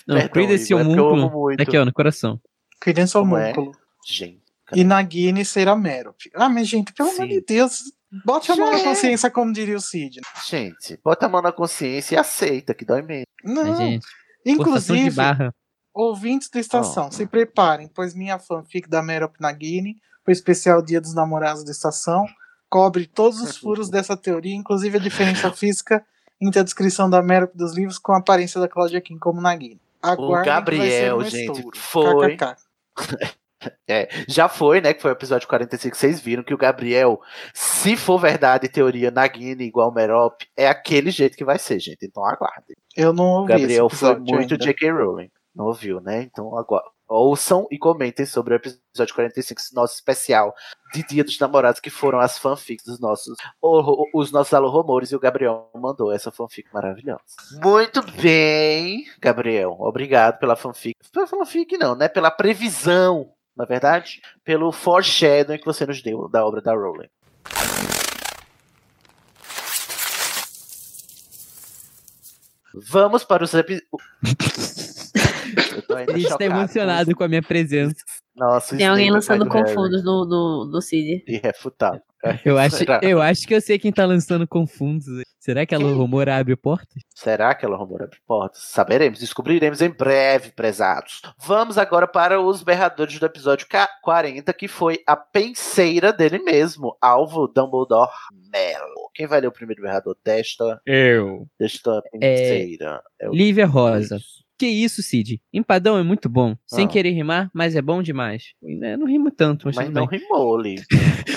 S5: Não,
S1: Perdão,
S5: cuida-se
S1: Igor,
S5: o
S1: é porque eu amo
S5: múnculo.
S1: muito.
S5: Tá Aqui, ó, no coração.
S2: Credence ou
S1: Como é?
S2: Múnculo.
S1: Gente.
S2: E na Guinness ser a Merope. Ah, mas gente, pelo amor de Deus, bote a mão na
S1: Gente.
S2: consciência, como diria o Cid.
S1: Gente, bota a mão na consciência e aceita que dói mesmo.
S2: Não,
S5: gente, forçação de
S2: inclusive,
S5: barra.
S2: ouvintes da
S1: Ah.
S2: estação, se preparem, pois minha fanfic da Merope na Guinness, o especial Dia dos Namorados da Estação, cobre todos
S1: É
S2: os furos dessa teoria, inclusive a diferença física entre a descrição da Merope dos livros com a aparência da Claudia Kim como na Guinness. Aguardem
S1: O
S2: que vai ser
S1: Gabriel,
S2: um
S1: gente,
S2: estouro.
S1: foi.
S2: KKK.
S1: É, já foi, né? Que foi o episódio 45. Vocês viram que o Gabriel, se for verdade teoria Nagini igual Merop, é aquele jeito que vai ser, gente. Então aguardem.
S2: Eu não
S1: O
S2: ouvi
S1: Gabriel
S2: esse
S1: foi
S2: episódio
S1: muito
S2: ainda.
S1: J.K. Rowling. Não ouviu, né? Então agora ouçam e comentem sobre o episódio 45, esse nosso especial de Dia dos Namorados, que foram as fanfics dos nossos, o- o- os nossos alô rumores, e o Gabriel mandou essa fanfic maravilhosa. Muito bem, Gabriel. Obrigado pela fanfic. Pela fanfic não, né? Pela previsão, na verdade, pelo foreshadowing que você nos deu da obra da Rowling. Vamos para os episódios. Eu tô ainda
S5: Ele está
S1: chocado.
S5: emocionado com a minha presença.
S1: Nossa, o
S4: Tem alguém
S1: Snape
S4: lançando
S1: vai do Harry.
S4: confundos no, no, no Cid.
S1: é Irrefutável.
S5: Eu acho,
S1: Será?
S5: eu acho que eu sei quem tá lançando confundos. Será que a Lu Rumor abre portas?
S1: Será que ela rumora abre portas? Saberemos, descobriremos em breve, prezados. Vamos agora para os berradores do episódio K 40, que foi a penseira dele mesmo, alvo Dumbledore Mello. Quem vai ler o primeiro berrador desta,
S5: Eu.
S1: desta penseira? É o-
S5: Lívia Rosa. Que isso, Cid? Empadão é muito bom. Sem
S1: Ah.
S5: querer rimar, mas é bom demais. Eu não rimo tanto, mas,
S1: Mas
S5: tudo
S1: não
S5: bem.
S1: rimou, Lívia.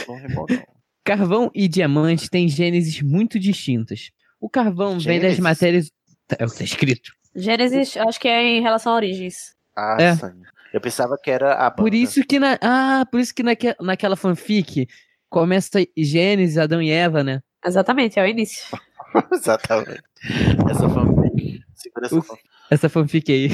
S1: Não rimou, não.
S5: Carvão e diamante têm gêneses muito distintas. O carvão vem das
S4: Gênesis?
S5: matérias. É o que tá escrito.
S4: Gênesis, acho que é em relação a origens.
S1: Ah,
S5: É.
S1: sim. Eu pensava que era a banda.
S5: Por isso que na. Ah, por isso que naque... naquela fanfic começa Gênesis, Adão e Eva, né?
S4: Exatamente, é o início.
S1: Exatamente. Essa fanfic. Segura essa
S5: O-
S1: fanfic.
S5: Essa fanfic aí.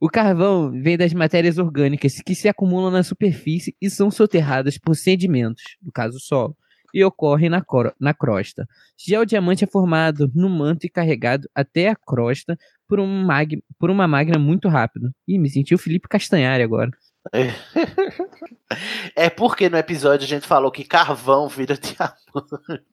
S5: O carvão vem das matérias orgânicas que se acumulam na superfície e são soterradas por sedimentos, no caso solo, e ocorrem na, coro- na crosta. Já o diamante é formado no manto e carregado até a crosta por, um mag- por uma magna muito rápida. Ih, me senti o Felipe Castanhari agora.
S1: É porque no episódio a gente falou que carvão vira diamante.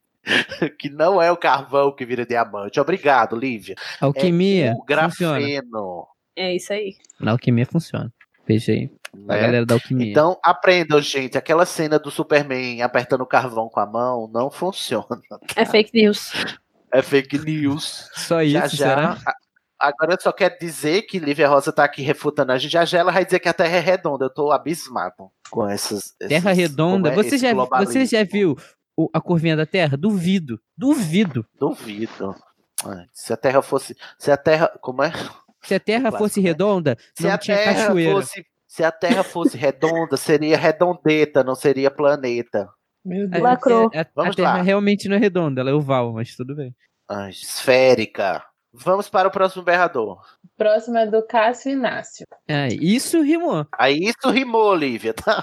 S1: que não é o carvão que vira diamante. Obrigado, Lívia.
S5: Alquimia.
S1: É O
S5: Funciona.
S1: grafeno.
S4: É isso aí.
S5: Na alquimia funciona. Beijo aí. Pra
S1: Né?
S5: galera da alquimia.
S1: Então aprendam, gente. Aquela cena do Superman apertando carvão com a mão não funciona.
S4: É fake news.
S1: É fake news.
S5: Só isso,
S1: já,
S5: será?
S1: já. A- Agora eu só quero dizer que Lívia Rosa tá aqui refutando a gente. Já já ela vai dizer que a Terra é redonda. Eu tô abismado com essas.
S5: Terra
S1: esses-
S5: redonda.
S1: como é
S5: você,
S1: esse
S5: já,
S1: globalismo.
S5: você já viu o- a curvinha da Terra? Duvido. Duvido.
S1: Duvido. Ai, Se a Terra fosse. Se a Terra. Como é?
S5: Se a Terra
S1: Clássico,
S5: fosse
S1: né?
S5: redonda,
S1: Se
S5: não
S1: a
S5: tinha
S1: Terra
S5: cachoeira.
S1: fosse. Se a Terra fosse redonda, seria redondeta, não seria planeta.
S5: Meu
S4: Deus. Lacrou.
S5: A, a- a
S1: Vamos
S5: Terra
S1: lá.
S5: realmente não é redonda, ela é oval, mas tudo bem.
S1: Ai, esférica. Vamos para o próximo berrador.
S6: Próximo é do Cássio Inácio.
S5: É, isso rimou.
S1: Aí isso rimou, Lívia, tá?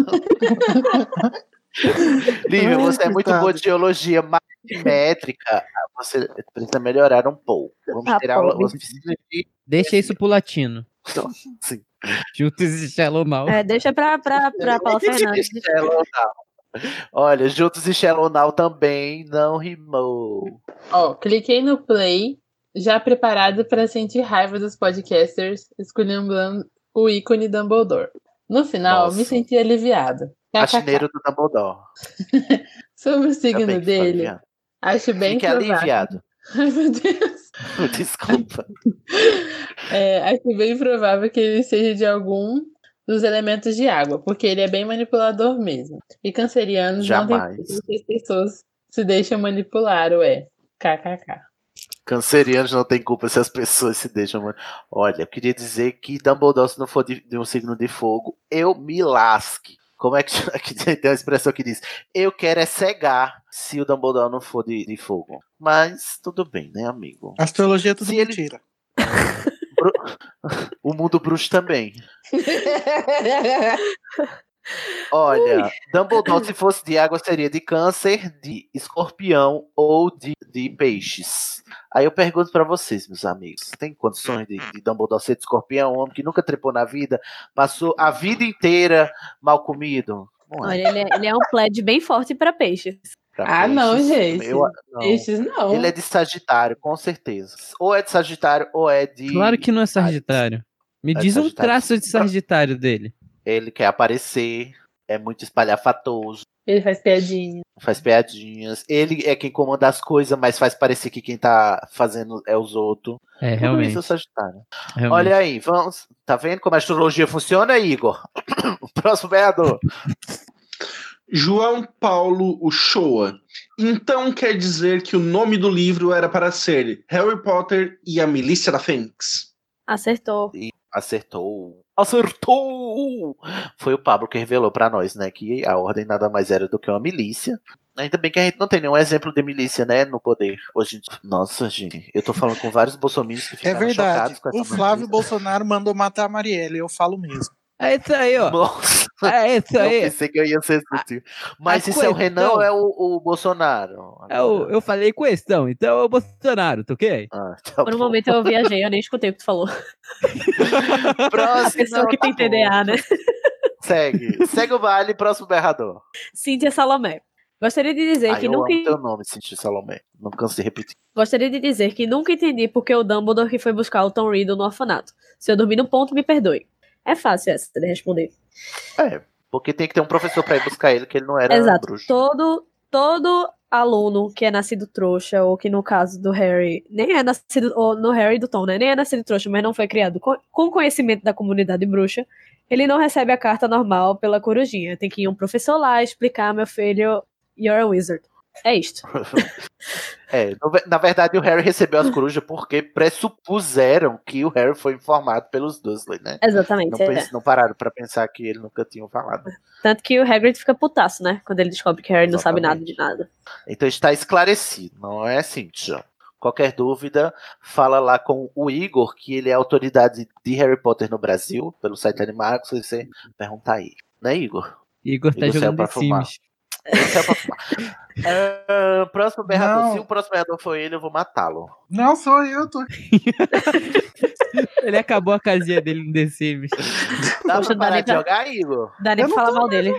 S1: Lívia,
S2: Ai,
S1: você é muito
S2: coitada.
S1: boa de geologia, mas de métrica, você precisa melhorar um pouco. Vamos
S4: Tá
S1: tirar aula,
S4: pobre.
S1: você precisa de.
S5: Deixa isso pro latino.
S1: Sim.
S5: Juntos e Shalom mal.
S4: É, deixa pra, pra, pra Paula Fernandes.
S1: Shallow Now. Olha, Juntos e Shallow Now também não rimou.
S6: Ó, cliquei no play, já preparado para sentir raiva dos podcasters esculhambando o ícone Dumbledore. No final,
S1: Nossa.
S6: me senti aliviado.
S1: Faxineiro do Dumbledore.
S6: Sobre o signo
S1: Também foi
S6: dele,
S1: aliviado.
S6: acho bem
S1: Fiquei
S6: provável.
S1: aliviado.
S6: Ai, meu Deus.
S1: Desculpa.
S6: É, acho bem provável que ele seja de algum dos elementos de água, porque ele é bem manipulador mesmo. E cancerianos
S1: Jamais.
S6: não têm culpa que as pessoas se deixam manipular, ué. KKK.
S1: Cancerianos não tem culpa se as pessoas se deixam. man- Olha, eu queria dizer que Dumbledore, se não for de, de um signo de fogo, eu me lasque. Como é que aqui tem uma expressão que diz? Eu quero é cegar se o Dumbledore não for de, de fogo. Mas tudo bem, né, amigo?
S2: Astrologia é tudo
S1: Se ele-
S2: mentira.
S1: O mundo bruxo também. Olha, Dumbledore, se fosse de água, seria de câncer, de escorpião ou de, de peixes. Aí eu pergunto pra vocês, meus amigos, tem condições de, de Dumbledore ser de escorpião, um homem que nunca trepou na vida, passou a vida inteira mal comido? Não é
S4: Olha, ele é, ele é um pledge bem forte pra peixes.
S1: pra
S6: Ah, não, gente.
S1: Eu- não.
S6: Estes não.
S1: Ele é de Sagitário, com certeza. Ou é de Sagitário, ou é de.
S5: Claro que não é Sagitário. Me
S1: É
S5: diz um
S1: Sagitário.
S5: traço de Sagitário dele.
S1: Ele quer aparecer, é muito espalhafatoso.
S6: Ele faz piadinha.
S1: faz piadinhas. Ele é quem comanda as coisas, mas faz parecer que quem tá fazendo é os outros.
S5: É,
S1: Tudo
S5: realmente.
S1: isso é o Sagitário.
S5: realmente.
S1: Olha aí, vamos. Tá vendo como a astrologia funciona, Igor? Próximo vereador.
S3: João Paulo Uchoa. Então quer dizer que o nome do livro era para ser Harry Potter e a Milícia da Fênix.
S4: Acertou.
S1: E acertou. Acertou! Foi o Pablo que revelou pra nós, né? Que a ordem nada mais era do que uma milícia. Ainda bem que a gente não tem nenhum exemplo de milícia, né? No poder. Hoje, em dia. nossa, gente. Eu tô falando com vários bolsominions que
S2: É
S1: ficaram
S2: verdade.
S1: chocados com essa
S2: O Flávio
S1: notícia.
S2: Bolsonaro mandou matar a Marielle, eu falo mesmo.
S5: É isso aí, ó.
S1: Nossa,
S5: É isso
S1: eu
S5: aí.
S1: pensei que eu ia ser discutir. Mas
S5: a
S1: isso é o Renan
S5: questão-
S1: ou é o, o Bolsonaro?
S5: É o- eu falei questão, então é o Bolsonaro, tá ok?
S1: Ah, tá
S4: Por um
S1: bom.
S4: momento eu viajei, eu nem escutei o que tu falou.
S1: Próximo,
S4: A pessoa que tem
S1: tá bom.
S4: TDA, né?
S1: Segue. Segue o baile, próximo berrador.
S4: Cíntia Salomé. Gostaria de dizer
S1: Ai,
S4: que
S1: Ah, eu
S4: nunca
S1: amo teu nome, Cintia Salomé. Não canso de repetir.
S4: Gostaria de dizer que nunca entendi por que o Dumbledore que foi buscar o Tom Riddle no orfanato. Se eu dormir no ponto, me perdoe. É fácil essa de responder.
S1: É, porque tem que ter um professor pra ir buscar ele, que ele não era
S4: Exato.
S1: bruxo.
S4: Todo, todo aluno que é nascido trouxa, ou que no caso do Harry, nem é nascido, ou no Harry do Tom, né? Nem é nascido trouxa, mas não foi criado co- com conhecimento da comunidade bruxa, ele não recebe a carta normal pela corujinha. Tem que ir um professor lá explicar, meu filho, you're a wizard. É isto.
S1: É, no ve- na verdade, o Harry recebeu as corujas porque pressupuseram que o Harry foi informado pelos Dursley, né? Não,
S4: Exatamente. é.
S1: pens- não pararam pra pensar que ele nunca tinha falado.
S4: Tanto que o Hagrid fica putaço, né? Quando ele descobre que Harry não sabe nada de nada.
S1: Então está esclarecido, não é, Cintia? Qualquer dúvida, fala lá com o Igor, que ele é autoridade de Harry Potter no Brasil, pelo site Animagos, se você perguntar aí. Né, Igor?
S5: Igor tá
S1: Igor saiu pra
S5: jogando The
S1: fumar.
S5: Sims.
S1: Esse é o próximo. Ah, próximo berrador,
S2: Não.
S1: se o próximo berrador foi ele, eu vou matá-lo.
S2: Não sou eu, tô aqui.
S5: Ele acabou a casinha dele no The Sims.
S1: Dá pra
S4: Poxa, não dá
S1: parar
S4: nem
S1: de
S4: pra-
S1: jogar, Igor?
S4: Dá nem
S2: Eu
S4: pra
S2: não
S4: falar
S2: tô
S4: mal dele.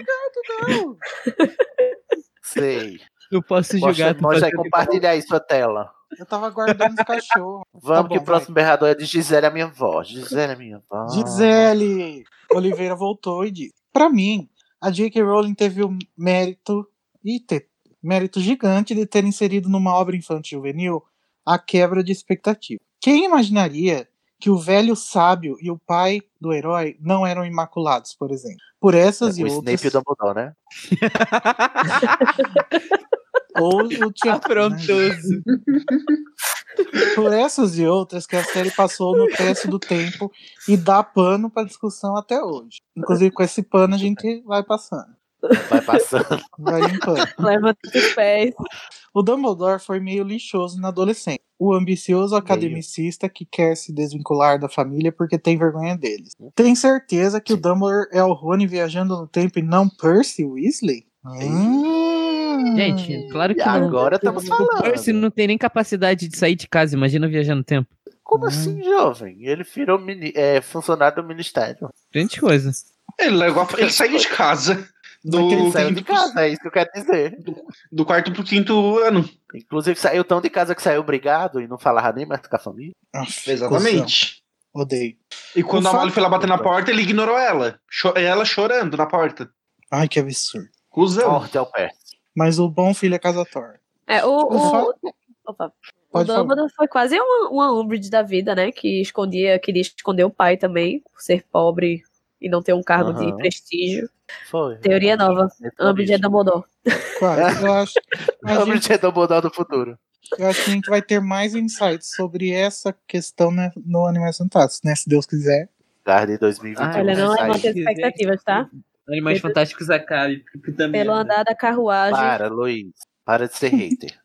S1: Sei.
S5: Não posso
S1: Mostra,
S5: julgar. tô
S1: mostra aí,
S5: fazendo-
S1: compartilha aí sua tela.
S4: Tá
S2: Eu tava guardando os cachorros.
S1: Vamos
S2: Tá
S1: que
S2: bom,
S1: o próximo berrador é de Gisele, a minha voz. Gisele, a minha É voz.
S2: Gisele Oliveira voltou e disse: Pra mim, a J.K. Rowling teve o mérito e te- mérito gigante de ter inserido numa obra infantil juvenil a quebra de expectativa. Quem imaginaria que o velho sábio e o pai do herói não eram imaculados, por exemplo? Por essas e
S1: É, o
S2: outras,
S1: Snape e o Dumbledore, né?
S2: ou o teatro, né?
S5: Afrontoso.
S2: Por essas e outras que a série passou no teste do tempo e dá pano pra discussão até hoje. Inclusive com esse pano a gente vai passando,
S1: Vai passando.
S2: vai limpando.
S4: Levanta os pés.
S2: O Dumbledore foi meio lixoso na adolescência. O ambicioso academicista que quer se desvincular da família porque tem vergonha deles. Tem certeza que o Dumbledore é o Rony viajando no tempo e não Percy Weasley? Hum.
S5: Gente, claro que
S1: E
S5: não.
S1: agora estamos falando.
S5: O Percy não tem nem capacidade de sair de casa, imagina viajar no tempo.
S1: Como
S2: Hum.
S1: assim, jovem? Ele virou mini- é, funcionário do ministério.
S5: Grande coisa.
S3: Ele, levou a- ele saiu de casa
S1: Não que ele
S3: do,
S1: saiu
S3: quinto,
S1: de casa, é isso que eu quero dizer.
S3: do quarto pro quinto ano.
S1: Inclusive, saiu tão de casa que saiu obrigado e não falava nem mais com a família.
S2: Aff, cuzão.
S3: Exatamente.
S2: Odeio.
S3: E quando
S2: O
S3: a Molly
S2: fato-
S3: foi lá bater na porta, ele ignorou ela. Cho- ela chorando na porta.
S2: Ai, que absurdo.
S3: Cusão.
S1: Forte ao pé.
S2: Mas o bom filho é Casator.
S4: É, o.
S2: Eu
S4: o
S2: falo-
S4: opa. O
S2: Pode falar.
S4: Dumbledore foi quase uma, uma Umbridge da vida, né? Que escondia, queria esconder o pai também, por ser pobre e não ter um cargo de
S1: Aham.
S4: prestígio.
S1: Foi.
S4: Teoria nova. Umbridge é Dumbledore.
S2: Quase. Eu acho, a gente-
S1: Umbridge é Dumbledore do futuro.
S2: eu acho que a gente vai ter mais insights sobre essa questão né, no Animais Fantásticos, né? Se Deus quiser.
S1: Tarde 2021.
S5: Ah,
S4: Olha, não é
S5: Sai.
S4: levanta as
S5: Quiser.
S4: expectativas, tá?
S5: Animais
S4: Pelo-
S5: Fantásticos acabe, porque também. né?
S4: Pelo andar da carruagem.
S1: Para, Luiz. Para de ser hater.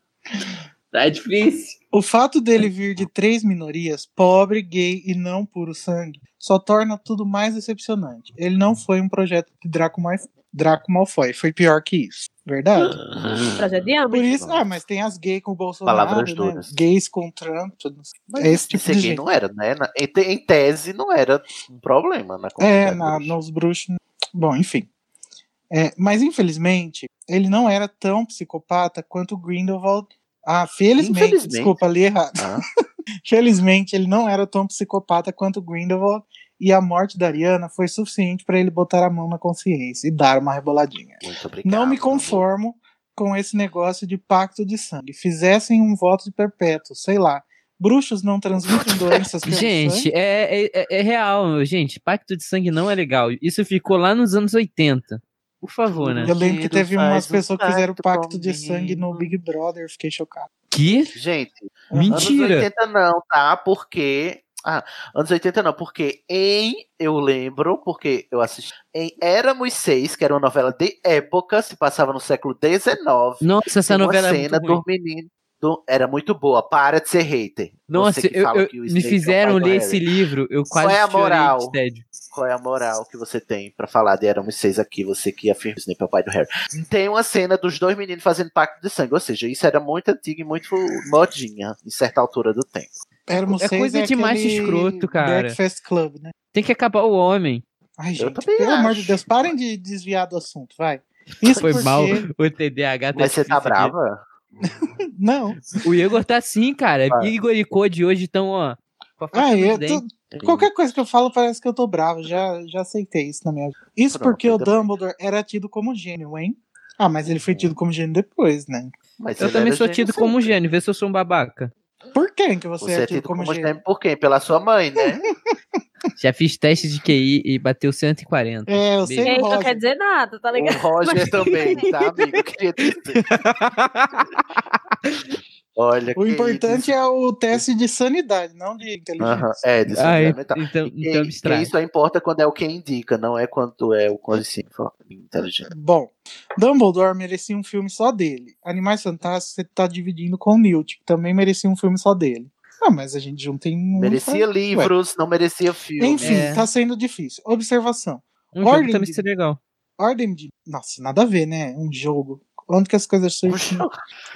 S5: Tá difícil.
S2: O fato dele vir de três minorias, pobre, gay e não puro sangue, só torna tudo mais decepcionante. Ele não foi um projeto de Draco, Malf- Draco Malfoy, foi pior que isso. Verdade?
S1: Ah,
S4: Projeto de Umbridge.
S2: Por isso, ah, mas tem as gays com o Bolsonaro,
S1: Palavras
S2: né?
S1: duras.
S2: gays com Trump, tudo isso.
S1: Mas
S2: é esse tipo
S1: ser
S2: de
S1: gay
S2: gente.
S1: não era, né? Na- Em, te- em tese, não era um problema na
S2: É,
S1: comunidade.
S2: na-
S1: bruxa.
S2: nos bruxos. Bom, enfim. É, mas infelizmente, ele não era tão psicopata quanto o Grindelwald. Ah, felizmente,
S1: Infelizmente.
S2: desculpa, li errado.
S1: Ah.
S2: Felizmente, ele não era tão psicopata quanto o Grindelwald. E a morte da Ariana foi suficiente para ele botar a mão na consciência e dar uma reboladinha.
S1: Muito obrigado.
S2: Não me
S1: meu amor.
S2: conformo com esse negócio de pacto de sangue. Fizessem um voto de perpétuo, sei lá. Bruxos não transmitem doenças pelo sangue.
S5: Gente, é, é- é- é real, gente. Pacto de sangue não é legal. Isso ficou lá nos anos 80. Por favor, né?
S2: Eu lembro que
S1: Tiro
S2: teve umas
S1: faz um
S2: pessoas que fizeram
S1: pacto
S2: pacto de
S1: comigo.
S2: sangue no Big Brother, fiquei chocado.
S5: Que?
S1: Gente, anos
S5: Mentira!
S1: 80 não, tá? Porque. Ah, anos 80 não, porque em. Eu lembro, porque eu assisti. Em Éramos Seis, que era uma novela de época, se passava no século XIX.
S5: Nossa, essa
S1: Tem uma
S5: novela é
S1: cena
S5: muito ruim.
S1: do menino. do- era muito boa. Para de ser hater.
S5: Nossa,
S1: Você que
S5: eu,
S1: fala
S5: eu-
S1: que o
S5: me
S1: Snape é o
S5: fizeram
S1: pai do
S5: ler
S1: Harry.
S5: esse livro, eu
S1: Qual
S5: quase
S1: é a
S5: chorei de
S1: moral?
S5: tédio.
S1: Qual é a moral que você tem pra falar de Éramos Seis aqui, você que afirma que o Snape é o pai do Harry? Tem uma cena dos dois meninos fazendo pacto de sangue, ou seja, isso era muito antigo e muito modinha em certa altura do tempo.
S2: Éramos
S5: É
S2: um seis,
S5: coisa de macho
S2: aquele
S5: escroto, cara.
S2: Breakfast Club, né?
S5: Tem que acabar o homem.
S2: Ai,
S1: Eu
S2: gente,
S1: também
S2: pelo amor de
S1: acho.
S2: Deus, parem de desviar do assunto, vai. Isso
S5: Foi
S2: porque...
S5: mal. O TDAH tá
S1: Mas você tá
S5: difícil aqui.
S1: brava?
S2: Não.
S5: O Igor tá assim, cara.
S1: Ah.
S5: Igor e Code hoje estão, ó. com a faca
S2: Ah,
S5: nos
S2: eu
S5: dentes.
S2: tô- Qualquer coisa que eu falo parece que eu tô bravo, já, já aceitei isso na minha vida. Isso
S1: Pronto, então.
S2: porque o
S1: ainda bem.
S2: Dumbledore era tido como gênio, hein? Ah, mas ele foi
S1: Uhum.
S2: tido como gênio depois, né?
S1: Mas
S5: Eu
S1: ele
S5: também
S1: era
S5: sou
S1: gênio
S5: tido como
S1: sempre.
S5: gênio, vê se eu sou um babaca.
S2: Por quem que você,
S1: Você é tido como,
S2: gênio?
S1: gênio por quem? Pela sua mãe, né?
S5: Já fiz teste de QI e bateu 140.
S2: É, eu
S5: Beijo.
S2: sei
S4: Ele
S2: o
S4: não quer
S2: Roger.
S4: dizer nada, tá
S1: o
S4: ligado?
S1: Roger também, tá, amigo? Eu queria dizer. Olha,
S2: O
S1: que isso.
S2: importante é o teste de sanidade, não de inteligência.
S1: Aham, É, disso
S5: Ah,
S1: é
S5: en-
S1: mental.
S5: então,
S1: Que,
S5: então
S1: que
S5: abstrai.
S1: isso só importa quando é o que indica, não é quando é o consciente inteligente.
S2: Bom, Dumbledore merecia um filme só dele. Animais Fantásticos você tá dividindo com o Newt, que também merecia um filme só dele. Ah, mas a gente junta em um.
S1: Merecia
S2: faz-
S1: livros, não merecia filme. né?
S2: Enfim,
S5: É.
S2: tá sendo difícil. Observação.
S5: Um
S2: Ordem
S5: jogo também
S2: de-
S5: seria legal.
S2: Ordem de. Nossa, nada a ver, né? Um jogo. Onde que as coisas surgem?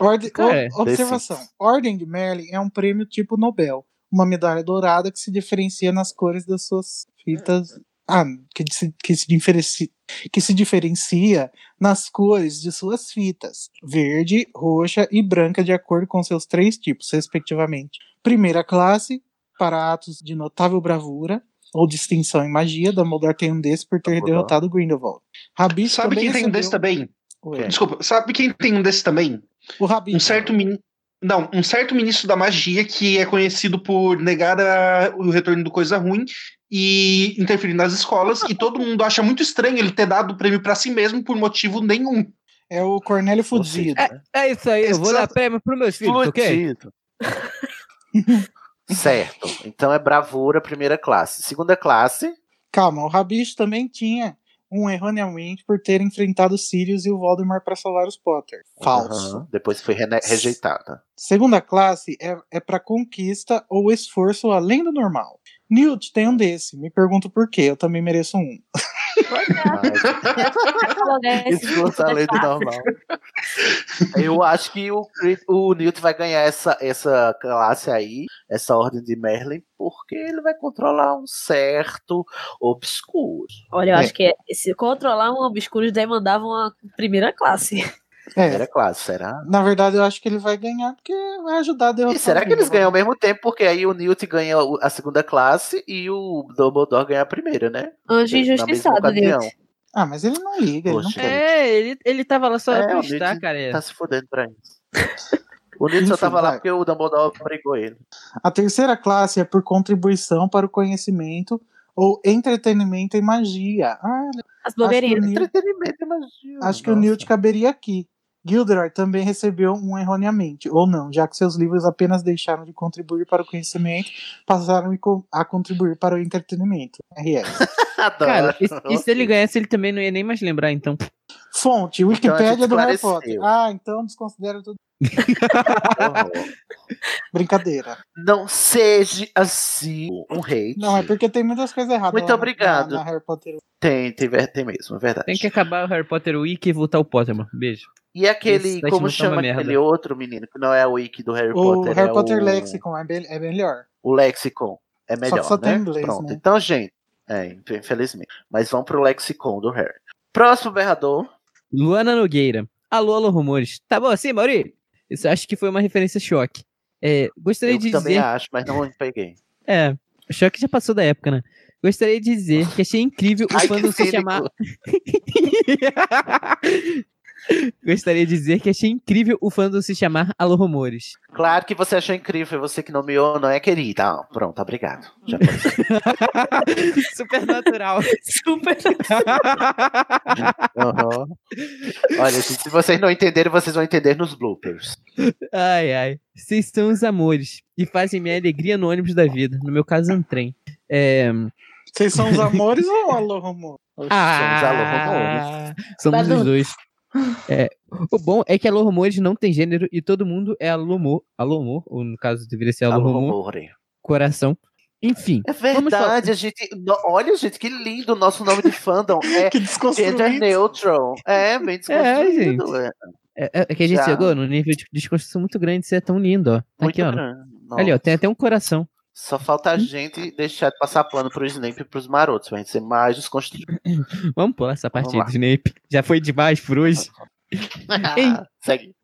S2: Orde...
S5: Cara,
S2: o- Observação. Ordem de Merlin é um prêmio tipo Nobel. Uma medalha dourada que se diferencia nas cores das suas fitas. Ah, que se, que se, diferenci- que se diferencia nas cores de suas fitas. Verde, roxa e branca, de acordo com seus três tipos, respectivamente. Primeira classe, para atos de notável bravura ou distinção em magia. Dumbledore tem um desses por ter
S1: Dumbledore.
S2: derrotado Grindelwald. Rabicho
S3: Sabe
S2: também
S3: quem tem um
S2: recebeu...
S3: desse também?
S2: Ué,
S3: Desculpa, sabe quem tem um desse também?
S2: O Rabicho.
S3: Um certo mini... Não, um certo ministro da magia que é conhecido por negar a- o retorno do Coisa Ruim e interferir nas escolas, e todo mundo acha muito estranho ele ter dado o prêmio pra si mesmo por motivo nenhum.
S2: É o Cornélio
S1: Ou seja,
S2: Fudido.
S1: né?
S5: É isso aí, eu vou dar
S3: Exato.
S5: prêmio pros meus filhos, ok?
S1: Fudido. certo. Então é bravura, primeira classe. Segunda classe,
S2: Calma, o Rabicho também tinha um erroneamente por ter enfrentado Sirius e o Voldemort para salvar os Potter. Falso.
S1: aham, depois foi rene- rejeitada.
S2: Segunda classe é, é para conquista ou esforço além do normal. Newt tem um desse. Me pergunto por quê. Eu também mereço um.
S4: Pois é,
S1: Mas
S4: já falou desse.
S1: esforço além do tá normal. Eu acho que o, Crit- o Newt vai ganhar essa, essa classe aí, essa ordem de Merlin, porque ele vai controlar um certo obscuro.
S4: Olha, eu
S2: É.
S4: acho que é- se controlar um obscuro demandava uma primeira classe.
S2: É,
S1: Primeira classe, será?
S2: na verdade, eu acho que ele vai ganhar porque vai ajudar a derrotar.
S1: E será
S2: o
S1: que eles
S2: Grindelwald.
S1: ganham ao mesmo tempo? Porque aí o Newt ganha o- a segunda classe e o Dumbledore ganha a primeira, né?
S4: Anjo
S1: Na mesma
S4: injustiçado,
S1: ocasião.
S4: Newt.
S2: Ah, mas ele não liga, ele não
S1: Poxa.
S2: quer.
S5: É, ele, ele tava lá só
S1: É,
S5: pra
S1: o
S5: estar,
S1: Newt
S5: cara.
S1: Tá se fudendo pra isso. O Newt só
S2: Enfim,
S1: tava lá
S2: vai.
S1: porque o Dumbledore obrigou ele.
S2: A terceira classe é por contribuição para o conhecimento ou entretenimento e magia. Ah,
S4: As
S2: acho que o
S4: blogueirinhas.
S2: Newt,
S1: Entretenimento, imagina.
S2: acho que o Newt caberia aqui. Gilderoy também recebeu um erroneamente, ou não, já que seus livros apenas deixaram de contribuir para o conhecimento, passaram a contribuir para o entretenimento. RS.
S5: Cara, é
S1: Adoro.
S5: e, e se ele ganhasse, ele também não ia nem mais lembrar, então.
S2: Fonte,
S1: Então a gente
S2: Wikipédia do Harry Potter.
S1: esclareceu.
S2: Ah, então desconsidera tudo. Brincadeira.
S1: Não seja assim um hate.
S2: Não, é porque tem muitas coisas erradas.
S1: Muito
S2: lá na-
S1: obrigado.
S2: Na, na Harry Potter.
S1: Tem, tem, ver- tem mesmo, é verdade.
S5: Tem que acabar o Harry Potter Week e voltar o Pottermore. Beijo.
S1: E
S5: Esse
S1: aquele,
S5: site
S1: como
S5: não tá uma
S1: chama
S5: merda.
S1: aquele outro menino, que não é o Wiki do Harry
S2: O
S1: Potter,
S2: Harry
S1: é
S2: Potter
S1: o...
S2: Lexicon é, bem- é melhor.
S1: o Lexicon é melhor,
S2: só
S1: né?
S2: tem inglês,
S1: Pronto.
S2: né?
S1: Então, gente, é, infelizmente. Mas vamos pro Lexicon do Harry. Próximo berrador.
S5: Luana Nogueira. Alô, alô, rumores. Tá bom assim, Mauri? Isso acho que foi uma referência choque. É, gostaria
S1: Eu
S5: de
S1: também
S5: dizer.
S1: acho, mas não peguei.
S5: É, o choque já passou da época, né? Gostaria de dizer que achei incrível o
S1: Ai,
S5: fandom
S1: que
S5: se
S1: cínico.
S5: chamar. Gostaria de dizer que achei incrível o fandom se chamar Alô Rumores.
S1: Claro que você achou incrível, você que nomeou, não é querida. Ah, pronto, obrigado. Já foi.
S5: Super natural.
S4: Super.
S1: Uhum. Olha, gente, se vocês não entenderem, vocês vão entender nos bloopers.
S5: Ai, ai. Vocês são os amores e fazem minha alegria no ônibus da vida. No meu caso, um trem. É...
S2: Vocês são os amores ou o alô, Romô?
S1: Ah.
S5: Ah, somos os
S4: Badu.
S5: dois. É, o bom é que Alô Rumores não tem gênero e todo mundo é Alô Humor. Alô Humor, ou no caso deveria ser Alô,
S1: Alô,
S5: Humor,
S1: Romore.
S5: coração. Enfim,
S1: É
S5: Vamos falar-
S1: verdade, a gente. no- olha, gente, que lindo o nosso nome de fandom. É
S2: Que
S1: Gender
S2: desconstruído.
S1: Neutral. É, bem desconstruído. É,
S5: é, é- é que a gente
S1: Já.
S5: chegou num nível de desconstrução muito grande, isso é tão lindo, ó. Tá
S1: muito
S5: Aqui, ó.
S1: grande.
S5: Ali, ó, Hum.
S1: Nossa.
S5: tem até um coração.
S1: Só falta a gente deixar de passar pano pro Snape e pros marotos, pra gente ser mais desconstruído.
S5: Vamos pular essa parte aí
S1: Vamos
S5: do Snape. Já foi demais por hoje. Ei.
S1: Segue.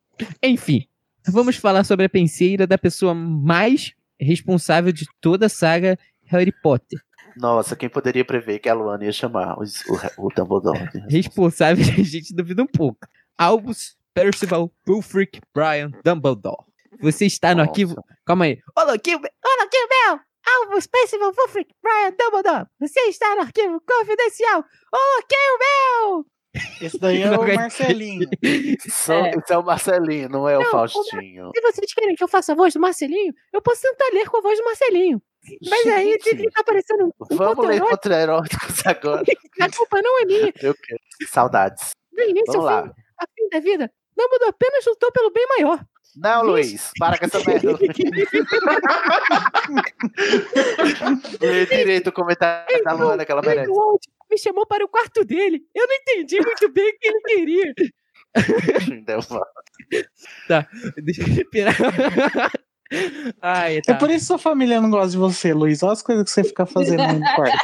S5: Enfim, vamos falar sobre a penseira da pessoa mais responsável de toda a saga Harry Potter.
S1: Nossa, quem poderia prever que a Luana ia chamar os- o, o Dumbledore?
S5: Responsável, a gente duvida um pouco. Albus Percival Pulfric Brian Dumbledore. Você está no
S1: Nossa.
S5: arquivo. Calma aí. Olá, arquivo. Olá, arquivo meu! Albus Percival Pulfric Brian Dumbledore. Você está no arquivo confidencial. Olá, arquivo meu!
S2: Esse daí é
S5: Não
S2: o
S5: aguento.
S2: Marcelinho.
S1: Só-
S4: É.
S1: Esse é o Marcelinho, não é o
S5: Não, o Mar-
S1: Faustinho.
S5: Se vocês querem que eu faça a voz do Marcelinho, eu posso tentar ler com a voz do Marcelinho. Mas aí
S1: Gente,
S5: tem que tá aparecendo um, um
S1: Vamos ler
S5: contra-herói.
S1: contra eróticos agora.
S5: A culpa não é minha.
S1: Eu quero. Saudades.
S5: Do início
S1: Vamos
S5: ao
S1: lá.
S5: fim, a fim da vida, Dumbledore apenas lutou pelo bem maior.
S1: Não,
S5: Gente.
S1: Luiz, para com essa merda. Lê direito o comentário da Luana que ela
S5: Então,
S1: merece.
S5: Grindelwald me chamou para o quarto dele. Eu não entendi muito bem o que ele queria.
S1: Deu
S5: então.
S1: uma-
S5: Deixa eu respirar. Ai,
S2: É
S5: tá.
S2: por isso que sua família não gosta de você, Luiz. Olha as coisas que você fica fazendo aí no quarto.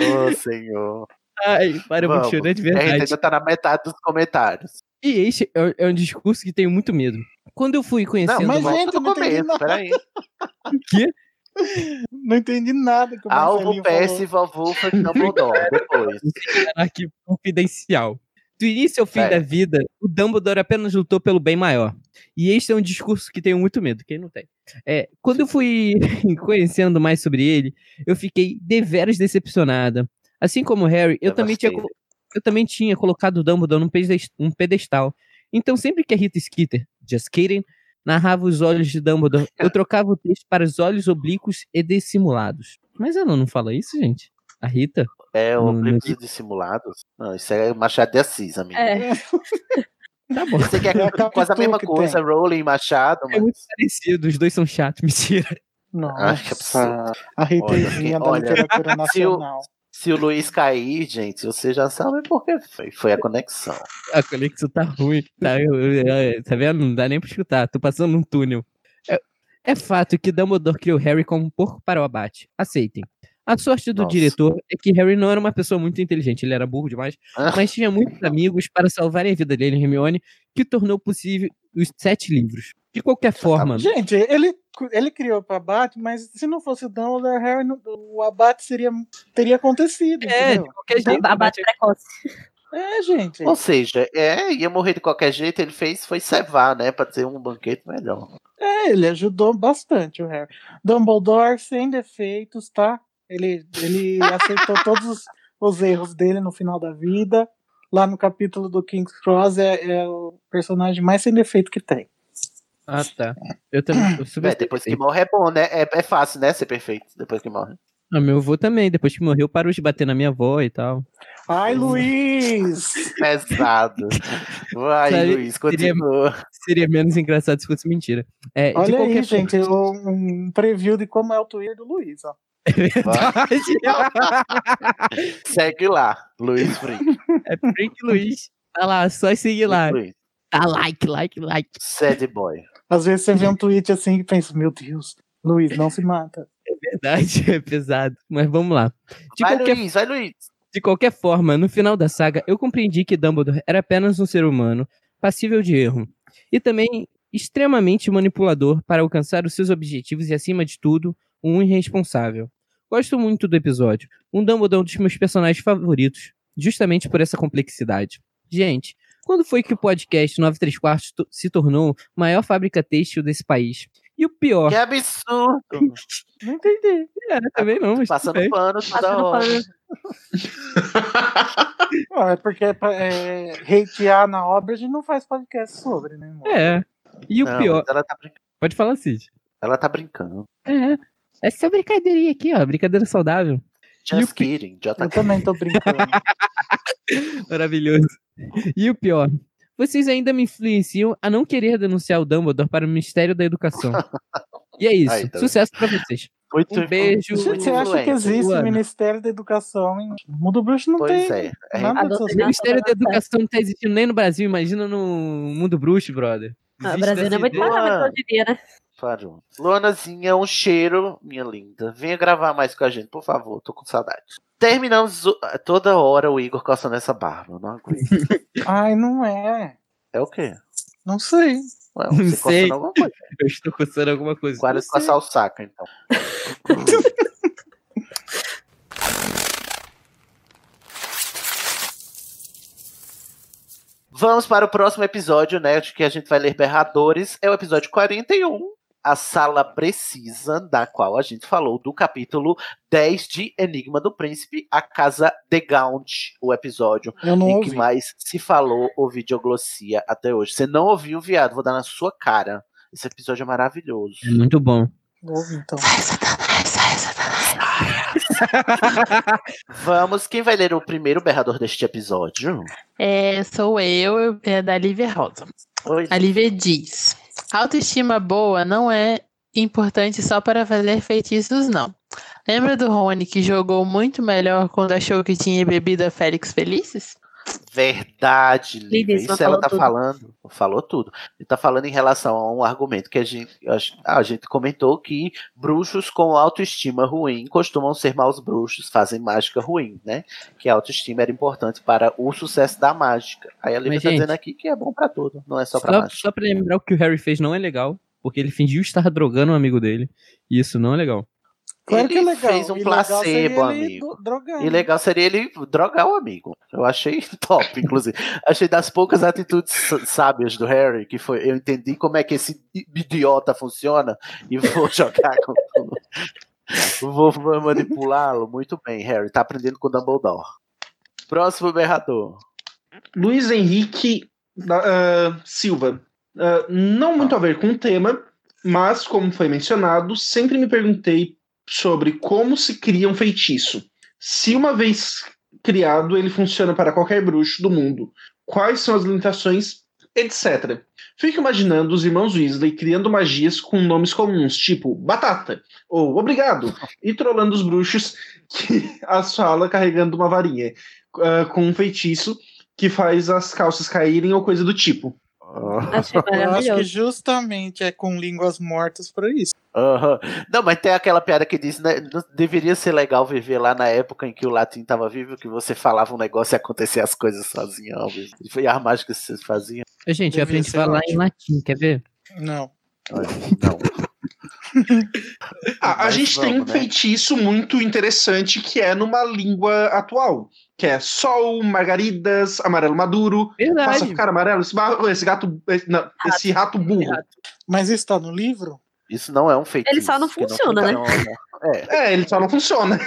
S1: Ô, senhor.
S5: Ai, para, eu vou
S1: Vamos.
S5: chorar de
S1: A gente
S5: verdade.
S1: ainda tá na metade dos comentários.
S5: E este é um- é um discurso que tenho muito medo. Quando eu fui conhecendo
S1: Não,
S5: o
S1: mas
S2: mas
S5: Mal-
S1: volta
S2: gente,
S1: do
S2: não tem
S1: começo,
S2: nada.
S1: peraí.
S2: Não entendi nada que o
S1: Alvo,
S2: Marcelinho falou.
S1: Percival, Wolford, Dumbledore, depois.
S5: arquivo confidencial. Do início ao fim
S1: É.
S5: da vida, o Dumbledore apenas lutou pelo bem maior. E este é um discurso que tenho muito medo, quem não tem. É, quando eu fui conhecendo mais sobre ele, eu fiquei deveras decepcionada. Assim como o Harry, eu,
S1: Eu
S5: também tinha,
S1: gostei.
S5: co- eu também tinha colocado o Dumbledore num pedes- um pedestal. Então, sempre que a Rita Skeeter, just kidding, narrava os olhos de Dumbledore, eu trocava o texto para os olhos oblíquos e dissimulados. Mas ela não fala isso, gente? A Rita?
S1: É, o
S5: Não, não
S1: Oblíquios e Dissimulados. Não, isso é Machado de Assis, amigo.
S4: É.
S5: Tá bom.
S1: Você quer
S2: É a
S1: quase a
S2: Capitu
S1: mesma
S2: que
S1: coisa, Rowling e Machado,
S5: É muito
S1: mas...
S5: parecido, os dois são chatos, mentira.
S1: Ai, que é absurdo.
S2: Nossa, a
S1: Olha,
S2: Ritezinha da
S1: olha,
S2: literatura
S1: se o-
S2: nacional.
S1: Se o Luiz cair, gente, você já sabe por que foi. Foi a conexão.
S5: A conexão tá ruim. Tá, eu- eu- eu- tá vendo? Não dá nem pra escutar. Tô passando num túnel. É, é fato que Dumbledore criou Harry como um porco para o abate. Aceitem. A sorte do
S1: Nossa.
S5: diretor é que Harry não era uma pessoa muito inteligente, ele era burro demais,
S1: Ah.
S5: mas tinha muitos amigos para salvarem a
S1: Ah,
S5: vida dele, Hermione, que tornou possível os sete livros. De qualquer forma,
S2: Gente, ele ele criou para abate, mas se não fosse o Dumbledore, Harry, não- o abate seria, teria acontecido.
S5: É,
S2: entendeu?
S5: de
S1: então.
S5: qualquer jeito.
S1: tá
S4: Abate precoce.
S2: É, gente.
S1: Ou seja, é, ia morrer de qualquer jeito, ele fez, foi cevar, né? Pra ter um banquete melhor.
S2: É, ele ajudou bastante o Harry. Dumbledore sem defeitos, tá? Ele, ele aceitou todos os, os erros dele no final da vida. Lá no capítulo do King's Cross é, é o personagem mais sem defeito que tem.
S5: Ah, tá. Eu também. Eu
S1: É, depois que morre é bom, né? É, é fácil, né? Ser perfeito depois que morre.
S5: Ah, meu avô também, depois que morreu, parou de bater na minha avó e tal.
S2: Ai, Luiz!
S1: Pesado. Vai,
S5: Sabe,
S1: Luiz,
S5: seria-
S1: continua.
S5: Seria menos engraçado se fosse mentira. É, de
S2: Olha aí,
S5: qualquer forma-
S2: gente, um um preview de como é o Twitter do Luiz, ó.
S5: é
S1: Segue lá, Luiz Freak.
S5: É Frank Luiz. Tá lá, só seguir lá.
S1: Luiz.
S5: Dá Tá like, like, like.
S1: Sad boy.
S2: Às vezes você vê um tweet assim e pensa, meu Deus, Luiz, não se mata.
S5: Verdade, é pesado. Mas vamos lá. De
S1: Vai,
S5: qualquer
S1: Luiz, vai, Luiz.
S5: De qualquer forma, no final da saga, eu compreendi que Dumbledore era apenas um ser humano, passível de erro, e também extremamente manipulador para alcançar os seus objetivos e, acima de tudo, um irresponsável. Gosto muito do episódio. Um Dumbledore é um dos meus personagens favoritos, justamente por essa complexidade. Gente, quando foi que o podcast 93 Quartos to- se tornou a maior fábrica têxtil desse país? E o pior.
S1: Que é absurdo.
S2: Não entendi.
S5: É, também não, mas. tudo
S1: Passando
S5: bem.
S1: pano toda
S4: Passando
S1: hora.
S4: pano.
S2: Ah, é porque é, hatear na obra a gente não faz podcast sobre, né, amor?
S5: É. E o
S1: Não,
S5: pior.
S1: mas Ela tá, brin-
S5: Pode falar, Cid.
S1: ela tá brincando.
S5: É. Essa brincadeirinha aqui, ó. Brincadeira saudável. E
S1: Just
S5: o pi-
S1: kidding,
S5: Então,
S1: tá
S2: Eu
S1: JK.
S2: também tô brincando.
S5: Maravilhoso. E o pior. Vocês ainda me influenciam a não querer denunciar o Dumbledore para o Ministério da Educação. E é isso.
S1: Aí, tá vendo?
S5: Sucesso pra vocês.
S1: Muito
S5: Um beijo.
S2: Gente, você acha que
S1: Influencer,
S2: existe o
S5: Luana.
S2: Ministério da Educação? Hein? O Mundo Bruxo não
S1: Pois
S2: tem
S1: é. é.
S2: nada
S4: Adotei
S2: dessas
S5: O
S4: nada.
S2: coisas.
S5: Ministério da Educação não tá existindo nem no Brasil, imagina no mundo bruxo, brother.
S4: Ah, O
S5: Existe
S4: Brasil
S5: dessa
S4: não é muito
S5: ideia.
S4: bacana hoje em dia, né?
S1: Claro. Luanazinha, um cheiro, minha linda. Venha gravar mais com a gente, por favor. Tô com saudade. Terminamos o- toda hora o Igor coçando essa barba. eu Não aguento.
S2: Ai, não é.
S1: É o quê?
S2: Não sei.
S1: Ué,
S5: Não
S1: você
S5: sei.
S1: coçando alguma coisa.
S5: Eu estou coçando alguma coisa.
S1: Qual é
S5: Não
S1: que coçar o saco, então? Vamos para o próximo episódio, né? De que a gente vai ler Berradores. É o episódio 41. A Sala Precisa, da qual a gente falou do capítulo 10 de Enigma do Príncipe, A Casa de Gaunt, o episódio
S2: Eu não
S1: em que
S2: ouvi.
S1: mais se falou o videoglossia até hoje. Você não ouviu, viado? Vou dar na sua cara. Esse episódio é maravilhoso.
S5: sei. É muito bom.
S2: Não ouvi, então.
S1: Vamos, quem vai ler o primeiro berrador deste episódio?
S6: É, sou eu, é da Lívia Rosa.
S1: Oi.
S6: A Lívia diz: autoestima boa não é importante só para fazer feitiços, não. Lembra do Rony que jogou muito melhor quando achou que tinha bebido a Félix Felices?
S1: Verdade, Lívia.
S4: Lívia,
S1: Isso
S4: falou
S1: ela tá
S4: tudo.
S1: falando. Falou tudo. E tá falando em relação a um argumento que a gente, eu acho- ah, a gente comentou que bruxos com autoestima ruim costumam ser maus bruxos, fazem mágica ruim, né? Que a autoestima era importante para o sucesso da mágica. Aí a Lívia tá
S5: gente-
S1: dizendo aqui que é bom pra tudo, não é só
S5: Só,
S1: pra mágica.
S5: só pra lembrar o que o Harry fez não é legal, porque ele fingiu estar drogando um amigo dele. E isso não é legal.
S2: Claro que é
S1: Ele
S2: legal.
S1: fez um
S2: Ilegal
S1: placebo,
S2: seria ele
S1: amigo.
S2: do- drogar,
S1: E legal seria ele é drogar o amigo. Eu achei top, inclusive. Achei das poucas atitudes s- sábias do Harry, que foi. Eu entendi como é que esse i- idiota funciona e vou jogar com Vou vou manipulá-lo. Muito bem, Harry. Tá aprendendo com o Dumbledore. Próximo berrador.
S3: Luiz Henrique da- ah, Silva. Ah, não muito a ver com o tema, mas como foi mencionado, sempre me perguntei sobre como se cria um feitiço. Se uma vez criado, ele funciona para qualquer bruxo do mundo. Quais são as limitações, etc. Fico imaginando os irmãos Weasley criando magias com nomes comuns, tipo batata ou obrigado, e trolando os bruxos que a sala carregando uma varinha ah, com um feitiço que faz as calças caírem ou coisa do tipo.
S1: Ah,
S4: Achei
S2: Eu acho que
S4: maravilhoso.
S2: justamente é com línguas mortas pra isso.
S1: aham. Não, mas tem aquela piada que diz, né? não- Deveria ser legal viver lá na época em que o latim tava vivo, que você falava um negócio e acontecia as coisas sozinho. ao mesmo tempo. E a mágica que vocês faziam.
S5: Gente, eu
S2: Devia
S5: aprendi a
S2: ser
S5: falar em
S2: ótimo.
S5: latim, quer ver?
S2: Não.
S1: Olha, Não.
S3: A, a
S1: Mas
S3: gente tem um
S1: vamos, né?
S3: feitiço muito interessante que é numa língua atual, que é sol, margaridas, amarelo maduro, passa a
S5: Verdade.
S3: ficar amarelo, esse, barro- esse gato, esse, não, esse rato burro.
S2: Mas isso tá no livro?
S1: Isso não é um feitiço.
S4: Ele só não
S1: que não
S4: funciona, né?
S1: funciona.
S3: É, ele só não funciona.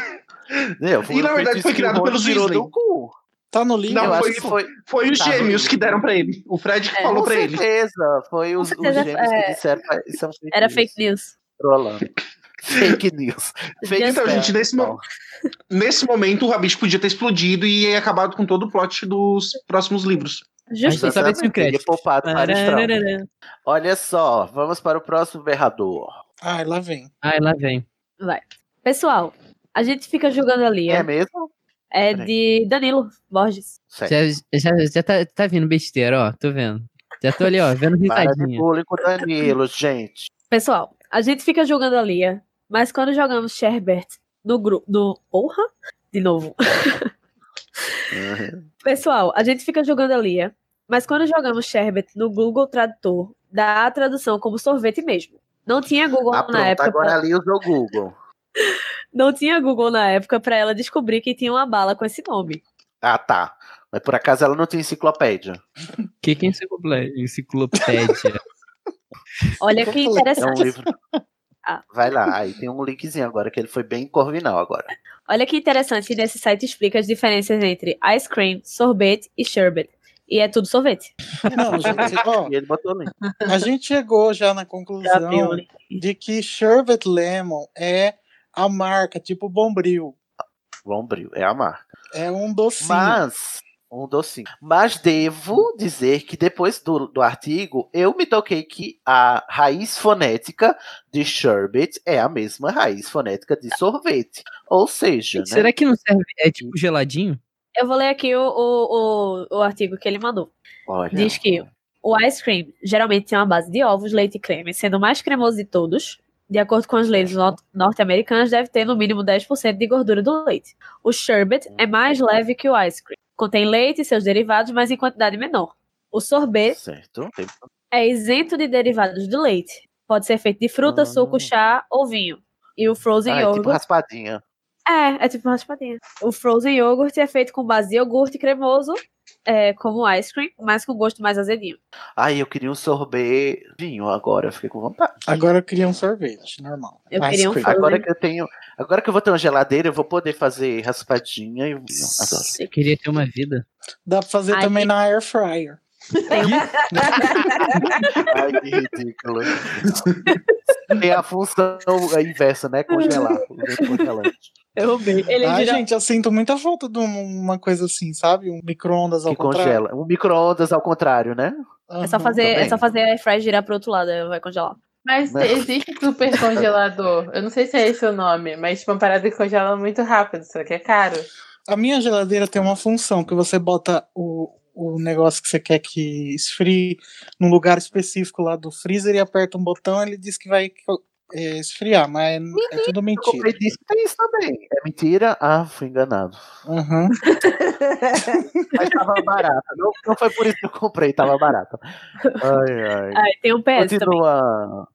S1: Meu,
S3: E na
S1: um
S3: verdade
S1: feitiço
S3: foi
S1: que
S3: criado
S1: o Rony
S3: pelos
S1: tirou
S3: Weasley.
S1: do cu.
S2: Tá no livro?
S3: Não,
S1: Eu
S3: foi,
S1: acho que foi.
S3: foi os
S1: Tá no
S3: gêmeos
S1: livro.
S3: que deram pra ele. O Fred que
S4: É.
S3: falou
S1: Com
S3: pra ele.
S1: certeza. Foi os, os
S4: certeza,
S1: gêmeos
S4: é,
S1: que disseram. "Ah, Isso é um fake
S4: Era
S1: news.
S4: fake news.
S1: Trolando. Fake news. Fake
S4: Just-
S3: Então,
S1: fact,
S3: gente, nesse, mo-
S1: então.
S3: nesse momento o Rabicho podia ter explodido e acabado com todo o plot dos próximos livros.
S5: Mas
S4: Justiça.
S5: só vai ser o
S1: Exatamente, teria
S5: crédito.
S1: poupado para Strauss.
S5: Tarararara.
S1: Olha só, vamos para o próximo berrador.
S2: Ai, lá vem.
S5: Ai, lá vem.
S4: Pessoal, a gente fica julgando ali.
S1: É
S4: É,
S1: mesmo?
S4: é
S1: peraí.
S4: de Danilo Borges.
S1: Certo.
S5: Já, já, já tá, tá vindo besteira, ó. Tô vendo. Já tô ali, ó, vendo
S1: Para de
S5: risadinha.
S1: bullying com o Danilo, gente.
S4: Pessoal, a gente fica julgando a Lia, mas quando jogamos Sherbert no grupo. No... Porra? De novo. Pessoal, a gente fica jogando a Lia, mas quando jogamos Sherbet no Google Tradutor, dá a tradução como sorvete mesmo. Não tinha Google
S1: Ah,
S4: na
S1: pronto,
S4: época.
S1: agora
S4: pra-
S1: ali usou o Google.
S4: Não tinha Google na época pra ela descobrir que tinha uma bala com esse nome.
S1: Ah, tá. Mas por acaso ela não tem enciclopédia.
S5: O que, que é enciclopé- enciclopédia?
S4: Olha que
S1: É um
S4: interessante.
S1: livro.
S4: Ah.
S1: Vai lá, aí tem um linkzinho agora, que ele foi bem corvinal agora.
S4: Olha que interessante, nesse site explica as diferenças entre ice cream, sorvete e sherbet. E é tudo sorvete.
S2: Não, gente, ó,
S1: E ele botou o link.
S2: a gente chegou já um. na
S4: um
S2: conclusão de que Sherbet Lemon é a marca, tipo Bombril.
S1: Lombril, é a marca.
S2: É um docinho.
S1: Mas, um docinho. Mas devo dizer que depois do, do artigo, eu me toquei que a raiz fonética de sherbet é a mesma raiz fonética de sorvete. Ou seja, né?
S5: Será que não serve? É tipo geladinho?
S4: Eu vou ler aqui o, o, o, o artigo que ele mandou.
S1: Olha,
S4: Diz que o ice cream geralmente tem uma base de ovos, leite e creme, sendo o mais cremoso de todos. De acordo com as leis no- norte-americanas, deve ter no mínimo 10% de gordura do leite. O sherbet é mais leve que o ice cream. Contém leite e seus derivados, mas em quantidade menor. O sorbet
S1: certo. Tem-
S4: é isento de derivados do leite. Pode ser feito de fruta,
S1: Ah.
S4: suco, chá ou vinho. E o frozen
S1: Ah, é
S4: yogurt.
S1: tipo raspadinha.
S4: É, é tipo uma raspadinha. O frozen yogurt é feito com base de iogurte cremoso, é, como ice cream, mas com gosto mais azedinho.
S1: Ai, eu queria um sorvete vinho agora, eu fiquei com vontade.
S2: Agora eu queria um sorvete, normal.
S4: Eu
S2: Ice
S4: queria um
S2: cream.
S4: fro-
S1: Agora
S4: né?
S1: que eu tenho, agora que eu vou ter uma geladeira, eu vou poder fazer raspadinha e vinho. Adoro.
S5: Eu queria ter uma vida.
S2: Dá pra fazer
S4: Ai,
S2: também na air fryer.
S1: Ai, que ridículo. Tem a função inversa, né? Congelar. o vento congelante.
S4: Eu amei. Ele
S2: Ai,
S4: vira-
S2: gente, eu sinto muita falta de um- uma coisa assim, sabe? Um micro-ondas ao
S1: Que
S2: contrário.
S1: congela. Um micro-ondas ao contrário, né?
S4: É só
S2: Aham.
S4: fazer, é
S1: também.
S4: só fazer a air fry girar pro outro lado, aí vai congelar.
S6: Mas
S1: Não.
S6: existe super congelador. Eu não sei se é esse o nome, mas tipo, uma parada que congela muito rápido, só que é caro.
S2: A minha geladeira tem uma função que você bota o, o negócio que você quer que esfrie num lugar específico lá do freezer e aperta um botão ele diz que vai é, esfriar, mas é
S5: Uhum.
S2: tudo
S1: Eu comprei
S2: mentira.
S1: disso, tem isso também. É mentira? Ah, fui enganado.
S2: Aham.
S1: Mas tava barata. Não, não foi por isso que eu comprei, tava barata. Ai, ai.
S4: Ah, e tem um
S1: É,
S4: PS também.
S1: Continua.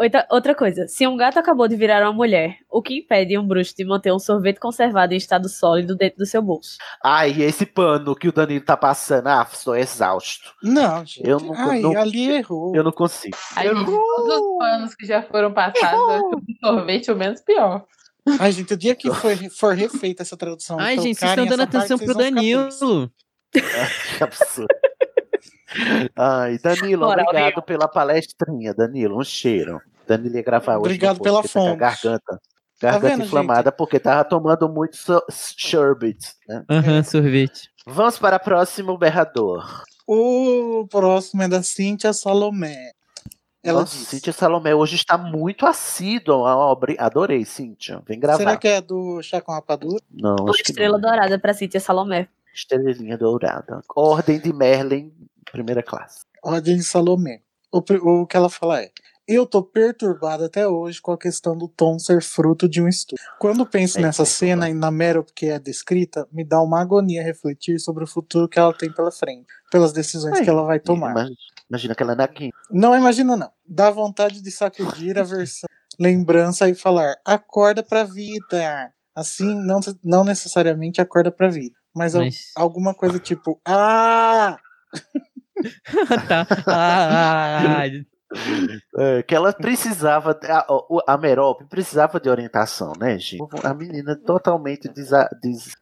S4: Oita- outra coisa, se um gato acabou de virar uma mulher, o que impede um bruxo de manter um sorvete conservado em estado sólido dentro do seu bolso?
S1: Ai, esse pano que o Danilo tá passando. Ah, estou exausto.
S2: Não, gente.
S1: Eu não-
S2: Ai,
S1: não-
S2: ali errou.
S1: Eu não consigo.
S6: A gente, todos os panos que já foram passados, eu acho que o sorvete é o menos pior.
S2: Ai, gente, o dia que for, for refeita essa tradução.
S5: Ai,
S2: e
S5: gente, vocês
S2: trocarem
S5: estão dando
S2: Então, essa parte,
S5: atenção pro
S2: vocês vão ficar tristes.
S5: Danilo.
S1: Que absurdo. Ai, Danilo,
S4: Bora,
S1: obrigado pela palestrinha, Danilo. Um cheiro. Danilo ia gravar hoje. não
S2: Obrigado
S1: pôde,
S2: pela
S1: porque tá com a
S2: fonte. Tá
S1: garganta. Garganta
S2: vendo,
S1: inflamada, porque tava tomando muito so- sherbet. né?
S5: Aham, sorvete.
S1: Vamos para o próximo berrador.
S2: O próximo é da Cíntia Salomé. Ela
S1: Nossa,
S2: disse.
S1: Cíntia Salomé hoje está muito assídua. à obra. Adorei, Cíntia. Vem gravar.
S2: Será que é do Chá com Rapadura?
S1: Não,
S4: Uma
S1: acho que
S4: estrela
S1: não.
S4: dourada pra Cíntia Salomé.
S1: Estrelinha dourada. Ordem de Merlin, primeira classe.
S2: Ordem de Salomé. O, pri- o que ela fala é. Eu tô perturbada até hoje com a questão do Tom ser fruto de um estudo. Quando penso
S1: É,
S2: nessa
S1: é,
S2: cena e na Meryl que é descrita, me dá uma agonia refletir sobre o futuro que ela tem pela frente, pelas decisões
S1: Ai,
S2: que ela vai tomar.
S1: Imagina, imagina que ela é na quinta.
S2: Não imagina, não. Dá vontade de sacudir a versão lembrança e falar acorda pra vida. Assim, não, não necessariamente acorda pra vida, mas, al-
S5: Mas-
S2: alguma coisa tipo, ah!
S5: tá. Ah, ah, ah.
S1: É, que ela precisava, a, o- a Merope precisava de orientação, né, gente? A menina totalmente desa- des-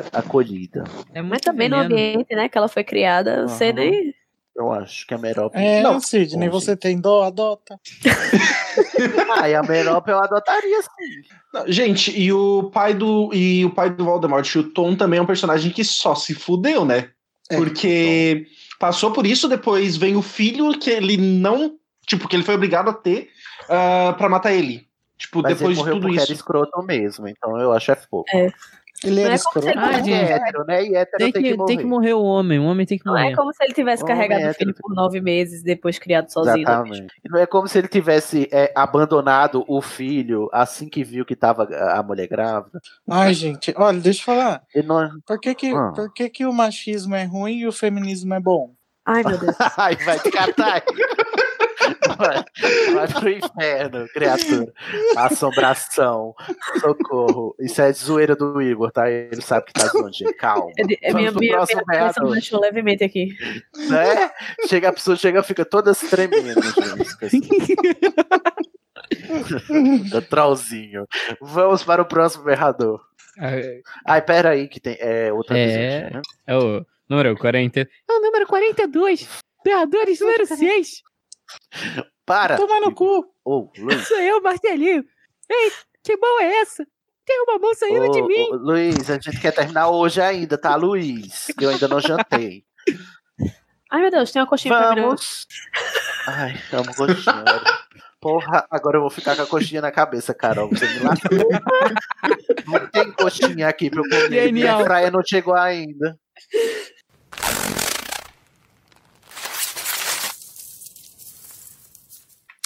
S1: desacolhida.
S5: É
S4: Mas
S5: muito
S4: também no
S5: veneno.
S4: ambiente, né, que ela foi criada, não sei
S1: Aham.
S4: nem.
S1: Eu acho que a Merope.
S2: É,
S3: Não,
S2: Sidney,
S1: bom,
S2: você tem dó, adota.
S1: Ah, e a Merope eu adotaria sim.
S3: Não, Gente, e o pai do e o pai do Voldemort, o Tom também é um personagem que só se fudeu, né?
S2: É,
S3: Porque passou por isso, depois vem o filho que ele não, tipo, que ele foi obrigado a ter ah, pra matar ele. Tipo,
S1: Mas
S3: depois
S1: ele
S3: de
S1: morreu
S3: tudo
S1: porque
S3: isso.
S1: era escroto mesmo, então eu acho é pouco.
S2: Ele
S4: Não
S2: era
S4: é como se
S2: escroto.
S4: ele
S5: Ah,
S1: Mas
S4: tivesse-
S1: é
S5: gente.
S1: hétero, né? E hétero
S5: Tem que, tem que morrer o homem. O homem tem que
S4: Não
S5: morrer.
S4: é como se ele tivesse
S1: Ah, Homem
S4: carregado o
S1: hétero.
S4: filho por nove meses, depois criado sozinho. né, bicho?
S1: Exatamente. E não é como se ele tivesse é, abandonado o filho assim que viu que tava a a mulher grávida.
S2: Ai, gente, olha, deixa eu falar.
S1: Ele não...
S2: Por que que,
S1: Ah.
S2: por que que o machismo é ruim e o feminismo é bom?
S4: Ai, meu Deus.
S1: Ai, vai te catar aí. Vai, vai pro inferno, criatura. Assombração. Socorro. Isso é zoeira do Igor, tá? Ele sabe que tá zoando, gente. Calma.
S4: É de- é minha
S1: Vamos pro
S4: minha
S1: próximo
S4: piada
S1: ganhador.
S4: baixou levemente aqui.
S1: Né? Chega, a pessoa chega fica toda tremendo, gente. Tá trollzinho. Vamos para o próximo errador.
S5: É,
S1: Ai, pera aí que tem é, outra
S5: É.
S1: coisa. Né?
S5: é o número 40. É o número 42. Terradores número 6.
S1: Para!
S2: Toma no cu.
S1: Ô, Luiz,
S5: Sou eu, Martelinho. Ei, que mão é essa? Tem uma mão saindo de
S1: Ô,
S5: mim.
S1: ô, Luiz, a gente quer terminar hoje ainda, tá, Luiz? Que eu ainda não jantei.
S4: Ai, meu Deus, tem uma coxinha pra mim. não?
S1: Vamos! Ai, amo coxinha. olha. Porra, agora eu vou ficar com a coxinha na cabeça, Carol. Você me lascou. Não tem coxinha aqui pra eu comer.
S5: Genial.
S1: Minha praia não chegou ainda.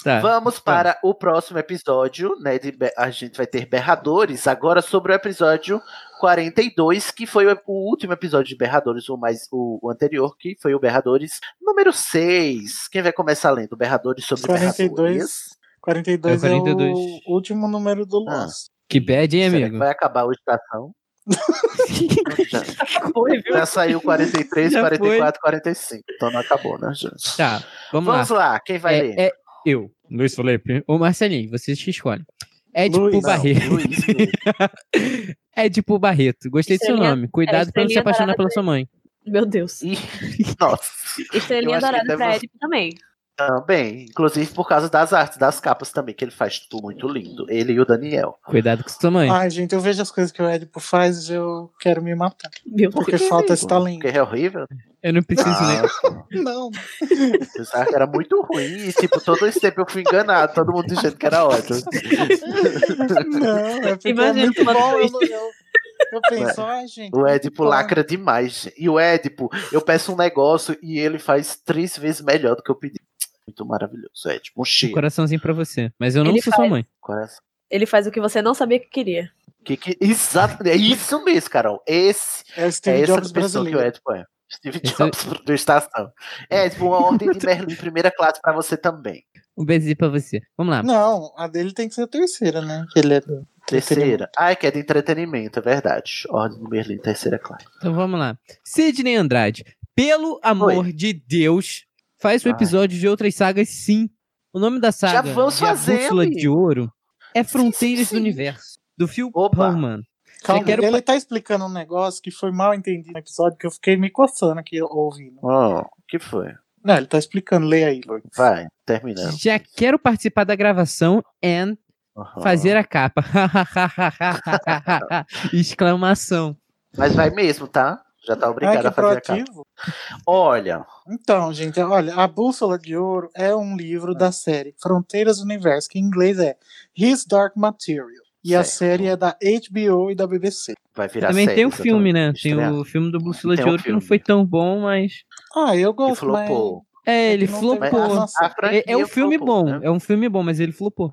S5: Tá.
S1: Vamos para o próximo episódio, né? de be- a gente vai ter berradores agora sobre o episódio 42, que foi o, o último episódio de berradores, o mais o, o anterior, que foi o berradores número 6. Quem vai começar lendo? Berradores sobre
S2: 42.
S1: berradores.
S2: 42 é,
S5: É o 42.
S2: o último número do
S1: Ah.
S2: Lost.
S5: Que bad, hein,
S1: Será que
S5: amigo?
S1: vai acabar a estação? Já, já saiu 43,
S5: Já foi.
S1: 44, 45. Então não acabou, né, gente?
S5: Tá, vamos,
S1: Vamos
S5: lá.
S1: lá, quem vai
S5: é,
S1: ler?
S5: é eu, Luiz Felipe. Ou Marcelinho, vocês que escolhem. Edipo
S2: Luiz.
S1: Não,
S5: Barreto.
S1: Luiz, Luiz.
S5: Edipo Barreto. Gostei do seu
S4: Estrelinha-
S5: nome. Cuidado pra não se
S4: Estrelinha
S5: apaixonar
S4: Dourada
S5: pela sua mãe.
S4: Meu Deus.
S1: Ih, Nossa. Eu
S4: Estrelinha
S1: acho que
S4: dourada
S1: deve-
S4: pra Edipo também.
S1: Também, inclusive por causa das artes, das capas também, que ele faz tudo muito lindo. Ele e o Daniel.
S5: Cuidado com sua
S1: Ah,
S5: mãe.
S2: Ai, gente, eu vejo as coisas que o Edipo faz e eu quero me matar.
S4: Meu Deus.
S2: Porque falta esse talento.
S1: Porque é horrível.
S5: Eu não né? preciso nem.
S1: Ah,
S2: Não.
S1: pensava que era muito ruim. E, tipo, todo esse tempo eu fui enganado, todo mundo dizendo que era ótimo.
S2: Não, é porque
S4: Imagina
S2: é muito
S4: o plot
S2: bom. Eu, não- eu, eu penso, ai, gente.
S1: É. O Édipo
S2: muito bom.
S1: lacra demais. gente. E o Édipo, eu peço um negócio e ele faz três vezes melhor do que eu pedi. Muito maravilhoso, Édipo. Um
S5: Um
S1: cheiro.
S5: coraçãozinho pra você. Mas eu não
S4: Ele
S5: sou sua mãe.
S1: Coração.
S4: Ele faz o que você não sabia que queria.
S1: Que, que, exato, é isso mesmo, Carol. Esse
S2: É o
S1: é
S2: Steve
S1: essa
S2: Jobs
S1: pessoa que o
S2: brasileiro.
S1: Edipo é. Steve
S5: Esse-
S1: Jobs do Estação. É, tipo, uma ordem de Berlim, primeira classe pra você também.
S5: Um beijinho pra você. Vamos lá.
S2: Não, a dele tem que ser a terceira, né? Que Ele é do
S1: Terceira. Ah, é que é de entretenimento, é verdade. Ordem de Berlim, terceira classe.
S5: Então vamos lá. Sidney Andrade, pelo amor de Deus, faz o
S1: Ai.
S5: episódio de outras sagas sim. O nome da saga
S1: vamos
S5: de A
S1: fazer,
S5: Bússola
S1: amigo.
S5: de Ouro é
S1: sim,
S5: Fronteiras
S1: sim.
S5: do Universo, do Phil
S1: Opa.
S5: Pullman.
S2: Calma,
S5: Eu quero
S2: ele tá explicando um negócio que foi mal entendido no episódio, que eu fiquei me coçando aqui ouvindo.
S1: Oh, que foi?
S2: Não, ele tá explicando, leia aí, Luiz.
S1: Vai, terminando.
S5: Já quero participar da gravação and
S1: Aham.
S5: fazer a capa. Exclamação.
S1: Mas vai mesmo, tá? Já tá
S2: Ai,
S1: obrigado
S2: que
S1: a fazer a capa.
S2: proativo.
S1: Olha,
S2: Então, gente, olha, A Bússola de Ouro é um livro da série Fronteiras do Universo, que em inglês é His Dark Material. E a
S1: Certo.
S2: série é da HBO e da BBC.
S1: vai virar
S5: Também
S1: série,
S5: tem o filme, né?
S1: exatamente.
S5: Tem
S1: Estrear.
S5: o filme do Bússola
S1: Tem
S5: de
S1: um
S5: Ouro que não
S1: filme.
S5: foi tão bom, mas.
S2: Ah, eu
S1: Que
S2: gosto, mas...
S1: flopou.
S5: É, ele
S2: não teve
S1: Mas
S5: flopou.
S2: como
S1: a- a
S2: lançar.
S5: É,
S1: franquia
S5: é um filme
S1: flopou,
S5: bom,
S1: né?
S5: é um filme bom, mas ele flopou.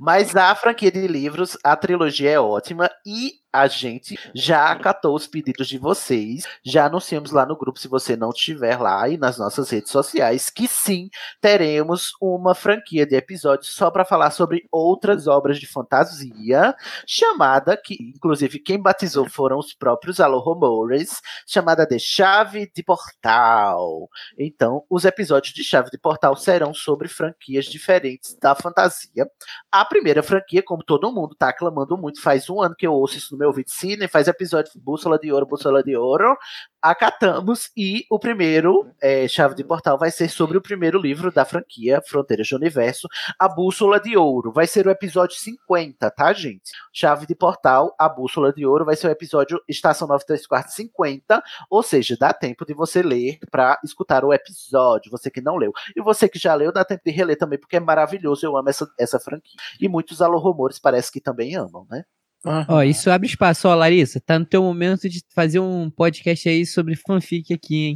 S1: Mas a franquia de livros, a trilogia é ótima e a gente já acatou os pedidos de vocês. Já anunciamos lá no grupo, se você não estiver lá, e nas nossas redes sociais, que sim, teremos uma franquia de episódios só para falar sobre outras obras de fantasia, chamada, que inclusive quem batizou foram os próprios Alohomores, chamada de Chave de Portal. Então, os episódios de Chave de Portal serão sobre franquias diferentes da fantasia. A primeira franquia, como todo mundo tá aclamando muito, faz um ano que eu ouço isso no meu vídeo cine, faz episódio de Bússola de Ouro, Bússola de Ouro, acatamos e o primeiro é, Chave de Portal vai ser sobre o primeiro livro da franquia Fronteiras do Universo, A Bússola de Ouro. Vai ser o episódio 50, tá, gente? Chave de Portal, A Bússola de Ouro vai ser o episódio Estação 934 50, ou seja, dá tempo de você ler para escutar o episódio, você que não leu. E você que já leu, dá tempo de reler também, porque é maravilhoso, eu amo essa, essa franquia. E muitos alorromores parece que também amam, né?
S5: Uhum.
S2: Ah,
S5: Ó, isso abre espaço, ó, Larissa. Tá no teu momento de fazer um podcast aí sobre fanfic aqui, hein?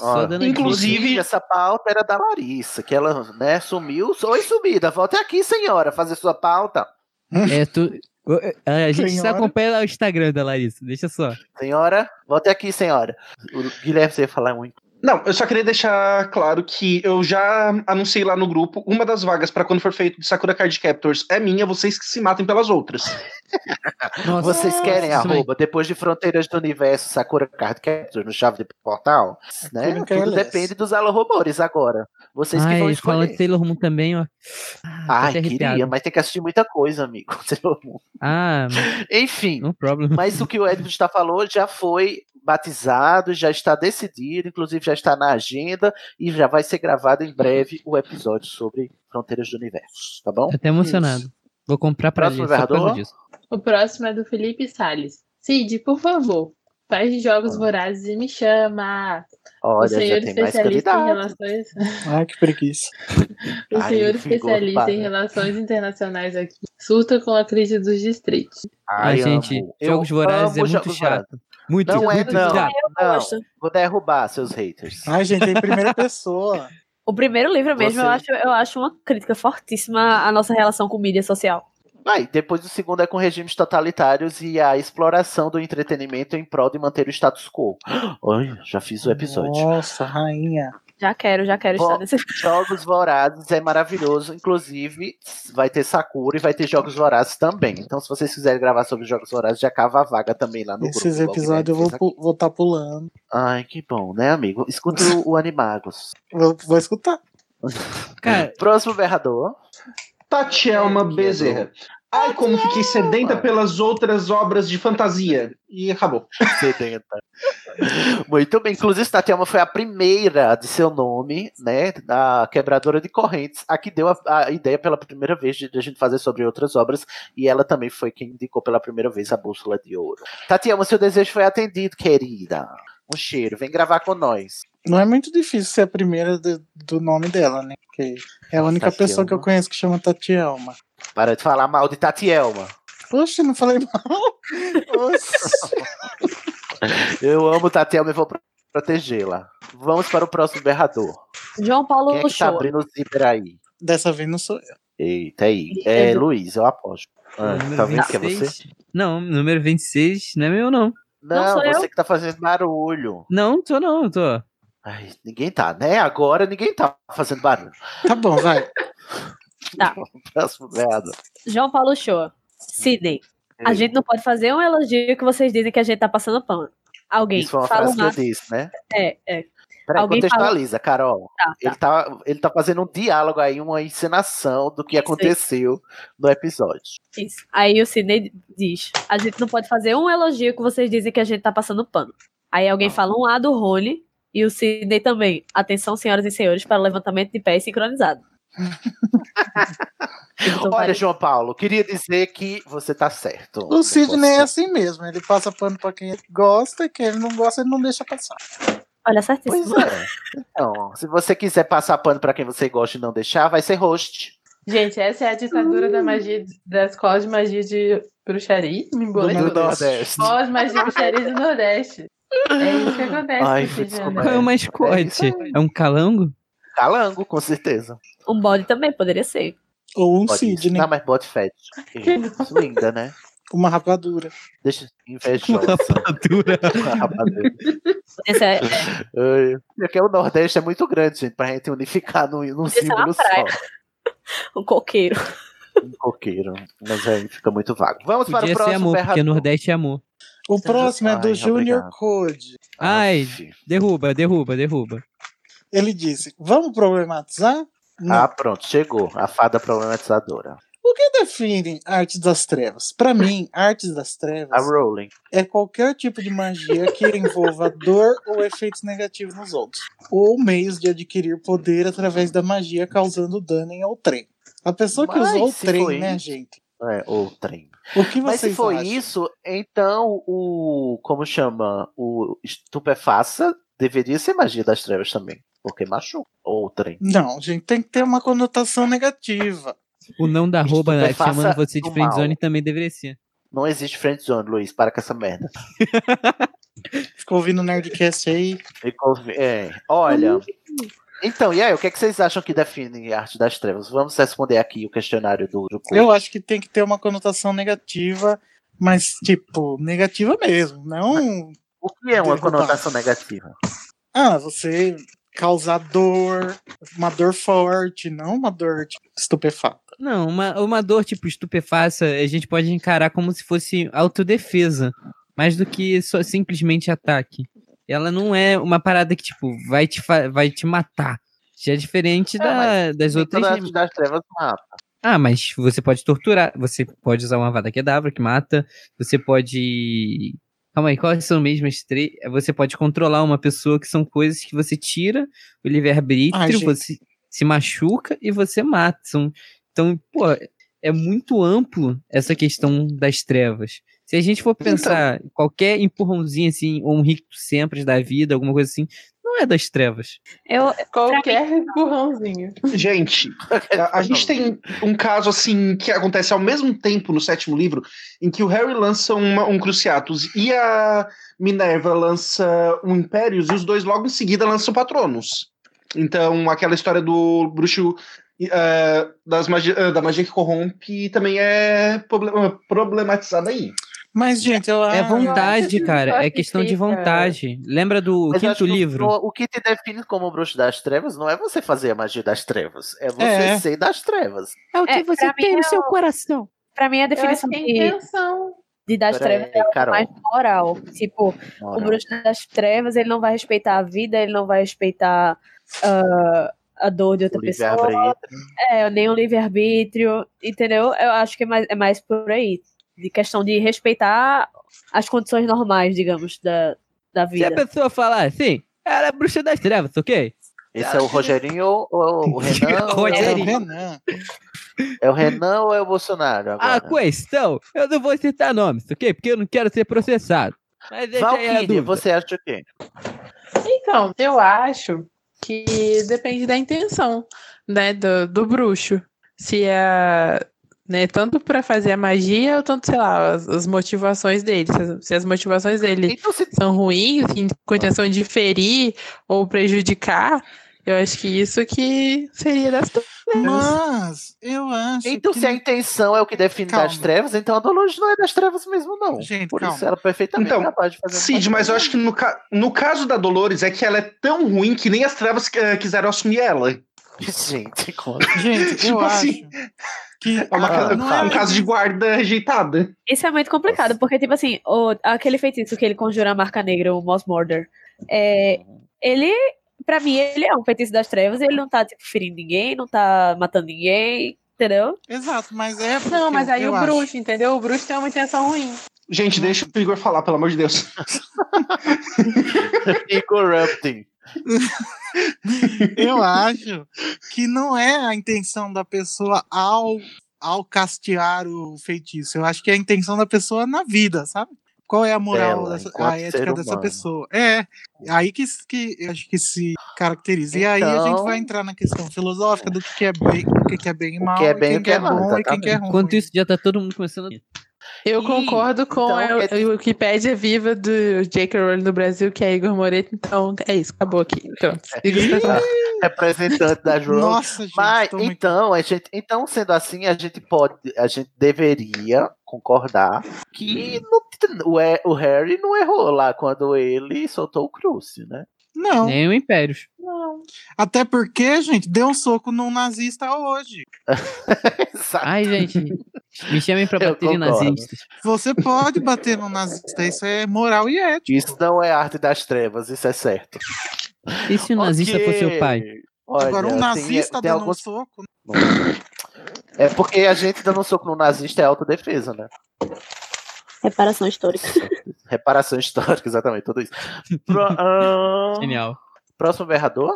S1: Ó, inclusive, aqui. essa pauta era da Larissa, que ela, né, sumiu. Oi, sumida, volta aqui, senhora, fazer sua pauta.
S5: É, tu. A gente senhora. acompanha o Instagram da Larissa, deixa só.
S1: Senhora, volta aqui, senhora. O Guilherme, você ia falar muito.
S3: Não, eu só queria deixar claro que eu já anunciei lá no grupo uma das vagas para quando for feito de Sakura Card Captors é minha, vocês que se matem pelas outras.
S1: Nossa, vocês querem nossa, arroba depois de Fronteiras do Universo, Sakura Card Captors no chave de portal, né? Tudo querelece. depende dos alorromores agora. Vocês Ai, que vão escolher.
S5: Fala de Sailor Moon também, ó.
S1: Ah, Ai, queria, mas tem que assistir muita coisa, amigo. Sailor Moon.
S5: Ah,
S1: enfim. Mas o que o Edmund está falou já foi batizado, já está decidido, inclusive já está na agenda e já vai ser gravado em breve o episódio sobre Fronteiras do Universo, tá bom?
S5: Tô até emocionado. Isso. Vou comprar para
S1: próximo ler,
S6: O próximo é do Felipe Sales. Cid, por favor, faz de jogos vorazes e me chama.
S1: Olha, o senhor especialista
S6: em relações.
S2: Ai, que preguiça.
S6: o senhor Ai, especialista em relações internacionais aqui surta com a crise dos distritos.
S5: Ai, Ai gente, amo. jogos eu vorazes é muito chato. Vorazes. Muito,
S1: não
S5: muito
S1: é, não. Chato. não. Vou derrubar seus haters.
S2: Ai, gente, em primeira pessoa.
S4: O primeiro livro mesmo, Você... eu acho, eu acho uma crítica fortíssima à nossa relação com mídia social.
S1: Aí, ah, depois o segundo é com regimes totalitários e a exploração do entretenimento em prol de manter o status quo. Ai, já fiz o episódio.
S2: Nossa, rainha.
S4: Já quero, já quero Bom, estar nesse.
S1: Jogos Vorazes é maravilhoso. Inclusive, vai ter Sakura e vai ter Jogos Vorazes também. Então, se vocês quiserem gravar sobre Jogos Vorazes, já cava a vaga também lá no
S2: Esses
S1: grupo. né?
S2: Esses episódios eu vou estar tá pulando.
S1: Ai, que bom, né, amigo? Escuta o Animagos.
S2: Vou, vou escutar.
S1: Cara, Próximo berrador. É,
S3: Tatielma Bezerra. Ai, como fiquei sedenta pelas outras obras de fantasia. E acabou.
S1: Sedenta. Muito bem. Inclusive, Tatielma foi a primeira de seu nome, né? A quebradora de correntes, a que deu a, a ideia pela primeira vez de, de, a gente fazer sobre outras obras. E ela também foi quem indicou pela primeira vez a bússola de ouro. Tatielma, seu desejo foi atendido, querida. Um cheiro. Vem gravar com nós.
S2: Não é muito difícil ser a primeira do, do nome dela, né? Porque é a única Tatielma. pessoa que eu conheço que chama Tatielma.
S1: Para de falar mal de Tatielma.
S2: Poxa, não falei mal.
S1: eu amo Tatielma e vou protegê-la. Vamos para o próximo berrador.
S4: João Paulo
S1: Quem é que tá
S4: Show.
S1: abrindo o zíper aí?
S2: Dessa vez não sou eu.
S1: Eita aí. É, é Luiz, eu aposto. Ah, tá vendo que é você?
S5: Não, número 26 não é meu, não.
S1: Não, não você eu? que tá fazendo barulho.
S5: Não, tô não,
S1: É.
S5: tô.
S1: Ai, ninguém tá, né? Agora ninguém tá fazendo barulho.
S2: Tá bom, vai.
S4: Tá.
S1: Próximo merda.
S4: João Paulo Show. Sidney. A gente não pode fazer um elogio que vocês dizem que a gente tá passando pano. Alguém
S1: Isso foi uma
S4: fala
S1: frase
S4: uma...
S1: que eu disse, né?
S4: É, é.
S1: Peraí,
S4: Alguém
S1: contextualiza, Carol.
S4: Tá, tá.
S1: Ele, tá, ele tá fazendo um diálogo aí, uma encenação do que aconteceu no episódio.
S4: Isso. Aí o Sidney diz: A gente não pode fazer um elogio que vocês dizem que a gente tá passando pano. Aí alguém fala um A do Rony e o Sidney também. Atenção, senhoras e senhores, para o levantamento de pés sincronizado. Então,
S1: Olha, João Paulo, queria dizer que você tá certo.
S2: O Sidney é assim mesmo, ele passa pano pra quem ele gosta e quem ele não gosta, ele não deixa passar.
S4: Olha, certíssimo.
S1: Pois é. Então, se você quiser passar pano pra quem você gosta e não deixar, vai ser host.
S6: Gente, essa é a ditadura da magia, das escolas de magia de bruxaria. Me embolei.
S1: Do, do Nordeste.
S6: Escolas de magia de bruxaria do Nordeste. É isso que acontece. né?
S1: Ai,
S6: esse
S1: desculpa.
S6: gênero.
S5: Qual é o mascote? É um calango?
S1: Calango, com certeza.
S4: Um bode também poderia ser.
S2: Ou um
S1: Pode isso.
S2: Sidney.
S1: Não, mas bota fat. Isso, linda, né?
S2: Uma rapadura.
S1: Deixa invejosa.
S5: rapadura.
S1: Uma rapadura.
S4: Essa é,
S1: Ai, Porque o Nordeste é muito grande, gente, pra gente unificar num, num
S4: Isso é uma
S1: símbolo
S4: praia.
S1: só.
S4: o coqueiro.
S1: Um coqueiro. Mas aí fica muito vago. Vamos para
S5: Podia
S1: o próximo.
S5: ser amor, porque
S1: errador.
S5: Nordeste é amor.
S2: O próximo é
S1: Ai,
S2: do Junior
S1: obrigado.
S2: Code.
S1: Ah,
S5: Ai,
S1: Aff.
S5: derruba, derruba, derruba.
S2: Ele disse: Vamos problematizar? Não.
S1: Ah, pronto, chegou. A fada problematizadora.
S2: O que define Artes das Trevas? Pra mim, Artes das
S1: A
S2: Trevas
S1: Rowling.
S2: é qualquer tipo de magia que envolva dor ou efeitos negativos nos outros, ou meios de adquirir poder através da magia causando dano em outrem. A pessoa que
S1: Mas
S2: usou o
S1: se
S2: trem,
S1: foi
S2: né,
S1: isso-
S2: gente?
S1: É, ou trem.
S2: O que vocês
S1: Mas se foi
S2: acham?
S1: isso, então o. Como chama? O estupefaça deveria ser magia das trevas também. Porque machuca. Ou trem.
S2: Não, gente, tem que ter uma conotação negativa.
S5: O não da rouba né,
S1: Estupefaça
S5: chamando você de
S1: do
S5: friendzone
S1: mal.
S5: também deveria ser.
S1: Não existe friendzone, Luiz. Para com essa merda.
S2: Ficou ouvindo o Nerdcast aí.
S1: Ficou- É, olha. Então, e aí, o que, é que vocês acham que define a arte das trevas? Vamos responder aqui o questionário do, do curso.
S2: Eu acho que tem que ter uma conotação negativa, mas, tipo, negativa mesmo. Não
S1: O que é uma
S2: Derrubar.
S1: conotação negativa?
S2: Ah, você causar dor, uma dor forte, não uma dor tipo, estupefata.
S5: Não, uma, uma dor tipo estupefaça a gente pode encarar como se fosse autodefesa, mais do que só simplesmente ataque. Ela não é uma parada que tipo vai te, fa- vai te matar. Já é diferente da-
S1: mas
S5: das
S1: Nem
S5: outras.
S1: Toda Então, arte das trevas mata.
S5: Ah, mas você pode torturar, você pode usar uma Avada Kedavra que mata, você pode. Calma aí, quais são mesmo as três? Você pode controlar uma pessoa que são coisas que você tira o
S2: Ai,
S5: livre-arbítrio,
S2: gente.
S5: você se machuca e você mata. São- Então, pô, é muito amplo essa questão das trevas. Se a gente for pensar em qualquer empurrãozinho assim, ou um rito sempre da vida, alguma coisa assim, não é das trevas.
S4: Eu,
S6: Qualquer empurrãozinho.
S3: Gente, a, a gente tem um caso assim que acontece ao mesmo tempo no sétimo livro, em que o Harry lança uma- um Cruciatus e a Minerva lança um Impérios, e os dois logo em seguida lançam Patronus. Então, aquela história do bruxo eh, das magi- eh, da magia que corrompe também é problema- problematizada aí.
S2: Mas, gente, Ah, eu
S5: É
S2: acho.
S5: vontade,
S6: que
S5: cara. É
S6: classifica.
S5: questão de vontade. Lembra do
S1: Mas eu acho que
S5: quinto
S1: o-
S5: livro?
S1: O, que te define como bruxo das trevas não é você fazer a magia das trevas. É você
S2: É.
S1: ser das trevas.
S5: É o
S4: que É, você pra tem mim no é seu o-
S5: coração.
S4: pra mim, a
S6: Eu acho
S4: definição
S6: que é
S4: de,
S6: intenção.
S4: de das
S1: Peraí,
S4: trevas é algo
S1: Carol.
S4: mais moral. Tipo, o
S1: Moral.
S4: bruxo das trevas, ele não vai respeitar a vida, ele não vai respeitar ah, a dor de outra
S1: O
S4: pessoa,
S1: livre-arbítrio.
S4: é, nem o livre-arbítrio, entendeu? Eu acho que é mais, é mais por aí. De questão de respeitar as condições normais, digamos, da, da
S5: Se a
S4: vida.
S5: pessoa falar assim, ela é bruxa das trevas, ok?
S1: Esse é o Rogerinho ou, ou o Renan? ou é o-
S2: É o
S5: Rogerinho.
S2: Renan.
S1: É o Renan ou é o Bolsonaro
S5: A
S1: agora?
S5: questão, eu não vou citar nomes, ok? Porque eu não quero ser processado. Mas deixa aí a
S1: Valkyrie,
S5: dúvida.
S1: você acha o quê?
S6: Então, eu acho que depende da intenção, né, do, do bruxo. Se é, né, tanto pra fazer a magia ou tanto, sei lá, as, as motivações dele. Se as, se as motivações dele
S1: Então, se
S6: são ruins, assim, com intenção de ferir ou prejudicar, eu acho que isso que seria das trevas.
S2: Mas eu acho.
S1: Então,
S2: que...
S1: se a intenção é o que define
S2: Calma.
S1: das trevas, então a Dolores não é das trevas mesmo, não.
S2: Gente,
S1: Por
S2: calma.
S1: isso ela é perfeitamente
S3: Então,
S1: capaz de fazer.
S3: Cid, mas eu acho que no, ca- no caso da Dolores é que ela é tão ruim que nem as trevas eh, quiseram assumir ela. É
S1: que. Gente, como-
S2: Gente, eu
S3: Tipo assim.
S2: acho. Que
S3: É uma
S1: Ah,
S3: ca-
S2: não é
S3: um caso de guarda rejeitada.
S4: Isso é muito complicado, porque, tipo assim, o- aquele feitiço que ele conjura a marca negra, o Moss Murder, é, ele, pra mim, ele é um feitiço das trevas, ele não tá, tipo, ferindo ninguém, não tá matando ninguém, entendeu?
S2: Exato, mas é.
S6: Não, mas aí
S2: eu
S6: o
S2: acho.
S6: bruxo, entendeu? O bruxo tem uma intenção ruim.
S3: Gente, deixa o Igor falar, pelo amor de Deus.
S1: E assim? corrupting.
S2: Eu acho que não é a intenção da pessoa ao, ao castear o feitiço. Eu acho que é a intenção da pessoa na vida, sabe? Qual é a moral,
S1: Dela,
S2: dessa-
S1: enquanto
S2: a
S1: ser
S2: ética dessa
S1: humano.
S2: pessoa? É, aí que, se- que eu acho que se caracteriza. E aí a gente
S1: Então-
S2: vai entrar na questão filosófica do que, que é bem, o que, que é bem e
S1: O
S2: mal,
S1: que é bem e
S2: quem
S1: o
S2: que é
S1: que é mal,
S2: bom e quem que é ruim.
S5: Enquanto isso, já tá todo mundo começando a.
S6: Eu
S1: Ih,
S6: concordo com
S1: então
S6: a,
S1: quer-
S6: a Wikipédia viva do J.K. Rowling no Brasil, que é Igor Moreto. Então, é isso. Acabou aqui. Pronto. Igor, tá lá.
S1: representante da João.
S2: Nossa, gente,
S1: Mas
S2: tô muito-
S1: então, a gente, então, sendo assim, a gente pode, a gente deveria concordar que
S2: Hum.
S1: não t- o, E- o Harry não errou lá quando ele soltou o Cruce, né?
S2: Não.
S5: Nem o Impérios.
S2: Até porque, gente, deu um soco num nazista hoje.
S1: Exato.
S5: Ai, gente. Me chamem pra
S1: Eu
S5: bater em
S1: concordo.
S5: nazistas.
S2: Você pode bater num nazista, isso é moral e ética.
S1: Isso não é arte das trevas, isso é certo.
S5: E se o nazista
S1: Ok.
S5: fosse seu pai?
S1: Olha,
S2: Agora, um
S1: tem- eh,
S2: nazista
S1: tem
S2: dando
S1: alguns-
S2: um soco.
S1: É porque a gente dando um soco no nazista é autodefesa, né?
S4: Reparação histórica.
S1: Reparação histórica, exatamente, tudo isso. Pro- ahn,
S5: Genial.
S1: Próximo berrador?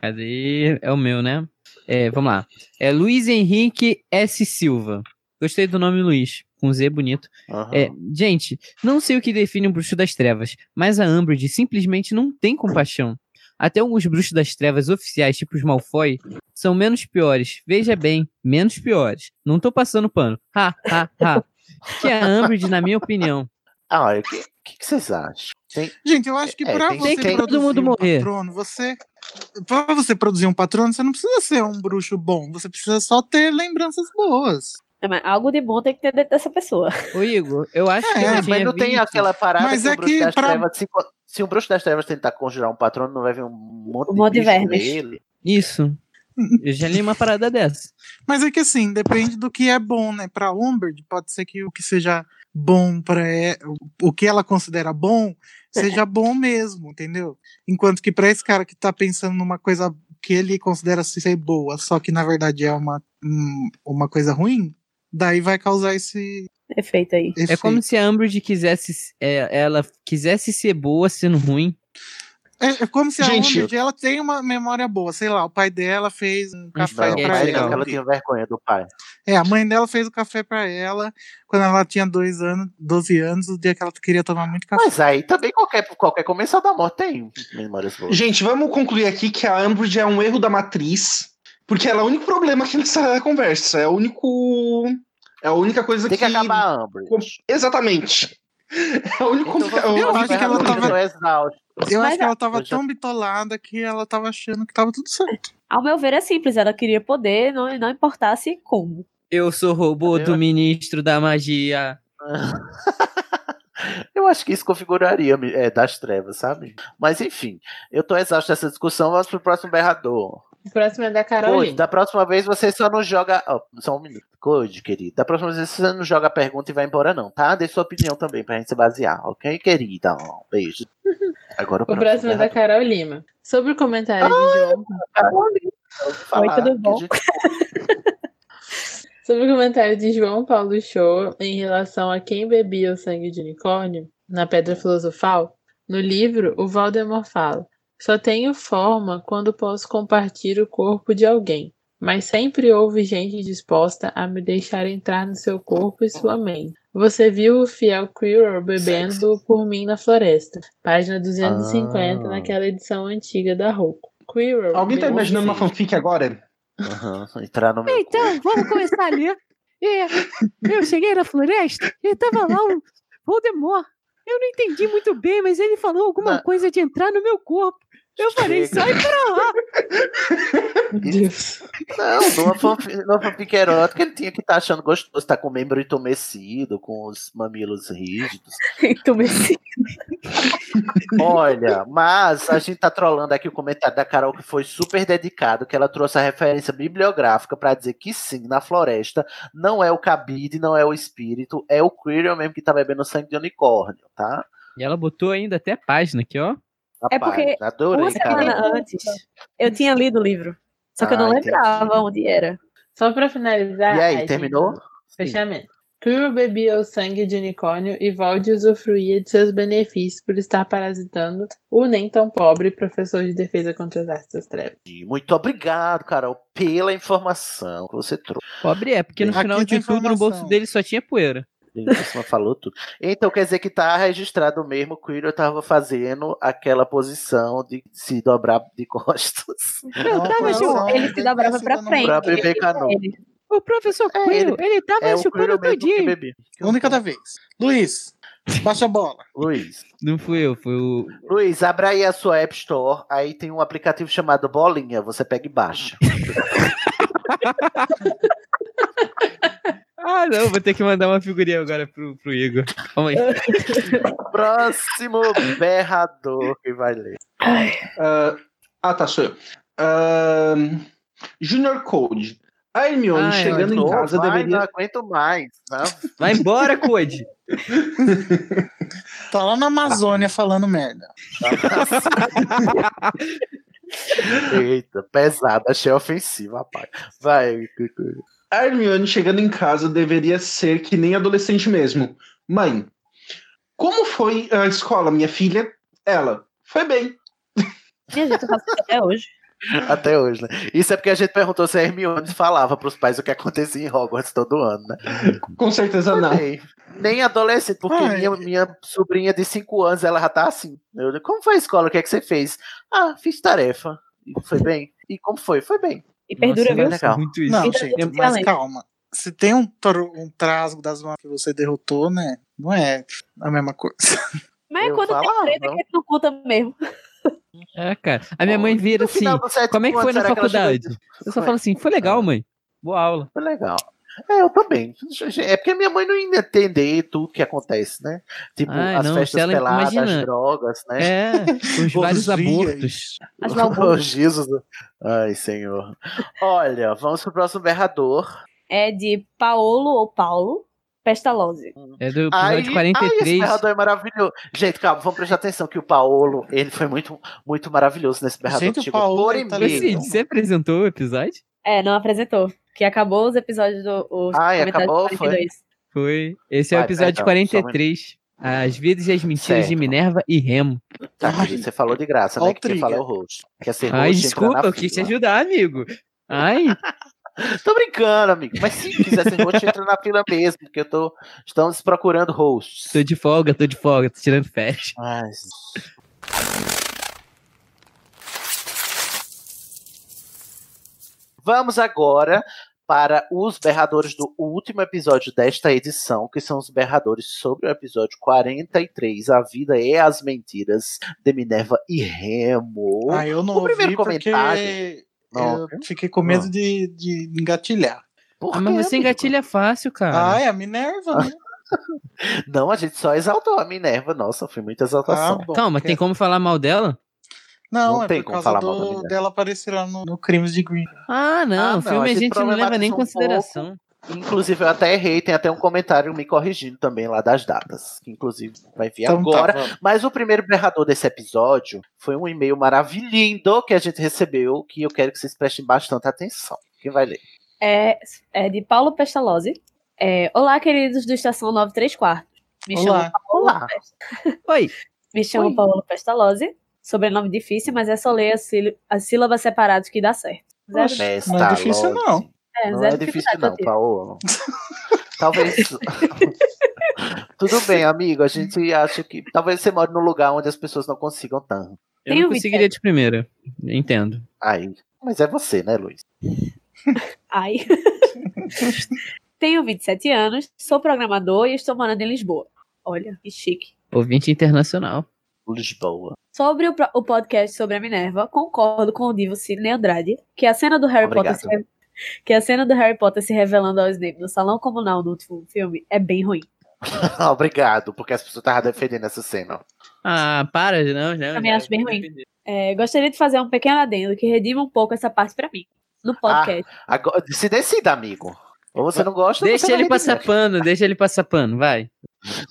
S5: Cadê? É o meu, né? É, vamos lá. É Luiz Henrique S. Silva. Gostei do nome Luiz, com Z bonito.
S1: Aham.
S5: É, gente, não sei o que define um bruxo das trevas, mas a Umbridge simplesmente não tem compaixão. Até alguns bruxos das trevas oficiais, tipo os Malfoy, são menos piores. Veja bem, menos piores. Não tô passando pano. Ha, ha, ha. Que é a Umbridge, na minha opinião.
S1: Ah, o que, que que vocês acham? Tem-
S2: Gente, eu acho que
S1: É,
S2: pra
S1: tem-
S2: você
S1: tem que
S5: todo
S2: produzir
S5: mundo
S2: um
S5: morrer.
S2: patrono, você. Pra você produzir um patrono, você não precisa ser um bruxo bom. Você precisa só ter lembranças boas.
S4: É, mas algo de bom tem que ter dentro dessa pessoa.
S5: Ô, Igor, eu acho que.
S2: É,
S5: eu
S1: É, mas
S5: tinha
S1: não tem
S5: visto-
S1: aquela parada
S2: Mas
S1: que
S2: é
S1: o bruxo
S2: que
S1: das
S2: pra-
S1: trevas. Se, co- se um bruxo das trevas tentar conjurar um patrono, não vai vir um monte
S4: Um
S1: de,
S4: monte de
S1: bicho
S4: vermes.
S1: nele.
S5: Isso. Eu já li uma parada dessa.
S2: Mas é que assim, depende do que é bom, né? Pra Umbridge, pode ser que o que seja bom para o que ela considera bom seja bom mesmo, entendeu? Enquanto que pra esse cara que tá pensando numa coisa que ele considera ser boa, só que na verdade é uma, hum, uma coisa ruim, daí vai causar esse
S4: Efeito aí.
S2: efeito.
S5: É como se a Umbridge quisesse. é, ela quisesse ser boa sendo ruim.
S2: É- é como se a
S3: Gente,
S2: Umbridge, ela tem uma memória boa, sei lá, o pai dela fez um café
S5: espaguete,
S1: Não,
S2: pra
S1: mas
S5: legal.
S1: não, que
S2: ela.
S1: ela tinha vergonha do pai.
S2: É, a mãe dela fez o café pra ela quando ela tinha dois anos, 12 anos, o dia que ela queria tomar muito café.
S1: Mas aí também qualquer, qualquer comensal da morte tem memórias boas.
S3: Gente, vamos concluir aqui que a Umbridge é um erro da matriz, porque ela é o único problema que nessa conversa. É o único. É a única coisa
S1: Tem que acabar a Amber. Então
S3: Com- Exatamente. É o único complicado. é o
S2: Eu
S3: único
S2: acho que ela
S3: complicado.
S2: tava-
S1: exausto.
S2: Eu
S4: Mas
S2: acho que
S4: a-
S2: ela tava
S1: é, Eu já-
S2: tão bitolada que ela tava achando que tava tudo certo.
S4: Ao meu ver, é simples. Ela queria poder, não, não importasse como.
S5: Eu sou robô
S1: Entendeu?
S5: do ministro da magia.
S1: Eu acho que isso configuraria é, das trevas, sabe? Mas enfim, eu tô exausto dessa discussão. Vamos pro próximo berrador.
S6: O próximo é da
S1: Code,
S6: Carolina.
S1: da próxima vez você só não joga. ó, só um minuto. Code, querido. Da próxima vez você não joga a pergunta e vai embora, não, tá? Dê sua opinião também pra gente se basear, ok, querida? Ó, Beijo. Agora o
S6: O
S1: próximo.
S6: próximo é da
S1: berrador.
S6: Carol Lima. Sobre o comentário de João
S1: Eu vou falar
S4: tudo
S1: que
S4: bom?
S1: a gente-
S6: Sobre o comentário de João Paulo Show em relação a quem bebia o sangue de unicórnio, na Pedra Filosofal, no livro, o Valdemar fala: Só tenho forma quando posso compartilhar o corpo de alguém, mas sempre houve gente disposta a me deixar entrar no seu corpo e sua mente. Você viu o fiel Quirrell bebendo por mim na floresta, página 250
S1: Ah.
S6: naquela edição antiga da Roku. Quirrell
S3: Alguém tá
S6: bebeu-
S3: imaginando uma fanfic agora?
S1: Aham, entrar no meu.
S5: Então, vamos começar ali. É, eu cheguei na floresta e tava lá o Voldemort. Eu não entendi muito bem, mas ele falou alguma
S1: Não.
S5: coisa de entrar no meu corpo. Eu falei,
S1: Chega.
S5: sai pra lá.
S6: Meu Deus.
S1: Não, numa fanfic, numa fanfic erótica ele tinha que estar achando gostoso, tá com o membro entumecido, com os mamilos rígidos.
S4: Então, assim,
S1: Olha, mas a gente tá trolando aqui o comentário da Carol que foi super dedicado, que ela trouxe a referência bibliográfica pra dizer que sim, na floresta não é o cabide, não é o espírito, é o Quirrell mesmo que tá bebendo sangue de unicórnio, tá?
S5: E ela botou ainda até a página aqui, ó.
S4: É porque uma
S1: adorei,
S4: semana
S1: Carol.
S4: antes, eu tinha lido o livro. Só que eu não
S1: Ah, entendi.
S4: lembrava onde era.
S6: Só pra finalizar.
S1: E
S6: a
S1: aí,
S6: gente-
S1: terminou?
S6: Fechamento. Quirrell bebia o sangue de unicórnio e Valde usufruía de seus benefícios por estar parasitando o nem tão pobre professor de defesa contra as artes das trevas.
S1: Sim. Muito obrigado, Carol, pela informação que você trouxe.
S5: Pobre é, porque no
S2: Aqui
S5: final
S2: tem
S5: de tudo no bolso
S2: informação.
S5: dele só tinha poeira.
S1: Lindíssima falou tudo. Então quer dizer que tá registrado mesmo que o Quirrell tava fazendo aquela posição de se dobrar de costas.
S4: Eu
S2: Não,
S4: tava,
S2: não,
S4: tipo,
S2: não,
S4: ele
S2: não
S4: se
S2: tem
S4: dobrava
S2: que
S4: pra
S2: ser
S4: frente.
S1: pra beber
S4: Ele-
S1: canoa.
S4: ele-
S5: O professor
S1: É,
S5: Coelho,
S1: ele-
S5: ele, tava
S3: Tá,
S1: é o
S5: chupando
S1: Coelho mesmo que
S5: todinho.
S1: bebi.
S2: Um de cada vez. Luiz, baixa a bola.
S1: Luiz.
S5: Não fui eu, foi o.
S1: Luiz, abra aí a sua App Store. Aí tem um aplicativo chamado Bolinha. Você pega e baixa.
S5: Ah, não, vou ter que mandar uma figurinha agora pro, pro Igor. Calma aí.
S1: Próximo berrador que vai ler.
S3: Ah, ah, tá, sou eu. Ah, Junior Code. A Hermione
S5: Ah, é,
S3: chegando em
S1: Não,
S3: casa
S1: vai,
S3: deveria.
S1: Não aguento mais. Não.
S5: Vai embora, Code.
S2: Tá lá na
S1: Ah.
S2: Amazônia falando merda.
S1: Eita, pesado. Achei ofensivo, rapaz. Vai.
S3: A Hermione chegando em casa deveria ser que nem adolescente mesmo. Mãe, como foi a escola, minha filha? Ela, foi bem.
S4: Minha gente, eu faço isso até hoje.
S1: Até hoje, né? Isso é porque a gente perguntou se a Hermione falava pros pais o que acontecia em Hogwarts todo ano, né?
S3: Com certeza não.
S1: Ei, Nem adolescente, porque
S2: Ai.
S1: minha, minha sobrinha de 5 anos, ela já tá assim. Eu, como foi a escola? O que é que você fez? Ah, fiz tarefa. E foi bem. E como foi? Foi bem.
S4: E perdura,
S5: Nossa,
S4: viu?
S5: eu
S1: Legal.
S5: gosto Muito isso.
S2: Não,
S4: Vida
S2: gente,
S4: muito
S2: mas
S4: violenta.
S2: calma. Se tem um, tro- um trasgo das mãos que você derrotou, né? Não é a mesma coisa.
S4: Mas é
S1: Eu
S4: quando tem
S1: falava.
S4: treta que ele não conta mesmo.
S5: É, cara. A minha mãe vira
S1: No
S5: assim.
S1: final do sétimo
S5: Como é que
S1: ano,
S5: foi na
S1: será que ela chegou e
S5: faculdade?
S1: disse,
S5: Eu só
S1: "Foi,
S5: falo assim, foi legal, mãe. Boa aula.
S1: Foi legal. É, eu também. É porque minha mãe não ia entender tudo que acontece, né? Tipo,
S5: Ai,
S1: as
S5: não, se
S1: festas
S5: ela-
S1: peladas,
S5: imagina.
S1: as drogas, né?
S5: É, os vários
S2: Os dias.
S5: abortos.
S4: As
S1: Oh,
S4: balbúrdias.
S1: Jesus. Ai, senhor. Olha, vamos pro próximo berrador.
S4: É de Paolo ou Paulo Pestalozzi.
S5: É do
S1: Ai,
S5: episódio
S1: ai, esse
S5: 43.
S1: berrador é maravilhoso. Gente, calma, vamos prestar atenção que o Paolo, ele foi muito, muito maravilhoso nesse berrador.
S2: Gente,
S1: que
S2: o
S1: chegou
S2: Paolo
S1: por
S2: tá
S1: e-mail.
S5: Esse, assim, você apresentou o episódio?
S4: É, não apresentou. Que acabou os episódios do. Os
S1: Ai,
S4: comentários
S1: Ah,
S4: do
S1: é, acabou? Foi?
S4: 42.
S5: Foi. Esse é o
S1: Vai,
S5: episódio
S1: perdão,
S5: 43. As vidas e as mentiras de
S1: Certo.
S5: Minerva e Remo.
S1: Tá, querido, você falou de graça,
S2: Ó
S1: né?
S2: o
S1: Que quem
S2: trigger.
S1: fala é o host. Quer ser host, entra
S5: Ai, Ah, desculpa,
S1: na
S5: eu quis te
S1: fila.
S5: ajudar, amigo. Ai,
S1: Tô brincando, amigo. Mas se quiser ser host, entra na fila mesmo, porque eu tô. Estamos procurando hosts.
S5: tô de folga, tô de folga, tô tirando férias.
S1: Ai, Vamos agora para os berradores do último episódio desta edição, que são os berradores sobre o episódio 43, A Vida e as Mentiras, de Minerva e Remo.
S2: Ah, eu não
S1: O primeiro
S2: ouvi porque
S1: comentário- Não,
S2: eu fiquei com
S1: Ah.
S2: medo de, de engatilhar.
S1: Por
S5: Ah, mas
S1: quê,
S5: você
S1: amigo?
S5: engatilha fácil, cara.
S2: Ah, é a Minerva, né?
S1: Não, a gente só exaltou a Minerva. Nossa, foi muita
S2: Ah,
S1: exaltação.
S2: bom.
S5: Calma, tem como falar mal dela?
S2: Não,
S1: Tá Não
S2: é
S1: tem
S2: por
S1: como
S2: causa
S1: falar mal da
S2: do,
S1: Minerva.
S2: dela aparecer lá no, no Crimes de Green.
S5: Ah,
S1: Ah,
S5: não,
S1: não,
S5: o filme
S1: a
S5: a
S1: gente
S5: gente não leva nem em
S1: problematizou um
S5: consideração.
S1: Inclusive, eu até errei, tem até um comentário me corrigindo também lá das datas, que inclusive vai vir
S2: Então tá,
S1: agora.
S2: vamos.
S1: Mas o primeiro berrador desse episódio foi um e-mail maravilhoso que a gente recebeu, que eu quero que vocês prestem bastante atenção. Quem vai ler?
S4: É, é de Paulo Pestalozzi. É, Olá, queridos do Estação 93 Quartos. Me
S2: Olá.
S4: chamo Paulo
S1: Olá.
S5: Oi,
S4: Me chamo
S1: Oi.
S4: Paulo Pestalozzi. Sobrenome difícil, mas é só ler as, síl- as sílabas separadas que dá certo. Zero,
S2: Oxe, não é difícil, não.
S4: é,
S1: Não
S4: zero
S1: é difícil,
S4: dificuldade,
S1: não,
S4: eu tive.
S1: Paolo. Talvez. Tudo bem, amigo. A gente acha que. Talvez você more num lugar onde as pessoas não consigam tanto.
S5: eu
S4: Tem
S5: não
S4: o
S5: conseguiria de primeira. Eu Entendo.
S1: Aí. Mas é você, né, Luiz?
S4: Ai. Tenho 27 anos, sou programador e estou morando em Lisboa. Olha, que chique.
S5: Ouvinte internacional.
S1: Lisboa.
S4: Sobre o, pro- o podcast sobre a Minerva, concordo com o Divo Sidney Andrade que a cena do Harry
S1: Obrigado.
S4: Potter se re- que a cena do Harry Potter se revelando ao Snape no salão comunal no último filme é bem ruim.
S1: Obrigado, porque as pessoas estavam defendendo essa cena.
S5: Ah, para, não, não.
S4: Também
S5: já
S4: acho bem
S5: vou
S4: ruim.
S5: defender.
S4: É, gostaria de fazer um pequeno adendo que redima um pouco essa parte pra mim. No
S1: Ah.
S4: podcast.
S1: Agora, se decida, amigo. Ou você não gosta, ou você
S5: Deixa
S1: vai
S5: ele passar
S1: redimir.
S5: pano, deixa ele passar pano, vai.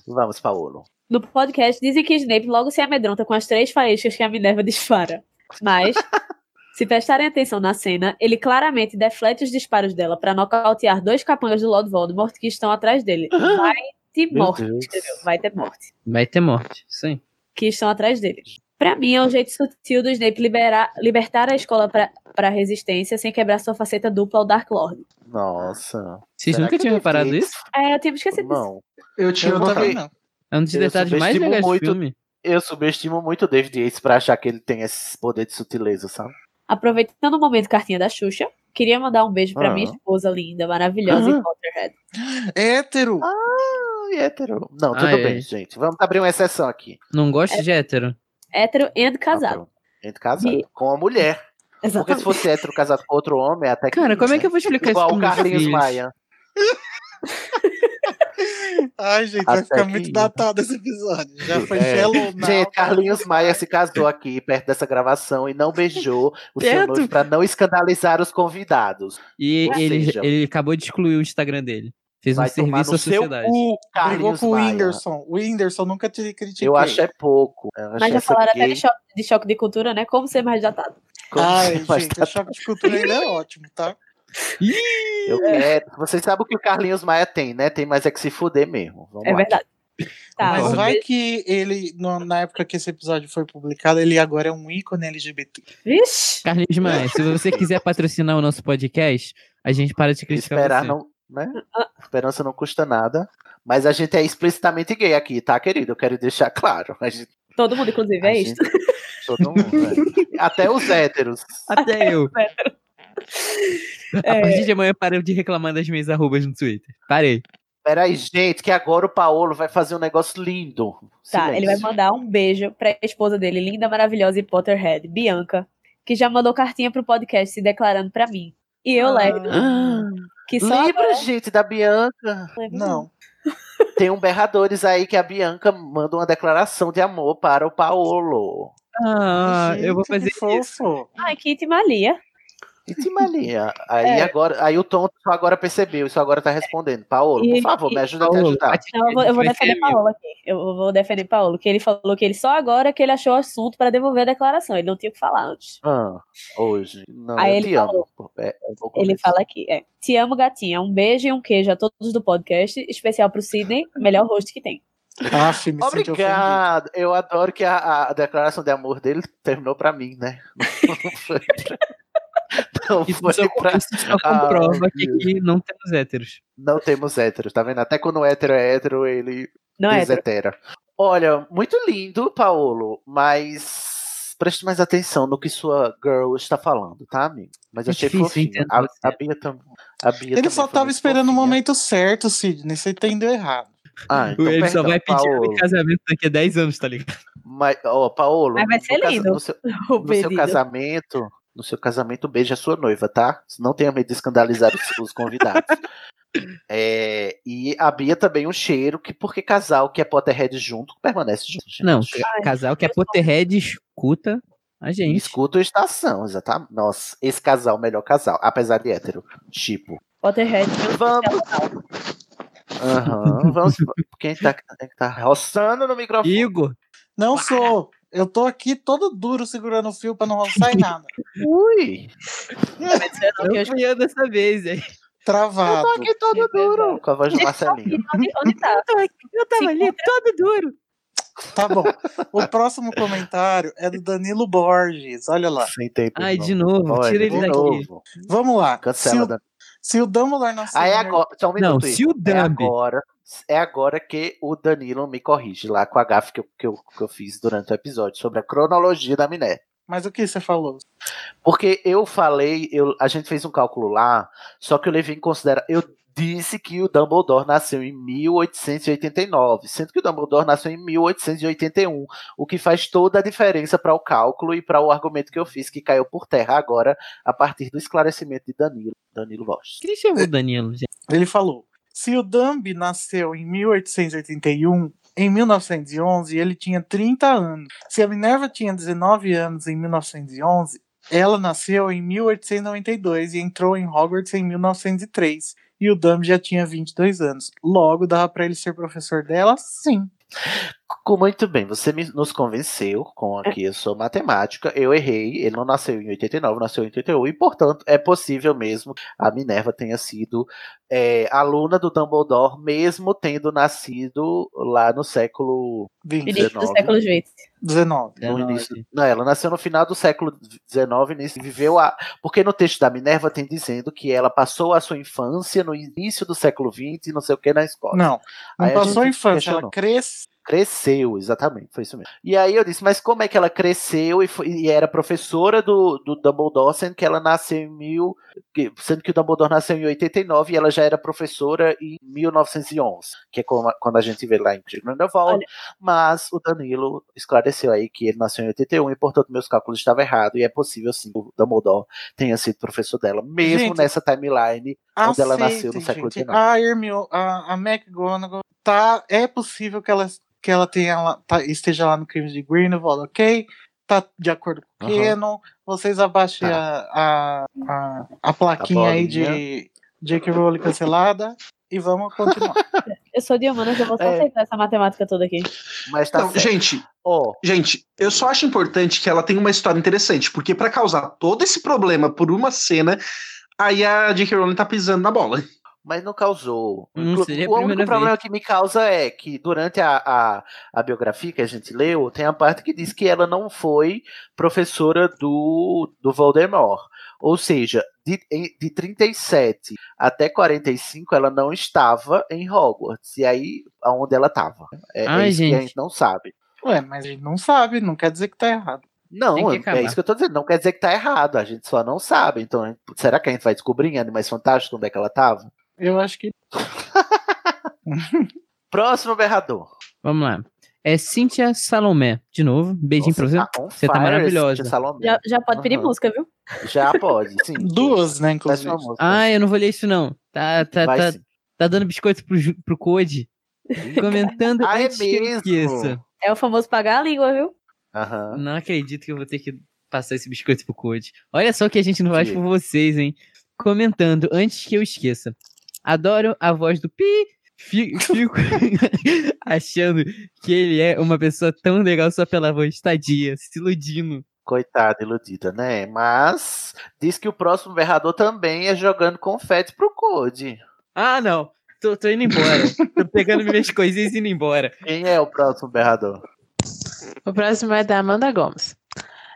S1: Vamos, Paolo.
S4: No podcast dizem que Snape logo se amedronta com as três faíscas que a Minerva dispara. Mas, se prestarem atenção na cena, ele claramente deflete os disparos dela pra nocautear dois capangas do Lord Voldemort que estão atrás dele. Vai ter
S1: Meu
S4: morte,
S1: Deus.
S4: escreveu. Vai ter morte.
S5: Vai ter morte, sim.
S4: Que estão atrás dele. Pra mim, é um jeito sutil do Snape liberar, libertar a escola pra, pra resistência sem quebrar sua faceta dupla ao Dark Lord.
S1: Nossa.
S5: Vocês
S1: Será
S5: nunca
S1: que
S5: tinham
S1: eu
S5: reparado
S1: devia-
S5: isso?
S4: É, eu tinha esquecido disso.
S1: Não.
S3: Eu tinha
S2: Eu
S3: notado.
S2: também não.
S5: É um dos
S1: Eu
S5: detalhes mais
S1: subestimo
S5: legais
S1: muito-
S5: do filme.
S1: Eu subestimo muito o David Yates pra achar que ele tem esse poder de sutileza, sabe?
S4: Aproveitando o momento cartinha da Xuxa, Queria mandar um beijo pra
S1: Ah.
S4: minha esposa linda, maravilhosa,
S1: Ah.
S4: em Potterhead.
S2: Hétero!
S1: Ah, hétero. Não, tudo
S5: Ah, é.
S1: bem, gente. Vamos abrir uma exceção aqui.
S5: Não gosto de hétero?
S4: Hétero and casado.
S1: um- Entre casado com a mulher. Porque se
S4: Exatamente.
S1: fosse hétero casado com outro homem, até que. né?
S5: Cara, como é que eu vou explicar
S1: Igual
S5: isso
S1: o
S5: pros meus
S1: Carlinhos
S5: filhos?
S1: Maia.
S2: Ai, gente, vai
S1: Até
S2: ficar
S1: que-
S2: muito datado esse episódio. Já foi
S1: É.
S2: Shallow Now.
S1: Gente, Carlinhos Maia se casou aqui perto dessa gravação e não beijou o seu
S5: Certo.
S1: noivo pra não escandalizar os convidados.
S5: E
S1: Ou
S5: ele,
S1: seja,
S5: ele acabou de excluir o Instagram dele. Fez um
S1: vai tomar
S5: serviço
S1: no seu
S5: à sociedade.
S1: cu,
S2: Brigou
S1: Carlinhos
S2: com o
S1: Maia.
S2: Whindersson. O Whindersson nunca te critiquei.
S1: Eu acho é pouco. Eu acho
S4: Mas já
S1: essa
S4: falaram até
S1: gay
S4: de choque, de choque de cultura, né? Como ser mais datado.
S1: como
S2: Ai,
S1: se- mas
S2: gente,
S1: tá-
S2: o choque de cultura ainda é ótimo, tá?
S1: eu
S4: É.
S1: quero- Vocês sabem o que o Carlinhos Maia tem, né? Tem mais é que se fuder mesmo. Vamos
S4: É
S1: lá.
S4: verdade. Tá,
S2: Mas
S4: um
S2: vai
S4: beijo.
S2: que ele, no- na época que esse episódio foi publicado, ele agora é um ícone LGBT.
S4: Vixe!
S5: Carlinhos Maia, se você quiser patrocinar o nosso podcast, a gente para de criticar
S1: Esperar
S5: é você.
S1: não. Né?
S4: Ah,
S1: Esperança não custa nada. Mas a gente é explicitamente gay aqui, tá, querido? Eu quero deixar claro. A gente,
S4: Todo mundo, inclusive,
S1: a
S4: é isso.
S1: gente- todo mundo, né? Até os héteros.
S5: Até eu. A
S4: É.
S5: partir de amanhã eu paro de reclamar das minhas arrobas no Twitter. Parei.
S1: Peraí, gente, que agora o Paolo vai fazer um negócio lindo.
S4: Tá, ele vai
S1: Silêncio.
S4: mandar um beijo pra esposa dele, linda, maravilhosa e Potterhead, Bianca, que já mandou cartinha pro podcast se declarando pra mim. E
S2: Ah.
S4: eu, Leandro, que só
S1: Lembra,
S4: agora-
S1: gente, da Bianca?
S4: É
S2: Não.
S1: Tem um berradores aí que a Bianca manda uma declaração de amor para o Paolo.
S5: Ah, eu vou fazer
S2: Gente, que
S5: isso.
S2: fofo.
S4: Ai, Kitty Malia.
S1: E que mania. Aí
S4: É.
S1: agora, aí o Tom só agora percebeu, isso agora tá respondendo. Paolo,
S4: E-
S1: por favor, me ajuda a te
S5: Paolo,
S1: ajudar.
S5: bate-
S4: Não, Então, eu vou, eu vou
S5: Vai ser
S4: defender
S5: amigo.
S4: Paolo aqui. Eu vou defender Paolo, que ele falou que ele só agora que ele achou o assunto pra devolver a declaração. Ele não tinha o que falar antes.
S1: Ah, hoje. Não,
S4: Aí
S1: eu
S4: ele
S1: te amo. É, é um pouco
S4: Ele
S1: isso.
S4: fala aqui, é. Te amo, gatinha. Um beijo e um queijo a todos do podcast, especial pro Sidney, melhor host que tem.
S2: Aff, me senti ofendido.
S1: Obrigado. Eu adoro que a, a declaração de amor dele terminou pra mim, né? Não foi pra- Não
S5: Isso
S1: foi
S5: só,
S1: pra-
S5: isso só
S1: Ah,
S5: comprova
S1: meu
S5: que
S1: Deus.
S5: aqui não temos héteros.
S1: Não temos héteros, tá vendo? Até quando o hétero é hétero, ele
S4: Não é? hétero.
S1: desetera. Olha, muito lindo, Paolo, mas preste mais atenção no que sua girl está falando, tá, amigo? Mas eu
S5: É
S1: achei
S5: difícil
S1: fofinho.
S5: entender
S1: A,
S5: você.
S1: a Bia tam- a Bia também.
S2: Ele só
S1: foi
S2: tava
S1: muito
S2: esperando o
S1: fofinha.
S2: momento certo, Sidney. Você entendeu errado.
S1: Ah, então
S5: ele
S1: perdão,
S5: só vai pedir ela
S1: Paolo.
S5: em casamento daqui a 10 anos, tá ligado?
S1: Mas, ó, Paolo,
S4: Mas vai
S1: no
S4: ser
S1: cas-
S4: lindo.
S1: no seu-
S4: O
S1: No seu
S4: pedido.
S1: casamento, no seu casamento, beija a sua noiva, tá? Não tenha medo de escandalizar os, os convidados. É, e a Bia também um cheiro, que porque casal que é Potterhead junto, permanece junto. gente.
S5: Não, casal que é Potterhead escuta a
S1: E
S5: gente.
S1: escuta o estação, exatamente. Nossa, esse casal, é o melhor casal, apesar de hétero. Tipo.
S4: Potterhead.
S1: Vamos. Aham, vamos. Quem tá, quem tá roçando no microfone?
S5: Igor,
S2: Não sou. Eu tô aqui todo duro segurando o fio pra não roçar em nada.
S1: Ui!
S4: Não, que eu
S5: eu fui eu dessa vez, hein?
S1: Eu
S2: Travado.
S1: tô aqui todo
S4: Que
S1: duro com a voz do Marcelinho.
S4: Onde, onde tá?
S5: Eu tava ali todo duro.
S2: Tá bom. O próximo comentário é do Danilo Borges. Olha lá.
S1: Sem tempo.
S5: Ai,
S1: irmão.
S5: de novo,
S1: Olha,
S5: tira ele
S1: Tá de
S5: daqui.
S1: novo.
S2: Vamos lá.
S1: Cancela,
S2: se,
S1: Dan-
S2: o, se o Dan Mular nasceu.
S1: Aí
S2: no-
S1: agora, só um
S5: Não,
S1: minuto.
S5: se
S1: Igor.
S5: o
S1: é
S5: Dambi-
S1: agora, é agora que o Danilo me corrige lá com a gafe que eu, que, eu, que eu fiz durante o episódio sobre a cronologia da Miné.
S2: Mas o que você falou?
S1: Porque eu falei, eu, a gente fez um cálculo lá, só que eu levei em consideração. Eu disse que o Dumbledore nasceu em 1889, sendo que o Dumbledore nasceu em 1881, o que faz toda a diferença para o cálculo e para o argumento que eu fiz, que caiu por terra agora, a partir do esclarecimento de Danilo, Danilo Borges.
S5: Quem chamou o Danilo, gente?
S2: Ele falou: se o Dambi nasceu em 1881, em 1911 ele tinha 30 anos. Se a Minerva tinha 19 anos em 1911, ela nasceu em 1892 e entrou em Hogwarts em 1903. E o Dambi já tinha 22 anos. Logo, dava pra ele ser professor dela? Sim.
S1: Co- Muito bem, você me- nos convenceu com aqui a sua matemática. Eu errei, ele não nasceu em 89, nasceu em 81, e portanto é possível mesmo que a Minerva tenha sido é, aluna do Dumbledore, mesmo tendo nascido lá no século
S2: 20,
S4: Início do
S1: 19.
S4: século XX.
S2: 19.
S1: no início,
S5: 19.
S1: não, ela nasceu no final do século XIX, início- viveu a. Porque no texto da Minerva tem dizendo que ela passou a sua infância no início do século XX, não sei o que, na escola.
S2: Não, não
S1: Aí a
S2: passou a
S1: gente
S2: infância,
S1: questionou.
S2: ela cresceu.
S1: Cresceu, exatamente, foi isso mesmo. E aí eu disse, mas como é que ela cresceu e, foi- e era professora do, do Dumbledore, sendo que ela nasceu em mil, que- sendo que o Dumbledore nasceu em 89 e ela já era professora em 1911, que é como a- quando a gente vê lá em Grindelwald. Mas o Danilo esclareceu aí que ele nasceu em 81 e, portanto, meus cálculos estavam errados e é possível sim que o Dumbledore tenha sido professor dela, mesmo
S2: Gente,
S1: nessa timeline onde ela nasceu
S2: Aceitem,
S1: no século
S2: gente.
S1: XIX.
S2: A Hermione, a, a McGonagall, tá, é possível que ela, que ela tenha lá- tá- esteja lá no crime de Grindelwald, ok? Tá de acordo com o
S1: Aham. Tá.
S2: Canon. Vocês abaixem a, a, a, a plaquinha aí de
S4: bolinha.
S2: Jake Rowling cancelada e vamos continuar.
S4: Eu sou de humanas, eu vou só aceitar essa matemática toda aqui.
S1: Mas tá
S3: Não, Então, gente, gente, eu só acho importante que ela tenha uma história interessante, porque pra causar todo esse problema por uma cena, aí a J.K. Rowling tá pisando na bola.
S1: Mas não causou.
S3: Não
S1: Inclu-
S3: Hum, seria a
S1: o único
S3: primeira
S1: problema
S3: vez.
S1: que me causa é que durante a, a, a biografia que a gente leu, tem a parte que diz que ela não foi professora do, do Voldemort. Ou seja, de, em- de 37 até 45 ela não estava em Hogwarts. E aí, aonde ela estava? É, é
S2: Ai,
S1: isso que a
S2: gente.
S1: gente não sabe.
S2: Ué, mas a gente não sabe, não quer dizer que tá errado.
S1: Não, é isso que eu tô dizendo. Não quer dizer que tá errado. A gente só não sabe. Então, a gente- será que a gente vai descobrir em Animais Fantásticos onde é que ela estava?
S2: Eu acho que.
S1: Próximo berrador.
S5: Vamos lá. É Cíntia Salomé, de novo. Beijinho pra você. você tá
S1: fire,
S5: maravilhosa.
S1: Cíntia Salomé.
S4: Já, já pode pedir
S5: Aham.
S4: música, viu?
S1: Já pode, sim.
S2: Duas,
S1: Tá
S2: né, inclusive.
S5: Ah, eu não vou ler isso, não. Tá, tá,
S2: Vai
S5: tá,
S2: sim.
S5: tá dando biscoito pro, Ju- pro Code. Comentando
S4: Ah, é
S5: antes que eu
S4: mesmo?
S5: esqueça.
S4: É o famoso pagar a língua, viu?
S5: Não acredito que eu vou ter que passar esse biscoito pro Code. Olha só o que a gente não faz
S4: Sim.
S5: por vocês, hein? Comentando antes que eu esqueça. Adoro a voz do Pi. Fi- Fico achando que ele é uma pessoa tão legal só pela voz. Tadinha, se iludindo.
S1: Coitada, iludida, né? Mas diz que o próximo berrador também é jogando confete pro Code.
S5: Ah, não. Tô, tô indo embora. tô pegando minhas coisinhas e indo embora.
S1: Quem é o próximo berrador?
S6: O próximo é da Amanda Gomes.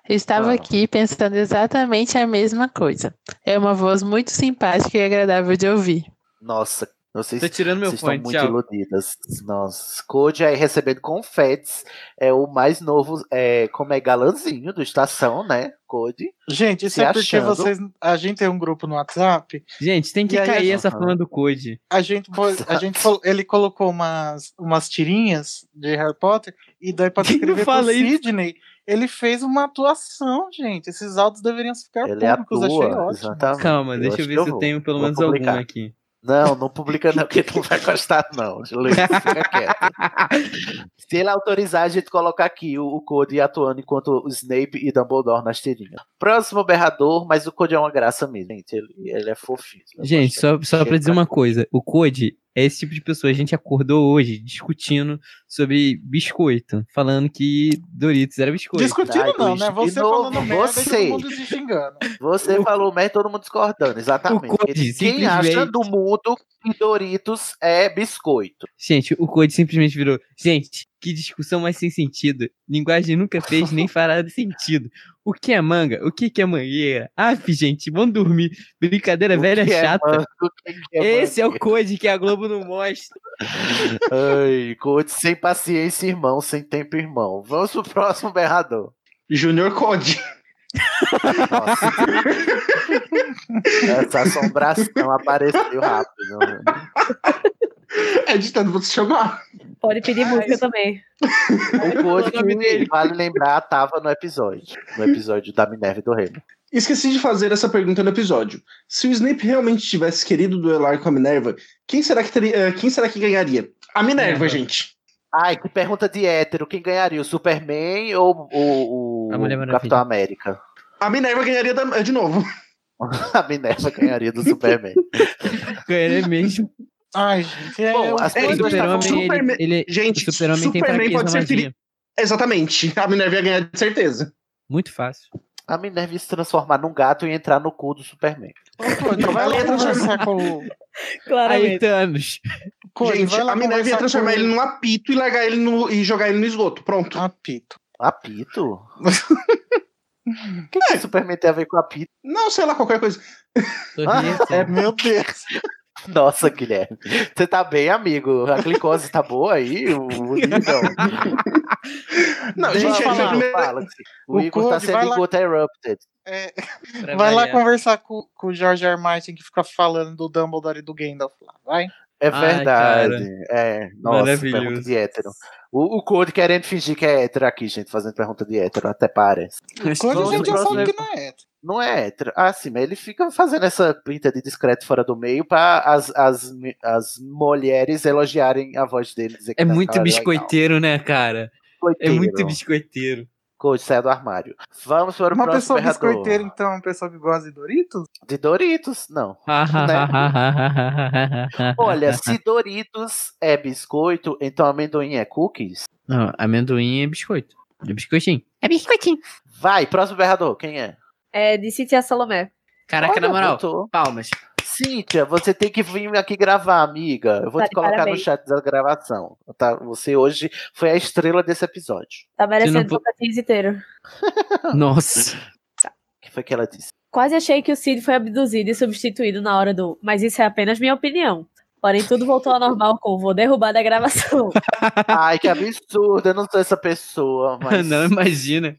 S6: Estava aqui pensando exatamente a mesma coisa. É uma voz muito simpática e agradável de ouvir.
S1: Nossa, vocês,
S5: Tô tirando meu
S1: vocês
S5: fone,
S1: estão muito
S5: tchau.
S1: iludidas. Nossa, Code aí recebendo confetes. É o mais novo, é, como é galãzinho do Estação, né? Code.
S2: Gente, isso
S1: se
S2: é porque
S1: achando.
S2: vocês. A gente tem um grupo no WhatsApp.
S5: Gente, tem que
S2: E aí a
S5: cair
S2: gente-
S5: essa
S2: Aham.
S5: fama do Code.
S2: A gente, pô- a gente colo- ele colocou umas, umas tirinhas de Harry Potter e daí para escrever pro
S5: falei isso.
S2: Sidney, ele fez uma atuação, gente. Esses áudios deveriam ficar
S1: Ele
S2: É públicos, achei
S1: atua,
S2: ótimo.
S1: exatamente.
S5: Calma, deixa
S1: Tá acho
S5: eu ver
S1: que
S5: se eu
S1: vou.
S5: tenho pelo
S1: Vou
S5: menos algum
S1: publicar.
S5: aqui.
S1: Não, não publica não, porque tu não vai gostar não. Luiz, fica quieto. Se ele autorizar, a gente coloca aqui o, o Cody atuando enquanto o Snape e Dumbledore nas tirinhas. Próximo berrador, mas o Cody é uma graça mesmo, gente. Ele, ele é fofinho.
S5: Gente, só, só pra dizer uma coisa. O Code é esse tipo de pessoa. A gente acordou hoje discutindo sobre biscoito. Falando que Doritos era biscoito.
S2: Discutindo não, né? Você falando merda e todo
S1: você.
S2: mundo se xingando.
S1: tá- Você falou merda, todo mundo discordando, exatamente.
S5: O Cody
S1: Porque Quem
S5: simplesmente-
S1: acha do mundo que Doritos é biscoito?
S5: Gente, o Code simplesmente virou. Gente, que discussão mais sem sentido. Linguagem nunca fez nem fará sentido. O que é manga? O que que é mangueira? Aff, gente, vamos dormir. Brincadeira velha
S1: que é
S5: chata.
S1: manga?
S5: Esse é o Code que a Globo não mostra.
S1: Ai, Cody, sem paciência, irmão, sem tempo, irmão. Vamos pro próximo berrador.
S3: Junior Code.
S1: Essa assombração apareceu rápido. né?
S3: É de tanto você chamar.
S4: Pode pedir música também.
S1: É O Cody, que, vale lembrar, tava no episódio. No episódio da Minerva e do Reino.
S3: Esqueci de fazer essa pergunta no episódio. Se o Snape realmente tivesse querido duelar com a Minerva, quem será que, teria, eh, quem será que ganharia? A Minerva, gente.
S1: Ai, que pergunta de hétero. Quem ganharia, o Superman ou o, o-
S3: A Mulher
S1: o
S3: Maravilha.
S1: Capitão América?
S3: A Minerva ganharia da- eh, de novo.
S1: A Minerva ganharia do Superman.
S5: Ganharia é mesmo.
S2: Ai, gente, é,
S1: Bom,
S2: o
S1: as
S3: É,
S1: pessoas estavam-
S3: Superman, ele, gente,
S5: o Super-Homem tem
S3: Superman
S5: fraqueza
S3: pode
S5: na
S3: ser
S5: magia.
S3: feri- Exatamente. A Minerva ia ganhar de certeza.
S5: Muito fácil.
S1: A Minerva ia se transformar num gato e entrar no cu do Superman.
S2: Cody, vai lá conversar com o.
S5: Aí, Thanos.
S2: Cody,
S3: gente,
S2: vai lá
S3: a Minerva ia
S2: conversar
S3: transformar
S2: com Ah.
S3: ele num apito e largar ele no, e jogar ele no esgoto. Pronto.
S2: Apito.
S1: Apito? O que, que o Superman tem a ver com apito?
S3: Não, sei lá, qualquer coisa.
S1: Ah,
S2: é, meu Deus.
S1: Nossa, Guilherme. Você tá bem, amigo? A glicose tá boa aí? O, o nível?
S3: Não, gente,
S1: fala,
S3: é primeiro-
S1: fala. O,
S2: O
S1: Igor tá
S2: Code, vai
S1: sendo
S2: lá.
S1: interrupted.
S2: É,
S1: Pra
S2: vai lá
S1: variar.
S2: conversar com, com o George R. R. Martin que fica falando do Dumbledore e do Gandalf lá, vai.
S1: É
S2: Ai,
S1: verdade. é, nossa,
S5: Maravilhoso.
S1: pergunta de hétero. O, o Code querendo fingir que é hétero aqui, gente, fazendo pergunta de hétero, até parece.
S2: O Cody a gente já sabe que não é hétero.
S1: Não é hétero. Ah, sim, mas ele fica fazendo essa pinta de discreto fora do meio pra as, as, as mulheres elogiarem a voz dele. Dizer que
S5: É
S1: tá
S5: muito
S1: legal.
S5: biscoiteiro, né, cara? É
S1: Biscoiteiro.
S5: muito biscoiteiro.
S1: Code, saia do armário. Vamos para o
S2: Uma
S1: próximo
S2: pessoa
S1: errador.
S2: biscoiteira, então, uma pessoa que gosta de Doritos?
S1: De Doritos, não. Né? Olha, se Doritos é biscoito, então amendoim é cookies?
S5: Não, amendoim é biscoito. É biscoitinho.
S4: É biscoitinho.
S1: Vai, próximo berrador, quem é?
S4: É de Cintia Salomé.
S5: Caraca, na moral,
S1: palmas. Cíntia, você tem que vir aqui gravar, amiga. Eu vou
S4: Tá
S1: te
S4: de
S1: colocar
S4: parabéns.
S1: no chat da gravação. tá? Você hoje foi a estrela desse episódio.
S4: Tá merecendo
S1: não po-
S4: um patins inteiro.
S1: Ah,
S5: Nossa.
S1: O que foi que ela disse?
S4: Quase achei que o Cid foi abduzido e substituído na hora do. Mas isso é apenas minha opinião. Porém, tudo voltou ao normal com vou derrubar da
S1: É
S4: gravação.
S1: Ai, que absurdo, eu não sou essa pessoa, mas.
S5: Não, imagina.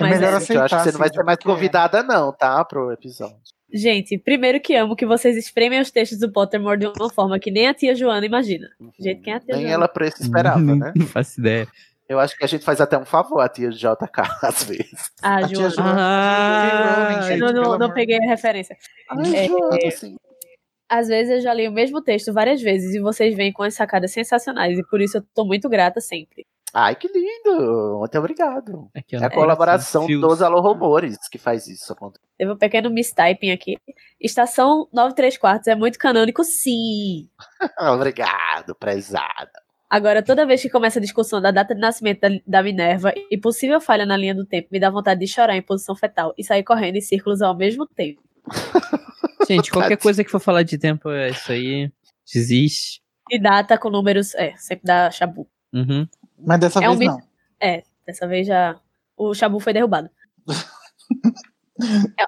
S1: É
S4: Mas
S1: melhor
S4: é.
S1: aceitar. Eu acho que você não vai
S4: Cíntia,
S1: ser mais
S5: é.
S1: convidada, não, tá? Pro episódio.
S4: Gente, primeiro que amo que vocês espremem os textos do Pottermore de uma forma que nem a tia Joana imagina. Gente, quem é a tia
S1: Nem
S4: Joana?
S1: ela pra isso esperava, né?
S5: Não faço ideia.
S1: Eu acho que a gente faz até um favor à tia JK, às vezes.
S4: Ah,
S1: A tia
S4: Joana.
S1: Joana.
S4: Eu não, não peguei a referência. É,
S1: Ai, Joana, sim.
S4: Às vezes eu já li o mesmo texto várias vezes e vocês vêm com as sacadas sensacionais e por isso eu tô muito grata sempre.
S1: Ai, que lindo! Muito obrigado.
S5: ó,
S1: é a colaboração
S5: fios.
S1: dos Alô Rumores que faz isso acontecer.
S4: Teve um pequeno mistyping aqui. Estação 93 quartos é muito canônico, sim.
S1: Obrigado, prezada.
S4: Agora, toda vez que começa a discussão da data de nascimento da, da Minerva e possível falha na linha do tempo, me dá vontade de chorar em posição fetal e sair correndo em círculos ao mesmo tempo.
S5: Gente, qualquer coisa que for falar de tempo é isso aí. Desiste.
S4: E data com números. É, sempre dá chabu.
S5: Uhum.
S2: Mas dessa
S4: é
S2: vez
S4: mi-
S2: não.
S4: É, dessa vez já. O chabu foi derrubado.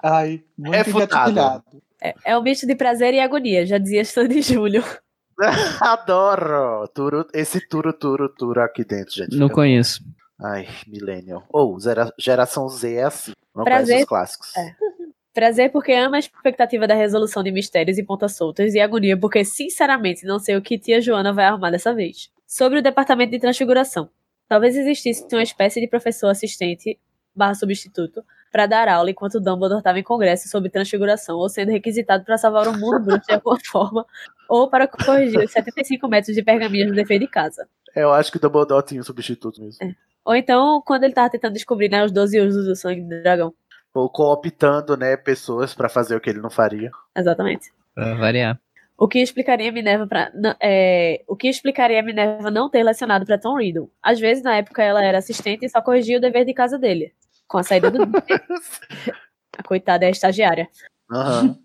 S2: Ai, muito engatilhado.
S4: É, é um misto de prazer e agonia, já dizia Sandy Júnior.
S1: Adoro! Turu, esse turo, turo, turo aqui dentro, gente.
S5: Não
S1: Eu-
S5: conheço.
S1: Ai, Millennial. Ou zera- geração Z é assim. Não
S4: Prazer.
S1: conhece os clássicos.
S4: É. Prazer porque ama a expectativa da resolução de mistérios e pontas soltas, e agonia porque, sinceramente, não sei o que tia Joana vai arrumar dessa vez. Sobre o departamento de transfiguração. Talvez existisse uma espécie de professor assistente barra substituto para dar aula enquanto Dumbledore estava em congresso sobre transfiguração ou sendo requisitado para salvar o mundo bruxo de alguma forma ou para corrigir os 75 metros de pergaminhos do defeito de casa.
S1: É, Eu acho que o Dumbledore tinha um substituto mesmo.
S4: Ou então, quando ele estava tentando descobrir né, os 12 usos do sangue do dragão.
S1: Ou cooptando, né, pessoas pra fazer o que ele não faria.
S4: Exatamente.
S5: Pra variar.
S4: O que explicaria a Minerva pra, na- é, o que explicaria a Minerva não ter lecionado pra Tom Riddle? Às vezes, na época, ela era assistente e só corrigia o dever de casa dele. Com a saída do A coitada é a estagiária.
S1: Aham.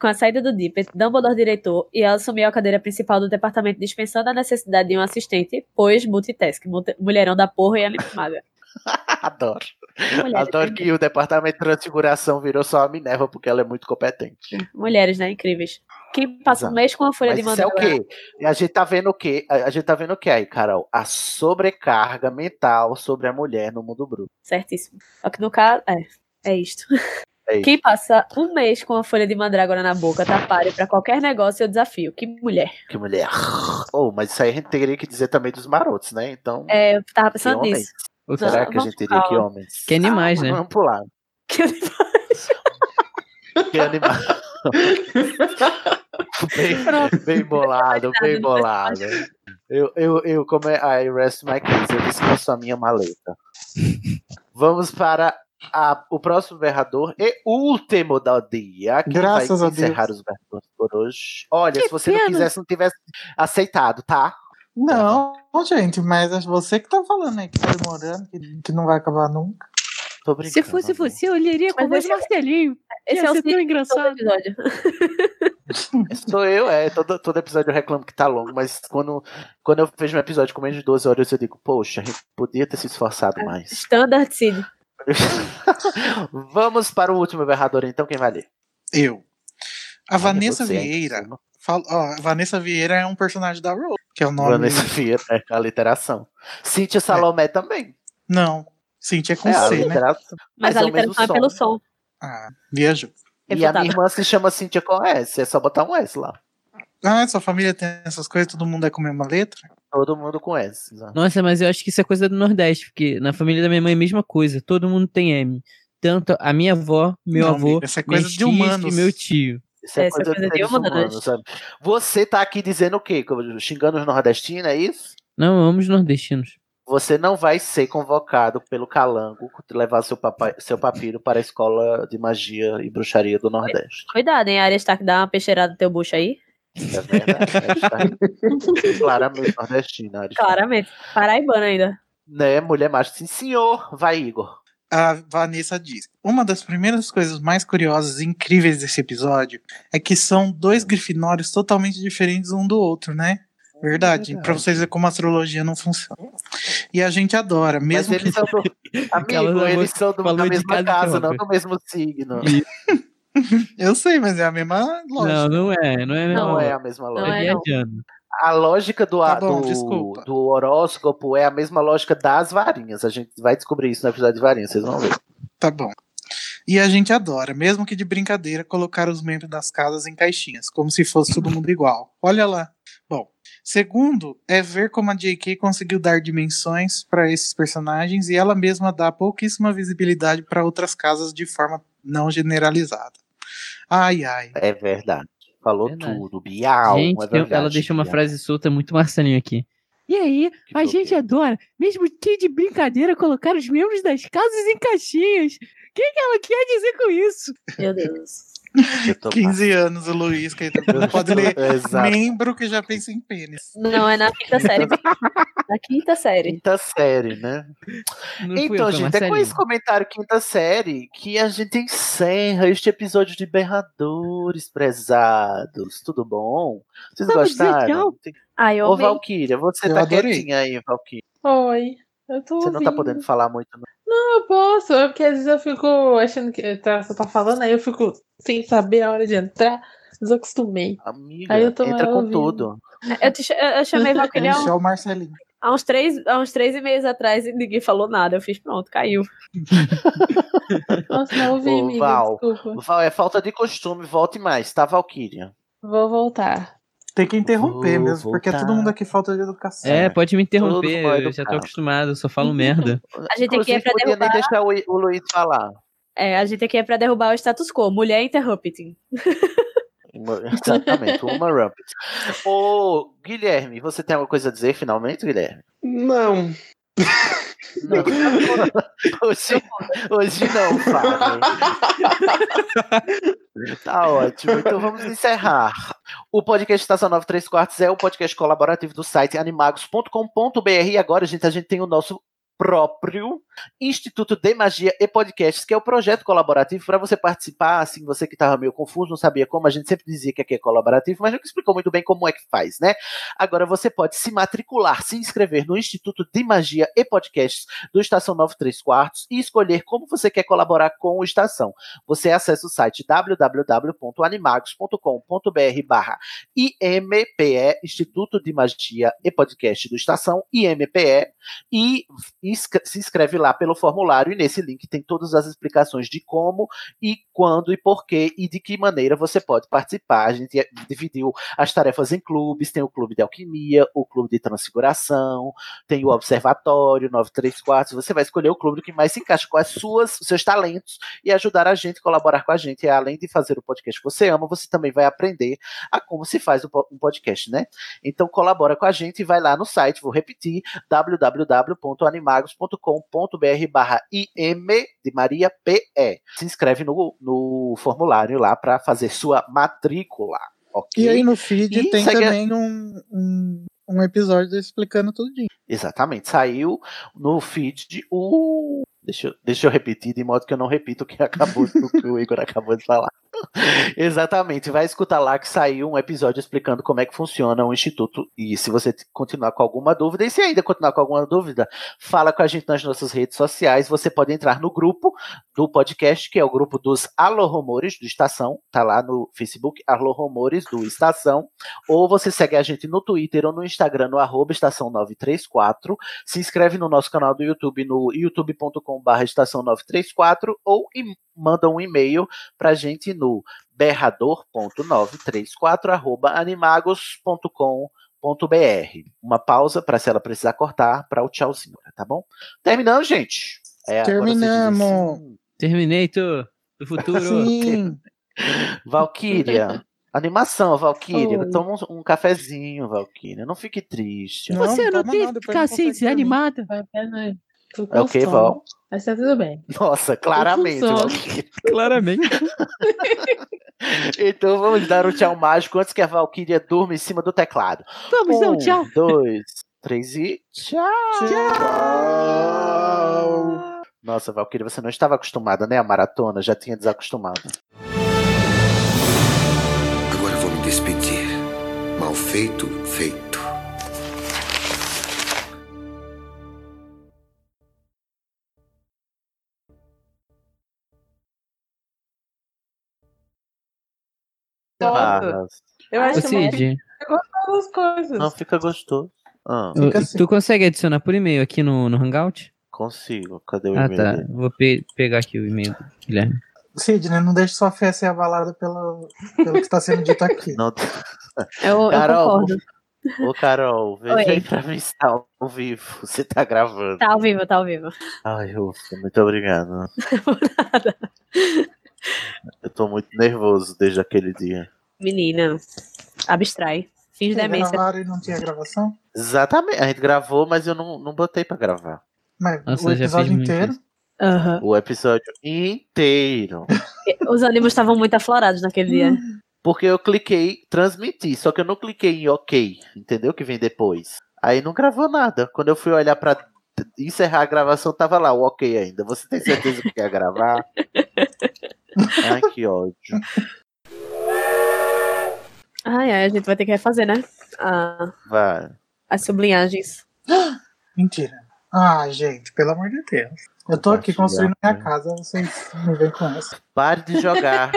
S4: Com a saída do Dippet, Dumbledore diretor, e ela assumiu a cadeira principal do departamento dispensando a necessidade de um assistente, pois multitask, multi- mulherão da porra e animaga.
S1: Adoro.
S4: Mulher
S1: Adoro que o departamento de transfiguração virou só a Minerva, porque ela é muito competente.
S4: Mulheres, né? Incríveis. Quem passa um mês com a folha
S1: Mas
S4: de
S1: isso é o
S4: mandala...
S1: quê? E A gente tá vendo o quê? A a gente tá vendo o quê aí, Carol? A sobrecarga mental sobre a mulher no mundo bruto.
S4: Certíssimo. Só que no caso. É, é isto.
S1: É isto.
S4: Quem passa um mês com a folha de mandrágora na boca tá páreo pra qualquer negócio ou desafio. Que mulher.
S1: Que mulher. Oh, mas isso aí a gente teria que dizer também dos marotos, né? Então,
S4: É, eu tava
S1: que
S4: pensando
S1: homens?
S4: nisso.
S5: Tá.
S1: Será
S4: Não,
S1: que a
S4: vamos
S1: gente teria que
S4: pular.
S1: homens? Ah,
S5: Que animais, né?
S1: Vamos pular. Que animais. bem, bem bolado, bem bolado. Eu, eu, eu, como é, I rest my case, eu descanso a minha maleta. Vamos para a- o próximo berrador e último do dia. que
S2: Graças
S1: vai
S2: a
S1: encerrar
S2: Deus.
S1: os berradores por hoje. Olha,
S2: Que
S1: se você não
S2: pena.
S1: quisesse, não tivesse aceitado, tá?
S2: Não, gente, mas é você que tá falando aí, que tá demorando, que, que não vai acabar nunca.
S1: Se
S9: fosse você, eu olharia com
S4: Mas
S9: voz
S4: esse- é
S9: Marcelinho.
S4: esse
S9: Ia
S4: é o
S9: ser
S4: ciclo
S9: tão
S4: de
S9: engraçado.
S1: Sou eu, é. Todo, todo episódio eu reclamo que tá longo, mas quando, quando eu vejo um episódio com menos de 12 horas, eu digo, poxa, a gente podia ter se esforçado mais.
S4: Standard Cid.
S1: Vamos para o último berrador, então, quem vai ler?
S2: Eu. A
S1: Olha
S2: Vanessa
S1: você, é hein?
S2: Vieira Fala, ó, Vanessa Vieira é um personagem da Rose, que é o nome.
S1: Vanessa Vieira é a literação. Cíntia Salomé também.
S2: Não. Cintia é com
S1: É, a
S2: C, né?
S1: literação.
S4: Mas,
S1: Mas
S4: a
S1: é o mesmo
S4: literação é pelo som. tá,
S2: Ah, viajou.
S1: E a
S4: Refutada.
S1: minha irmã se chama Cíntia com S. É só botar um S lá.
S2: Ah, sua família tem essas coisas, todo mundo é com a mesma letra?
S1: Todo mundo com S. né? exato.
S5: Nossa, mas eu acho que isso é coisa do Nordeste, porque na família da minha mãe é a mesma coisa, todo mundo tem M. Tanto a minha avó, meu
S2: Não,
S5: avô,
S2: amiga, isso é
S5: minhas
S2: coisa de
S5: tias
S2: humanos.
S5: e meu tio.
S1: Isso é,
S4: Essa
S1: coisa,
S4: coisa
S1: de
S4: de
S1: seres
S4: humanas.
S1: humanos, sabe? Você tá aqui dizendo o quê? Xingando os nordestinos, é isso?
S5: Não, eu amo os nordestinos.
S1: Você não vai ser convocado pelo calango levar seu, papai, seu papiro para a escola de magia e bruxaria do Nordeste.
S4: Cuidado, hein? A área está que dá uma peixeirada no teu bucho aí.
S1: É verdade. Aristarco. Claramente nordestina. Aristarco.
S4: Claramente. Paraibano ainda.
S1: Né, mulher macho. Sim, senhor. Vai, Igor.
S2: A Vanessa diz: Uma das primeiras coisas mais curiosas e incríveis desse episódio é que são dois grifinórios totalmente diferentes um do outro, né? Verdade. Pra vocês verem como a astrologia não funciona. E a gente adora, mesmo
S1: Mas
S2: que.
S1: eles são do... Amigo,
S5: Aquela
S1: eles são do, da
S5: falou de
S1: mesma
S5: casa
S1: casa, não
S5: própria.
S1: do mesmo signo.
S2: Eu sei, mas é a mesma
S5: Não,
S2: lógica.
S5: não é, não é mesmo.
S1: Não é
S5: é,
S1: a mesma
S4: Não
S1: lógica.
S4: é, não.
S5: viajando.
S1: A lógica do,
S2: Tá bom,
S1: do,
S2: desculpa.
S1: do horóscopo é a mesma lógica das varinhas. A gente vai descobrir isso na episódio de varinhas, vocês vão ver.
S2: Tá bom. E a gente adora, mesmo que de brincadeira, colocar os membros das casas em caixinhas, como se fosse todo mundo igual. Olha lá. Bom, segundo é ver como a JK conseguiu dar dimensões para esses personagens e ela mesma dá pouquíssima visibilidade para outras casas de forma não generalizada. Ai, ai.
S1: É verdade. Falou
S5: Verdade.
S1: tudo. Bial.
S5: gente,
S1: é
S5: tem- um,
S1: verdade,
S5: ela deixou uma
S1: Bial.
S5: frase solta muito marcelinho aqui. E aí,
S1: Que
S5: a
S1: bloqueio.
S5: gente adora, mesmo que de brincadeira, colocar os membros das casas em caixinhas. O que, que ela quer dizer com isso?
S4: Meu Deus.
S1: Eu tô
S2: 15 anos, o Luiz, que
S1: passando.
S2: não pode ler
S1: Exato.
S2: membro que já pensa em pênis.
S4: Não, é na quinta série. Na quinta série.
S1: Quinta série, né?
S5: Não fui
S1: Então,
S5: eu, foi
S1: gente, é com
S5: Marcelinho.
S1: esse comentário quinta série que a gente encerra este episódio de Berradores Prezados. Tudo bom? Vocês
S5: Vamos dizer
S1: gostaram?
S4: Ai, eu
S1: Ô,
S4: amei.
S1: Valkyria, você
S2: Eu
S1: tá
S2: adorei.
S1: quietinha aí, Valkyria.
S6: Oi, eu tô
S1: Você
S6: ouvindo.
S1: não tá podendo falar muito, não.
S6: Eu posso, é porque às vezes eu fico achando que tá- você tá falando, aí eu fico sem saber a hora de entrar, desacostumei.
S1: Amiga,
S6: Aí eu tô
S1: entra com
S6: ouvindo.
S1: tudo.
S4: É, Eu, te ch- eu- eu chamei
S2: Ele
S4: Valquíria
S2: é
S4: há, um-
S2: o Marcelinho.
S4: há uns três, há uns três e meses atrás e ninguém falou nada. Eu fiz, pronto, caiu.
S6: Nossa, não ouvi,
S1: Ô,
S6: amigo,
S1: Val.
S6: desculpa.
S1: Val, é falta de costume, volte mais, tá, Valkyria?
S6: Vou voltar.
S2: Tem que interromper
S1: Vou
S2: mesmo, porque é todo
S1: voltar.
S2: mundo aqui falta de educação.
S5: É, pode me
S1: Todo
S5: interromper,
S1: mal
S5: eu já tô
S1: educado.
S5: acostumado, eu só falo merda.
S4: A gente aqui
S1: Inclusive,
S4: é pra
S1: podia
S4: derrubar.
S1: nem deixar o, o Luiz falar.
S4: É, a gente aqui é pra derrubar o status quo. Mulher interrupting.
S1: Exatamente, uma Rumpet. Ô, Guilherme, você tem alguma coisa a dizer finalmente, Guilherme?
S3: Não.
S1: Não. hoje, hoje não, Fábio. Tá ótimo. Então vamos encerrar. O podcast Estação 93 Quartos é o podcast colaborativo do site animagos.com.br. E agora, gente, a gente tem o nosso próprio Instituto de Magia e Podcasts, que é o projeto colaborativo para você participar, assim, você que estava meio confuso, não sabia como, a gente sempre dizia que aqui é colaborativo, mas nunca explicou muito bem como é que faz, né? Agora você pode se matricular, se inscrever no Instituto de Magia e Podcasts do Estação 93 Quartos e escolher como você quer colaborar com o Estação você acessa o site www.animagos.com.br barra IMPE, Instituto de Magia e Podcast do Estação, IMPE, e inscre- se inscreve lá pelo formulário e nesse link tem todas as explicações de como e quando e porquê e de que maneira você pode participar. A gente dividiu as tarefas em clubes, tem o clube de alquimia, o clube de transfiguração, tem o observatório 934, você vai escolher o clube que mais se encaixa com as suas, os seus talentos e ajudar a gente, colaborar com a gente. E além de fazer o podcast que você ama, você também vai aprender a como se faz o po- um podcast, né? Então colabora com a gente e vai lá no site, vou repetir, www.animagos.com.br barra IM de Maria PE. Se inscreve no, no formulário lá para fazer sua matrícula. ok?
S2: E aí no feed
S1: E
S2: tem
S1: segue a-
S2: também um, um, um episódio explicando tudinho.
S1: Exatamente, saiu no feed o Deixa eu, deixa eu repetir, de modo que eu não repito o que, acabou, o que o Igor acabou de falar. Exatamente, vai escutar lá que saiu um episódio explicando como é que funciona o Instituto. E se você continuar com alguma dúvida, e se ainda continuar com alguma dúvida, fala com a gente nas nossas redes sociais. Você pode entrar no grupo do podcast, que é o grupo dos Alô Rumores do Estação, tá lá no Facebook, Alô Rumores do Estação. Ou você segue a gente no Twitter ou no Instagram, no arroba Estação 934. Se inscreve no nosso canal do YouTube, no youtube.com barra estação 934 ou manda um e-mail para gente no berrador.934 arroba animagos.com.br. Uma pausa para se ela precisar cortar para o tchauzinho, tá bom? Terminamos, gente.
S2: É, Terminamos. Assim.
S5: Terminei tu, do
S1: Tá
S5: futuro. Sim.
S1: Valkyria. Animação, Valkyria. Oi. Toma um, um cafezinho, Valkyria. Não fique triste.
S5: Não, Você não, não tem que ficar assim, desanimada.
S6: Tô com
S1: É o que,
S6: sono,
S1: Val?
S6: Mas tá tudo bem.
S1: Nossa, claramente.
S6: sono.
S1: Valkyria.
S5: Claramente.
S1: Então vamos dar um tchau mágico antes que a Valkyria durma em cima do teclado.
S5: Vamos,
S1: um,
S5: não, tchau.
S1: dois, três e tchau.
S3: Tchau.
S1: Nossa, Valkyria, você não estava acostumada, né? A maratona já tinha desacostumado.
S9: Agora vou me despedir. Mal feito, feito.
S6: Tá.
S1: Barras.
S6: Eu
S5: Ô,
S6: acho que mais
S5: Cid,
S6: todas as coisas.
S1: Ah, Não fica gostoso. Ah,
S5: tu-
S2: Fica assim.
S5: tu consegue adicionar por e-mail aqui no, no Hangout?
S1: consigo. Cadê o
S5: Ah,
S1: e-mail
S5: tá.
S1: dele?
S5: Vou pe- pegar aqui o e-mail do Guilherme.
S2: Sidney, não deixe sua fé ser abalada pelo, pelo que está sendo dito aqui.
S1: Não...
S4: Eu, eu
S1: Carol,
S4: concordo.
S1: Ô, Carol, veja
S4: Oi.
S1: aí pra mim se tá ao vivo. Você tá gravando.
S4: Tá ao vivo, tá ao vivo.
S1: Ai, ufa, muito obrigado. Eu tô muito nervoso desde aquele dia.
S4: Menina, abstrai. Finge
S1: é
S2: Vocês
S4: demência.
S2: gravaram e não tinha gravação?
S1: Exatamente. A gente gravou, mas eu não, não botei pra gravar.
S2: Mas
S5: Nossa,
S2: o
S5: eu já fiz
S2: episódio
S5: muito
S2: inteiro.
S4: Aham.
S1: O episódio inteiro.
S4: Os ânimos estavam muito aflorados naquele dia.
S1: Porque eu cliquei transmitir, só que eu não cliquei em OK, entendeu? Que vem depois. Aí não gravou nada. Quando eu fui olhar pra t- encerrar a gravação, tava lá o OK ainda. Você tem certeza que quer gravar? Ai, que ódio.
S4: Ai, ai, a gente vai ter que refazer, né? Ah,
S1: Vai.
S4: as sublinhagens.
S2: Mentira. Ah, gente, pelo amor de Deus. Eu
S5: Tá
S2: tô aqui
S1: Compartilhar,
S2: construindo minha
S1: né?
S2: casa, vocês me vêm com essa.
S1: Pare de jogar.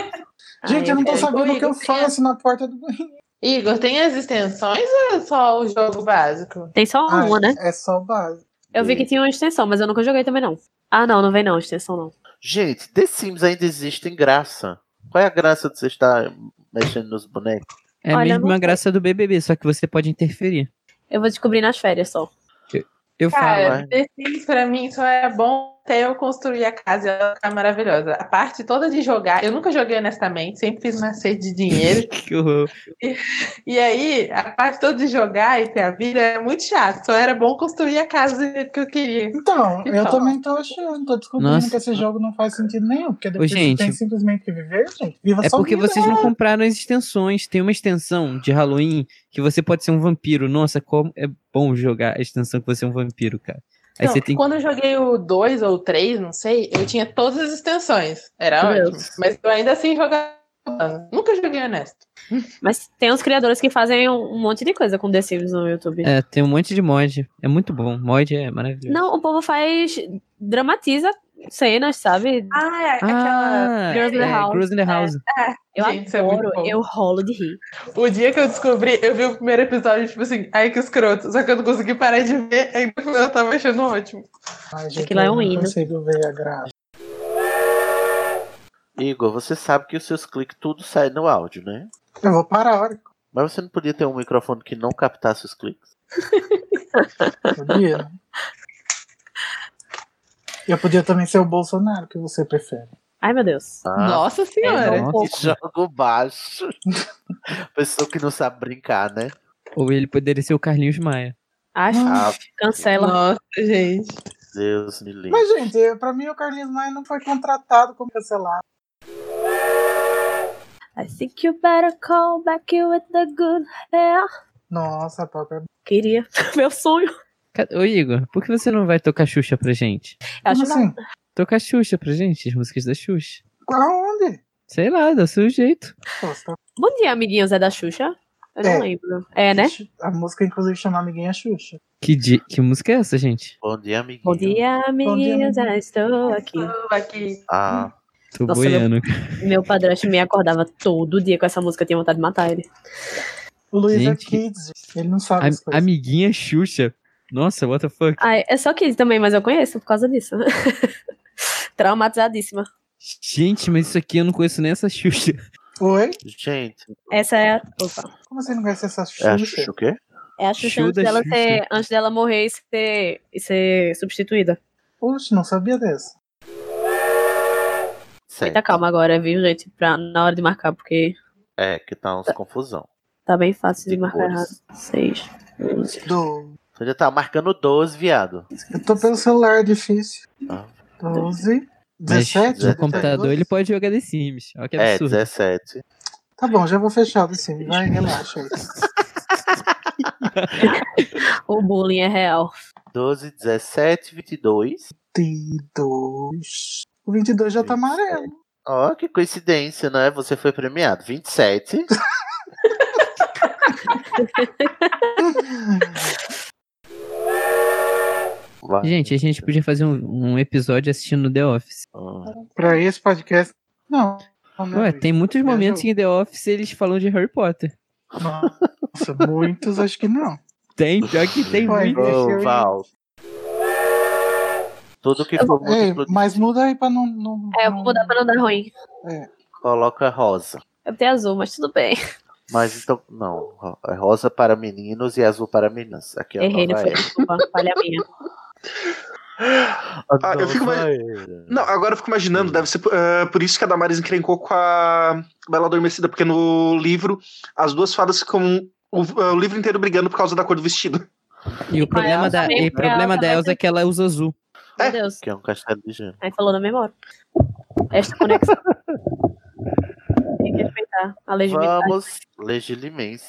S2: Gente,
S4: Ai,
S2: eu não
S1: é
S2: tô
S4: quero-
S2: sabendo o que eu
S6: Igor,
S2: faço na porta do banheiro.
S6: Igor, tem as extensões ou é só o jogo básico?
S4: Tem só
S2: Ah,
S4: uma, né?
S2: É só o básico.
S4: Eu vi que tinha uma extensão, mas eu nunca joguei também, não. Ah, não, não vem não, extensão não.
S1: Gente, The Sims ainda existe em graça. Qual é a graça de você estar mexendo nos bonecos?
S5: É a
S4: Olha, eu não
S5: mesma
S4: sei.
S5: graça do BBB, só que você pode interferir.
S4: Eu vou descobrir nas férias só.
S5: Eu falo,
S1: vai.
S6: Cara, The Sims pra mim só é bom até eu construir a casa e ela ficar maravilhosa. A parte toda de jogar, eu nunca joguei honestamente, sempre fiz nascer de dinheiro.
S5: que horror.
S6: E aí, a parte toda de jogar e ter a vida é muito chato. Só era bom construir a casa do jeito que eu queria.
S2: Então, eu
S6: Então.
S2: também tô achando, tô descobrindo
S5: Nossa.
S2: que esse jogo não faz sentido nenhum, porque depois
S5: gente.
S2: você tem simplesmente que viver, gente. Viva
S5: É
S4: um
S2: só
S5: porque
S2: vida. né?
S5: vocês não compraram as extensões. Tem uma extensão de Halloween que você pode ser um vampiro. Nossa, como é bom jogar a extensão que você é um vampiro, cara. Aí
S6: Não,
S5: você tem.
S6: Quando eu joguei o 2 ou o 3, não sei, eu tinha todas as extensões. Era
S4: Meu
S6: ótimo. Mas eu ainda assim jogava. Nunca joguei honesto.
S4: Mas tem uns criadores que fazem um, um monte de coisa com The Sims no YouTube.
S5: É, tem um monte de mod. É muito bom. Mod é maravilhoso.
S4: Não, o povo faz. dramatiza cenas, sabe?
S6: Ah, é
S5: Ah,
S4: Girls in the House,
S5: Girls in the
S4: é.
S5: House.
S4: Eu
S6: Gente, isso é muito
S4: adoro,
S6: bom.
S4: eu rolo de rir.
S6: O dia que eu descobri, eu vi o primeiro episódio, tipo assim, ai que escroto. Só que eu não consegui parar de ver, ainda eu tava achando ótimo.
S2: Ai, gente,
S4: Aquilo é um
S2: eu não
S4: hino.
S2: consigo ver a graça.
S1: Igor, você sabe que os seus cliques tudo sai no áudio, né?
S2: Eu vou parar a hora,
S1: Mas você não podia ter um microfone que não captasse os cliques.
S2: sabia? né? Eu podia também ser o Bolsonaro, que você prefere.
S4: Ai, meu Deus.
S1: Ah,
S6: Nossa
S4: É,
S6: senhora.
S4: não.
S1: que jogo baixo. Pessoa que não sabe brincar, né?
S5: Ou ele poderia ser o Carlinhos Maia.
S4: Ai,
S1: Ah,
S4: cancela.
S6: Nossa, gente.
S1: Deus me livre.
S2: Mas, gente, eu- pra mim o Carlinhos Maia não foi contratado como cancelado.
S4: I think you better call back you with the good hair.
S2: Nossa, a própria.
S4: Queria. Meu sonho.
S5: Ca- Ô, Igor, por que você não vai tocar Xuxa pra gente?
S4: Eu acho Como assim?
S5: Tocar Xuxa pra gente, as músicas da Xuxa.
S2: Aonde? tá
S5: Sei lá, dá seu jeito.
S4: Bom dia, amiguinhos. É da Xuxa? Eu
S2: É.
S4: não lembro. É, né?
S2: A música, inclusive, chama Amiguinha Xuxa.
S5: Que, di- que música é essa, gente?
S1: Bom dia, amiguinho.
S4: Bom dia, amiguinhos.
S2: amiguinhos.
S4: Já estou aqui.
S6: aqui.
S1: Ah,
S5: Tô
S4: Nossa,
S5: boiando.
S4: Meu padrasto me acordava todo dia com essa música. Eu tinha vontade de matar ele.
S2: O Luiz
S5: Gente,
S2: é kids, ele não sabe as
S5: A-
S2: coisas.
S5: amiguinha Xuxa. Nossa, what the fuck?
S4: Ai, é só Kids também, mas eu conheço por causa disso. Traumatizadíssima.
S5: Gente, mas isso aqui eu não conheço nem essa Xuxa.
S2: Oi?
S1: Gente,
S4: Essa é a. Opa.
S2: Como você não conhece essa
S1: é a
S2: Xuxa?
S1: Xuxa o quê?
S4: É a Xuxa
S5: Show
S4: antes
S5: da
S4: dela,
S5: Xuxa.
S4: Ser, antes dela morrer e ser, e ser substituída.
S2: Oxe, não sabia dessa.
S1: Certo.
S4: Tá calma agora, viu, gente? Pra, na hora de marcar, porque
S1: É, que tá uns confusão.
S4: tá bem fácil de
S1: De
S4: marcar errado.
S1: cores.
S4: Seis. onze.
S2: Do...
S1: Você já tá marcando 12, viado.
S2: Eu tô pelo celular, é difícil.
S1: Ah.
S2: 12,
S5: Mas
S2: 17,
S5: no computador
S2: 12?
S5: ele pode jogar The Sims. Olha que
S1: É,
S5: absurdo.
S1: 17.
S2: Tá bom, já vou fechar o sim. Vai, relaxa aí.
S4: O bullying é real.
S1: 12, 17, 22.
S2: 22. O 22 já tá amarelo.
S1: Ó, que coincidência, né? Você foi premiado. 27. Lá.
S5: Gente, a gente podia fazer um, um episódio assistindo The Office.
S1: Ah,
S2: Pra esse podcast. Não. não, né,
S5: Ué,
S2: Luiz?
S5: tem muitos
S2: Viajou.
S5: momentos em The Office eles falam de Harry Potter.
S2: Nossa, muitos acho que não.
S5: Tem, pior que tem
S2: Ué,
S5: muito.
S2: deixa eu
S1: Ô,
S2: ir.
S1: Val. Tudo que
S4: Eu
S1: for
S2: Ei,
S1: múltiplo,
S2: mas muda aí pra não. não
S4: É, eu vou
S2: não-
S4: mudar pra não dar ruim.
S1: coloca rosa.
S4: Eu botei azul, mas tudo bem.
S1: Mas então, não. ro- é Rosa para meninos e azul para meninas. Aqui é a
S4: Errei, não
S1: nova
S4: foi
S1: era.
S4: desculpa. Falha minha.
S1: A
S3: Ah, eu fico
S1: nova
S3: mais-
S1: era.
S3: Não, agora eu fico imaginando, deve ser ah, por isso que a Damaris encrencou com a Bela Adormecida, porque no livro as duas fadas ficam o, ah, o livro inteiro brigando por causa da cor do vestido.
S5: E o problema
S4: Elsa
S5: da,
S4: também,
S5: e o
S4: porque a
S5: problema
S4: Elsa
S5: da
S4: vai
S5: Elsa
S4: ter-
S5: é que ela usa azul.
S4: Meu Deus.
S1: Que é um castelo de gelo.
S4: Aí falou na memória. Esta conexão. Tem que respeitar a legitimidade.
S1: Vamos, legilimense.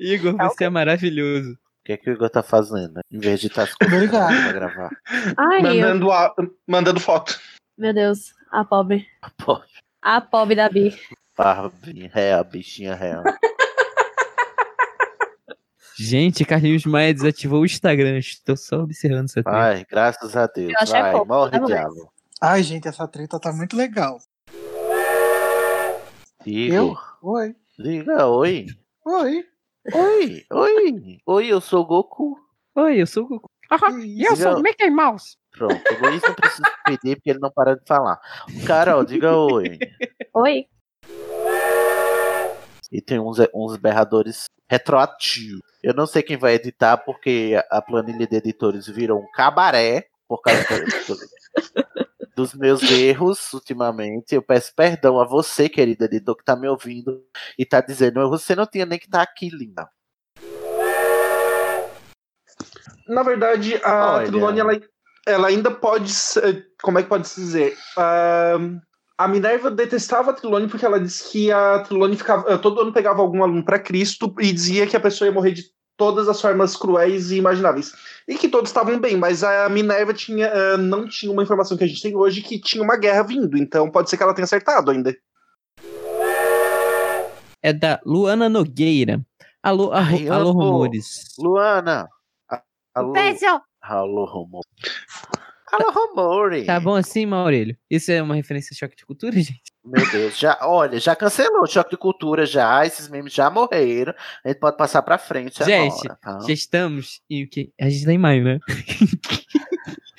S5: Igor,
S4: Tá,
S5: você é maravilhoso.
S1: O que é que o Igor tá fazendo? Em vez de estar tá escutando
S2: Obrigado.
S1: pra gravar.
S4: Ai, eu-
S3: Mandando, a- mandando foto.
S4: meu Deus. A pobre.
S1: Pô,
S4: A pobre da Bi.
S1: Barbie, real, bichinha real.
S5: Gente, Carlinhos Maia desativou o Instagram. Estou só observando essa treta.
S1: Ai, graças a Deus.
S4: Eu acho é
S1: Vai,
S4: pouco,
S1: morre,
S4: né, mas-
S1: diabo.
S2: Ai, gente, essa treta tá muito legal. Eu?
S1: Igor,
S2: Oi.
S1: diga oi.
S2: Oi.
S1: Oi, oi. Oi, eu sou o Goku.
S5: Oi, eu sou o Goku.
S2: Que isso?
S1: sou o
S5: Mickey Mouse.
S1: Pronto, o Luiz não precisa pedir porque ele não para de falar. Carol, diga oi.
S4: Oi.
S1: E tem uns, uns berradores retroativos. Eu não sei quem vai editar porque a planilha de editores virou um cabaré por causa do- dos meus erros ultimamente. Eu peço perdão a você, querido editor, que tá me ouvindo e tá dizendo: você não tinha nem que estar aqui, linda.
S3: Na verdade, a
S1: Olha.
S3: Trilone, ela, ela ainda pode. ser- Como é que pode se dizer? Ah, a Minerva detestava a Trilone porque ela disse que a Trilone ficava. ah, Todo ano pegava algum aluno pra Cristo e dizia que a pessoa ia morrer de todas as formas cruéis e imagináveis. E que todos estavam bem, mas a Minerva tinha, ah, não tinha uma informação que a gente tem hoje que tinha uma guerra vindo. Então pode ser que ela tenha acertado ainda.
S5: É da Luana Nogueira. Alô, arro-
S1: Ai,
S5: alô,
S1: amo.
S5: rumores.
S1: Luana! a- Alô,
S4: Beijo.
S1: alô, rumor. Alô, rumores.
S5: Tá bom assim, Maurílio? Isso é uma referência a choque de cultura, gente?
S1: Meu Deus, já, olha, já cancelou o choque de cultura, já, esses memes já morreram. A gente pode passar pra frente
S5: Gente,
S1: agora, tá?
S5: Já estamos em o quê? A gente tá em maio, né?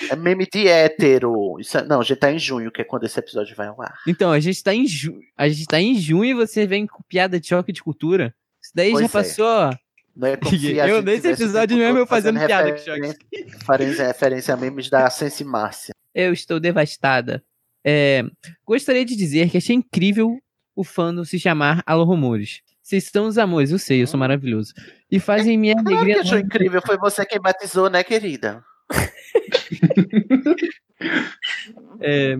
S1: É meme de hétero. Isso é- não, já tá em junho, que é quando esse episódio vai ao ar.
S5: Então, a gente tá em, ju... a gente tá em junho e você vem com piada de choque de cultura? Isso daí
S1: Pois
S5: já
S1: é.
S5: passou. ó.
S1: Não é como se a
S5: Eu
S1: gente
S5: nesse
S1: tivesse o
S5: episódio
S1: tempo
S5: mesmo eu
S1: todo
S5: fazendo piada com
S1: referência- Referência, referência a memes da Sense Márcia.
S5: Eu estou devastada. É, gostaria de dizer que achei incrível o fandom se chamar Alô Rumores. Vocês são os amores, eu sei, eu sou maravilhoso. E fazem minha
S1: Hum. Claro que
S5: alegria.
S1: achou incrível, foi você quem batizou, né, querida?
S5: É,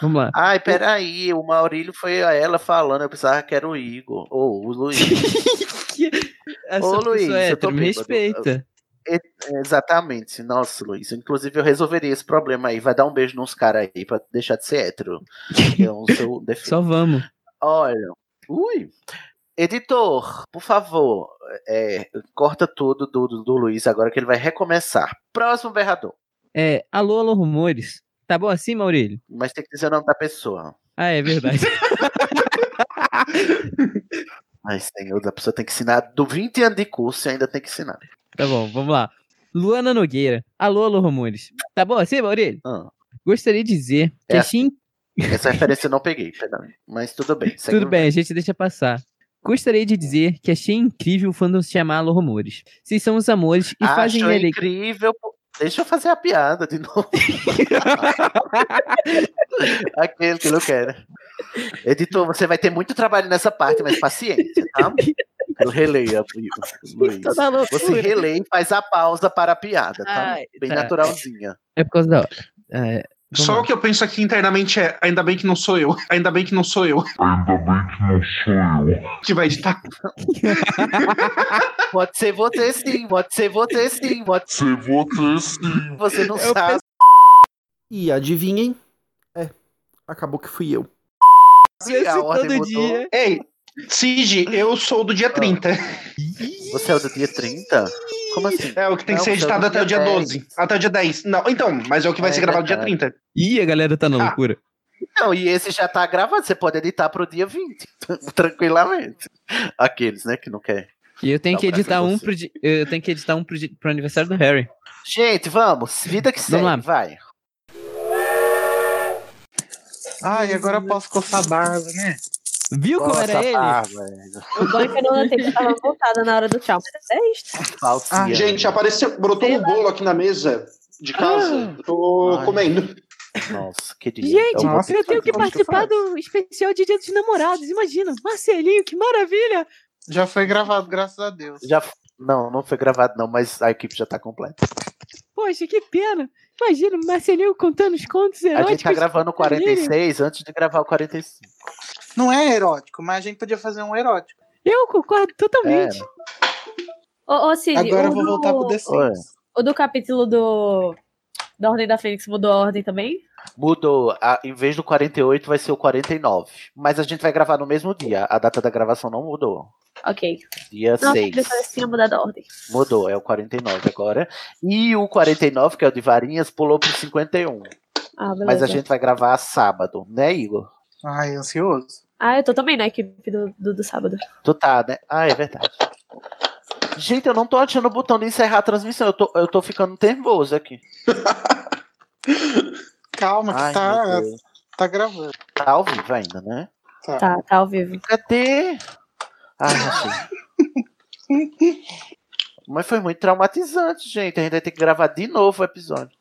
S5: vamos lá.
S1: Ai, peraí, o Maurílio foi ela falando, eu pensava que era o Igor. Ou o Luiz.
S5: Que- Essa
S1: Ô,
S5: pessoa
S1: Luiz,
S5: é
S1: eu tô
S5: hétero, me
S1: bêbado.
S5: respeita.
S1: E- Exatamente. Nossa, Luiz. Inclusive, eu resolveria esse problema aí. Vai dar um beijo nos caras aí pra deixar de ser hétero. Que é um seu defeito.
S5: Só vamos.
S1: Olha. Ui. Editor, por favor, é, corta tudo do, do, do Luiz agora que ele vai recomeçar. Próximo berrador.
S5: É, alô, alô, rumores. Tá bom assim, Maurílio?
S1: Mas tem que dizer o nome da pessoa.
S5: Ah, é verdade.
S1: Ai, senhor, a pessoa tem que ensinar. Do 20 anos de curso e ainda tem que ensinar.
S5: Tá bom, vamos lá. Luana Nogueira. Alô, alô, rumores. Tá bom assim, Maurílio? Gostaria de dizer que
S1: Ah. É
S5: a
S1: assim.
S5: Shin...
S1: Essa referência eu não peguei, perdão. Mas tudo bem. segue
S5: Tudo
S1: o-
S5: bem, a gente deixa passar. Gostaria de dizer que achei incrível o fandom se chamar Alô Rumores. Vocês são os amores e
S1: Acho
S5: fazem ele.
S1: Ah, incrível. pô. Deixa eu fazer a piada de novo. Aquele que não quer. né? Editor, você vai ter muito trabalho nessa parte, mas paciência, tá? Eu releia, Luiz.
S5: Toda tá loucura.
S1: Você releia e faz a pausa para a piada, tá?
S5: Ai,
S1: Bem
S5: tá.
S1: naturalzinha.
S5: É por causa da. É, vamos
S3: Só
S5: lá.
S3: o que eu penso aqui internamente é: ainda bem que não sou eu. Ainda bem que não sou eu.
S10: Ainda bem que não sou eu.
S3: Que vai editar.
S1: Pode ser você sim, pode ser você sim, pode ser
S10: Se você sim.
S1: você não sabe.
S11: E adivinhem? É, acabou que fui eu.
S1: a ordem mudou.
S3: Ei, Cid, eu sou do dia
S1: Ah.
S3: 30.
S1: Você é o do dia 30? Como assim?
S3: É, o que tem que
S1: Não,
S3: ser
S1: você é o
S3: editado
S1: do
S3: até o dia
S1: 10.
S3: 12. Até o dia 10. Não, então, mas é o que vai
S1: É
S3: ser gravado dia
S1: verdade.
S3: 30.
S5: Ih, a galera tá na
S1: Ah,
S5: loucura.
S1: Não, e esse já tá gravado, você pode editar pro dia 20, tranquilamente. Aqueles, né, que não quer.
S5: E eu tenho
S1: Dá
S5: que
S1: um braço
S5: editar
S1: em
S5: um
S1: você.
S5: pro. di- Eu tenho que editar um pro, di- pro aniversário do Harry.
S1: Gente, vamos, vida que segue,
S5: lá.
S1: vai.
S2: Ai, agora eu posso coçar a barba, né?
S5: Viu
S1: como Coça era a ele? barba,
S4: O bom é que eu não notei que eu tava voltada na hora do tchau, mas é isso.
S1: Falsiano.
S4: Ah,
S3: gente, apareceu, brotou um bolo aqui na mesa de casa.
S1: Ah.
S3: Tô comendo.
S1: Nossa, que delícia.
S4: Gente, eu tenho que participar do especial de Dia dos Namorados, imagina. Marcelinho, que maravilha!
S2: Já foi gravado, graças a Deus.
S1: Já... f- Não, não foi gravado não, mas a equipe já tá completa.
S4: Poxa, que pena! Imagina, Marcelinho contando os contos
S1: A gente tá gravando o
S4: né?
S1: 46 antes de gravar o 45.
S2: Não é erótico, mas a gente podia fazer um erótico.
S4: Eu concordo totalmente.
S1: É.
S4: Ô, ô Cid,
S2: Agora
S4: o
S2: eu vou
S4: um do-
S2: voltar pro The Sims.
S4: O do capítulo do da Ordem da Fênix mudou a ordem também?
S1: Mudou, a- em vez do 48 vai ser o 49. Mas a gente vai gravar no mesmo dia, a data da gravação não mudou.
S4: Ok.
S1: Dia
S4: Nossa, tá
S1: 6.
S4: ele parece que tinha mudado a ordem.
S1: Mudou, é o 49 agora. E o 49, que é o de varinhas, pulou pro 51.
S4: Ah, beleza.
S1: Mas a gente vai gravar sábado, né, Igor?
S2: Ai, ansioso.
S4: Ah, eu tô também na equipe do, do, do sábado.
S1: Tu tá, né? Ah, é verdade. Gente, eu não tô achando o botão de encerrar a transmissão. Eu tô, eu tô ficando nervoso aqui.
S2: Calma, que
S1: Ai, meu
S2: tá,
S1: Deus.
S2: tá gravando.
S1: Tá ao vivo ainda, né?
S2: Tá.
S4: Tá, tá ao vivo.
S1: Cadê? Ah, achei. Mas foi muito traumatizante, gente. A gente vai ter que gravar de novo o episódio.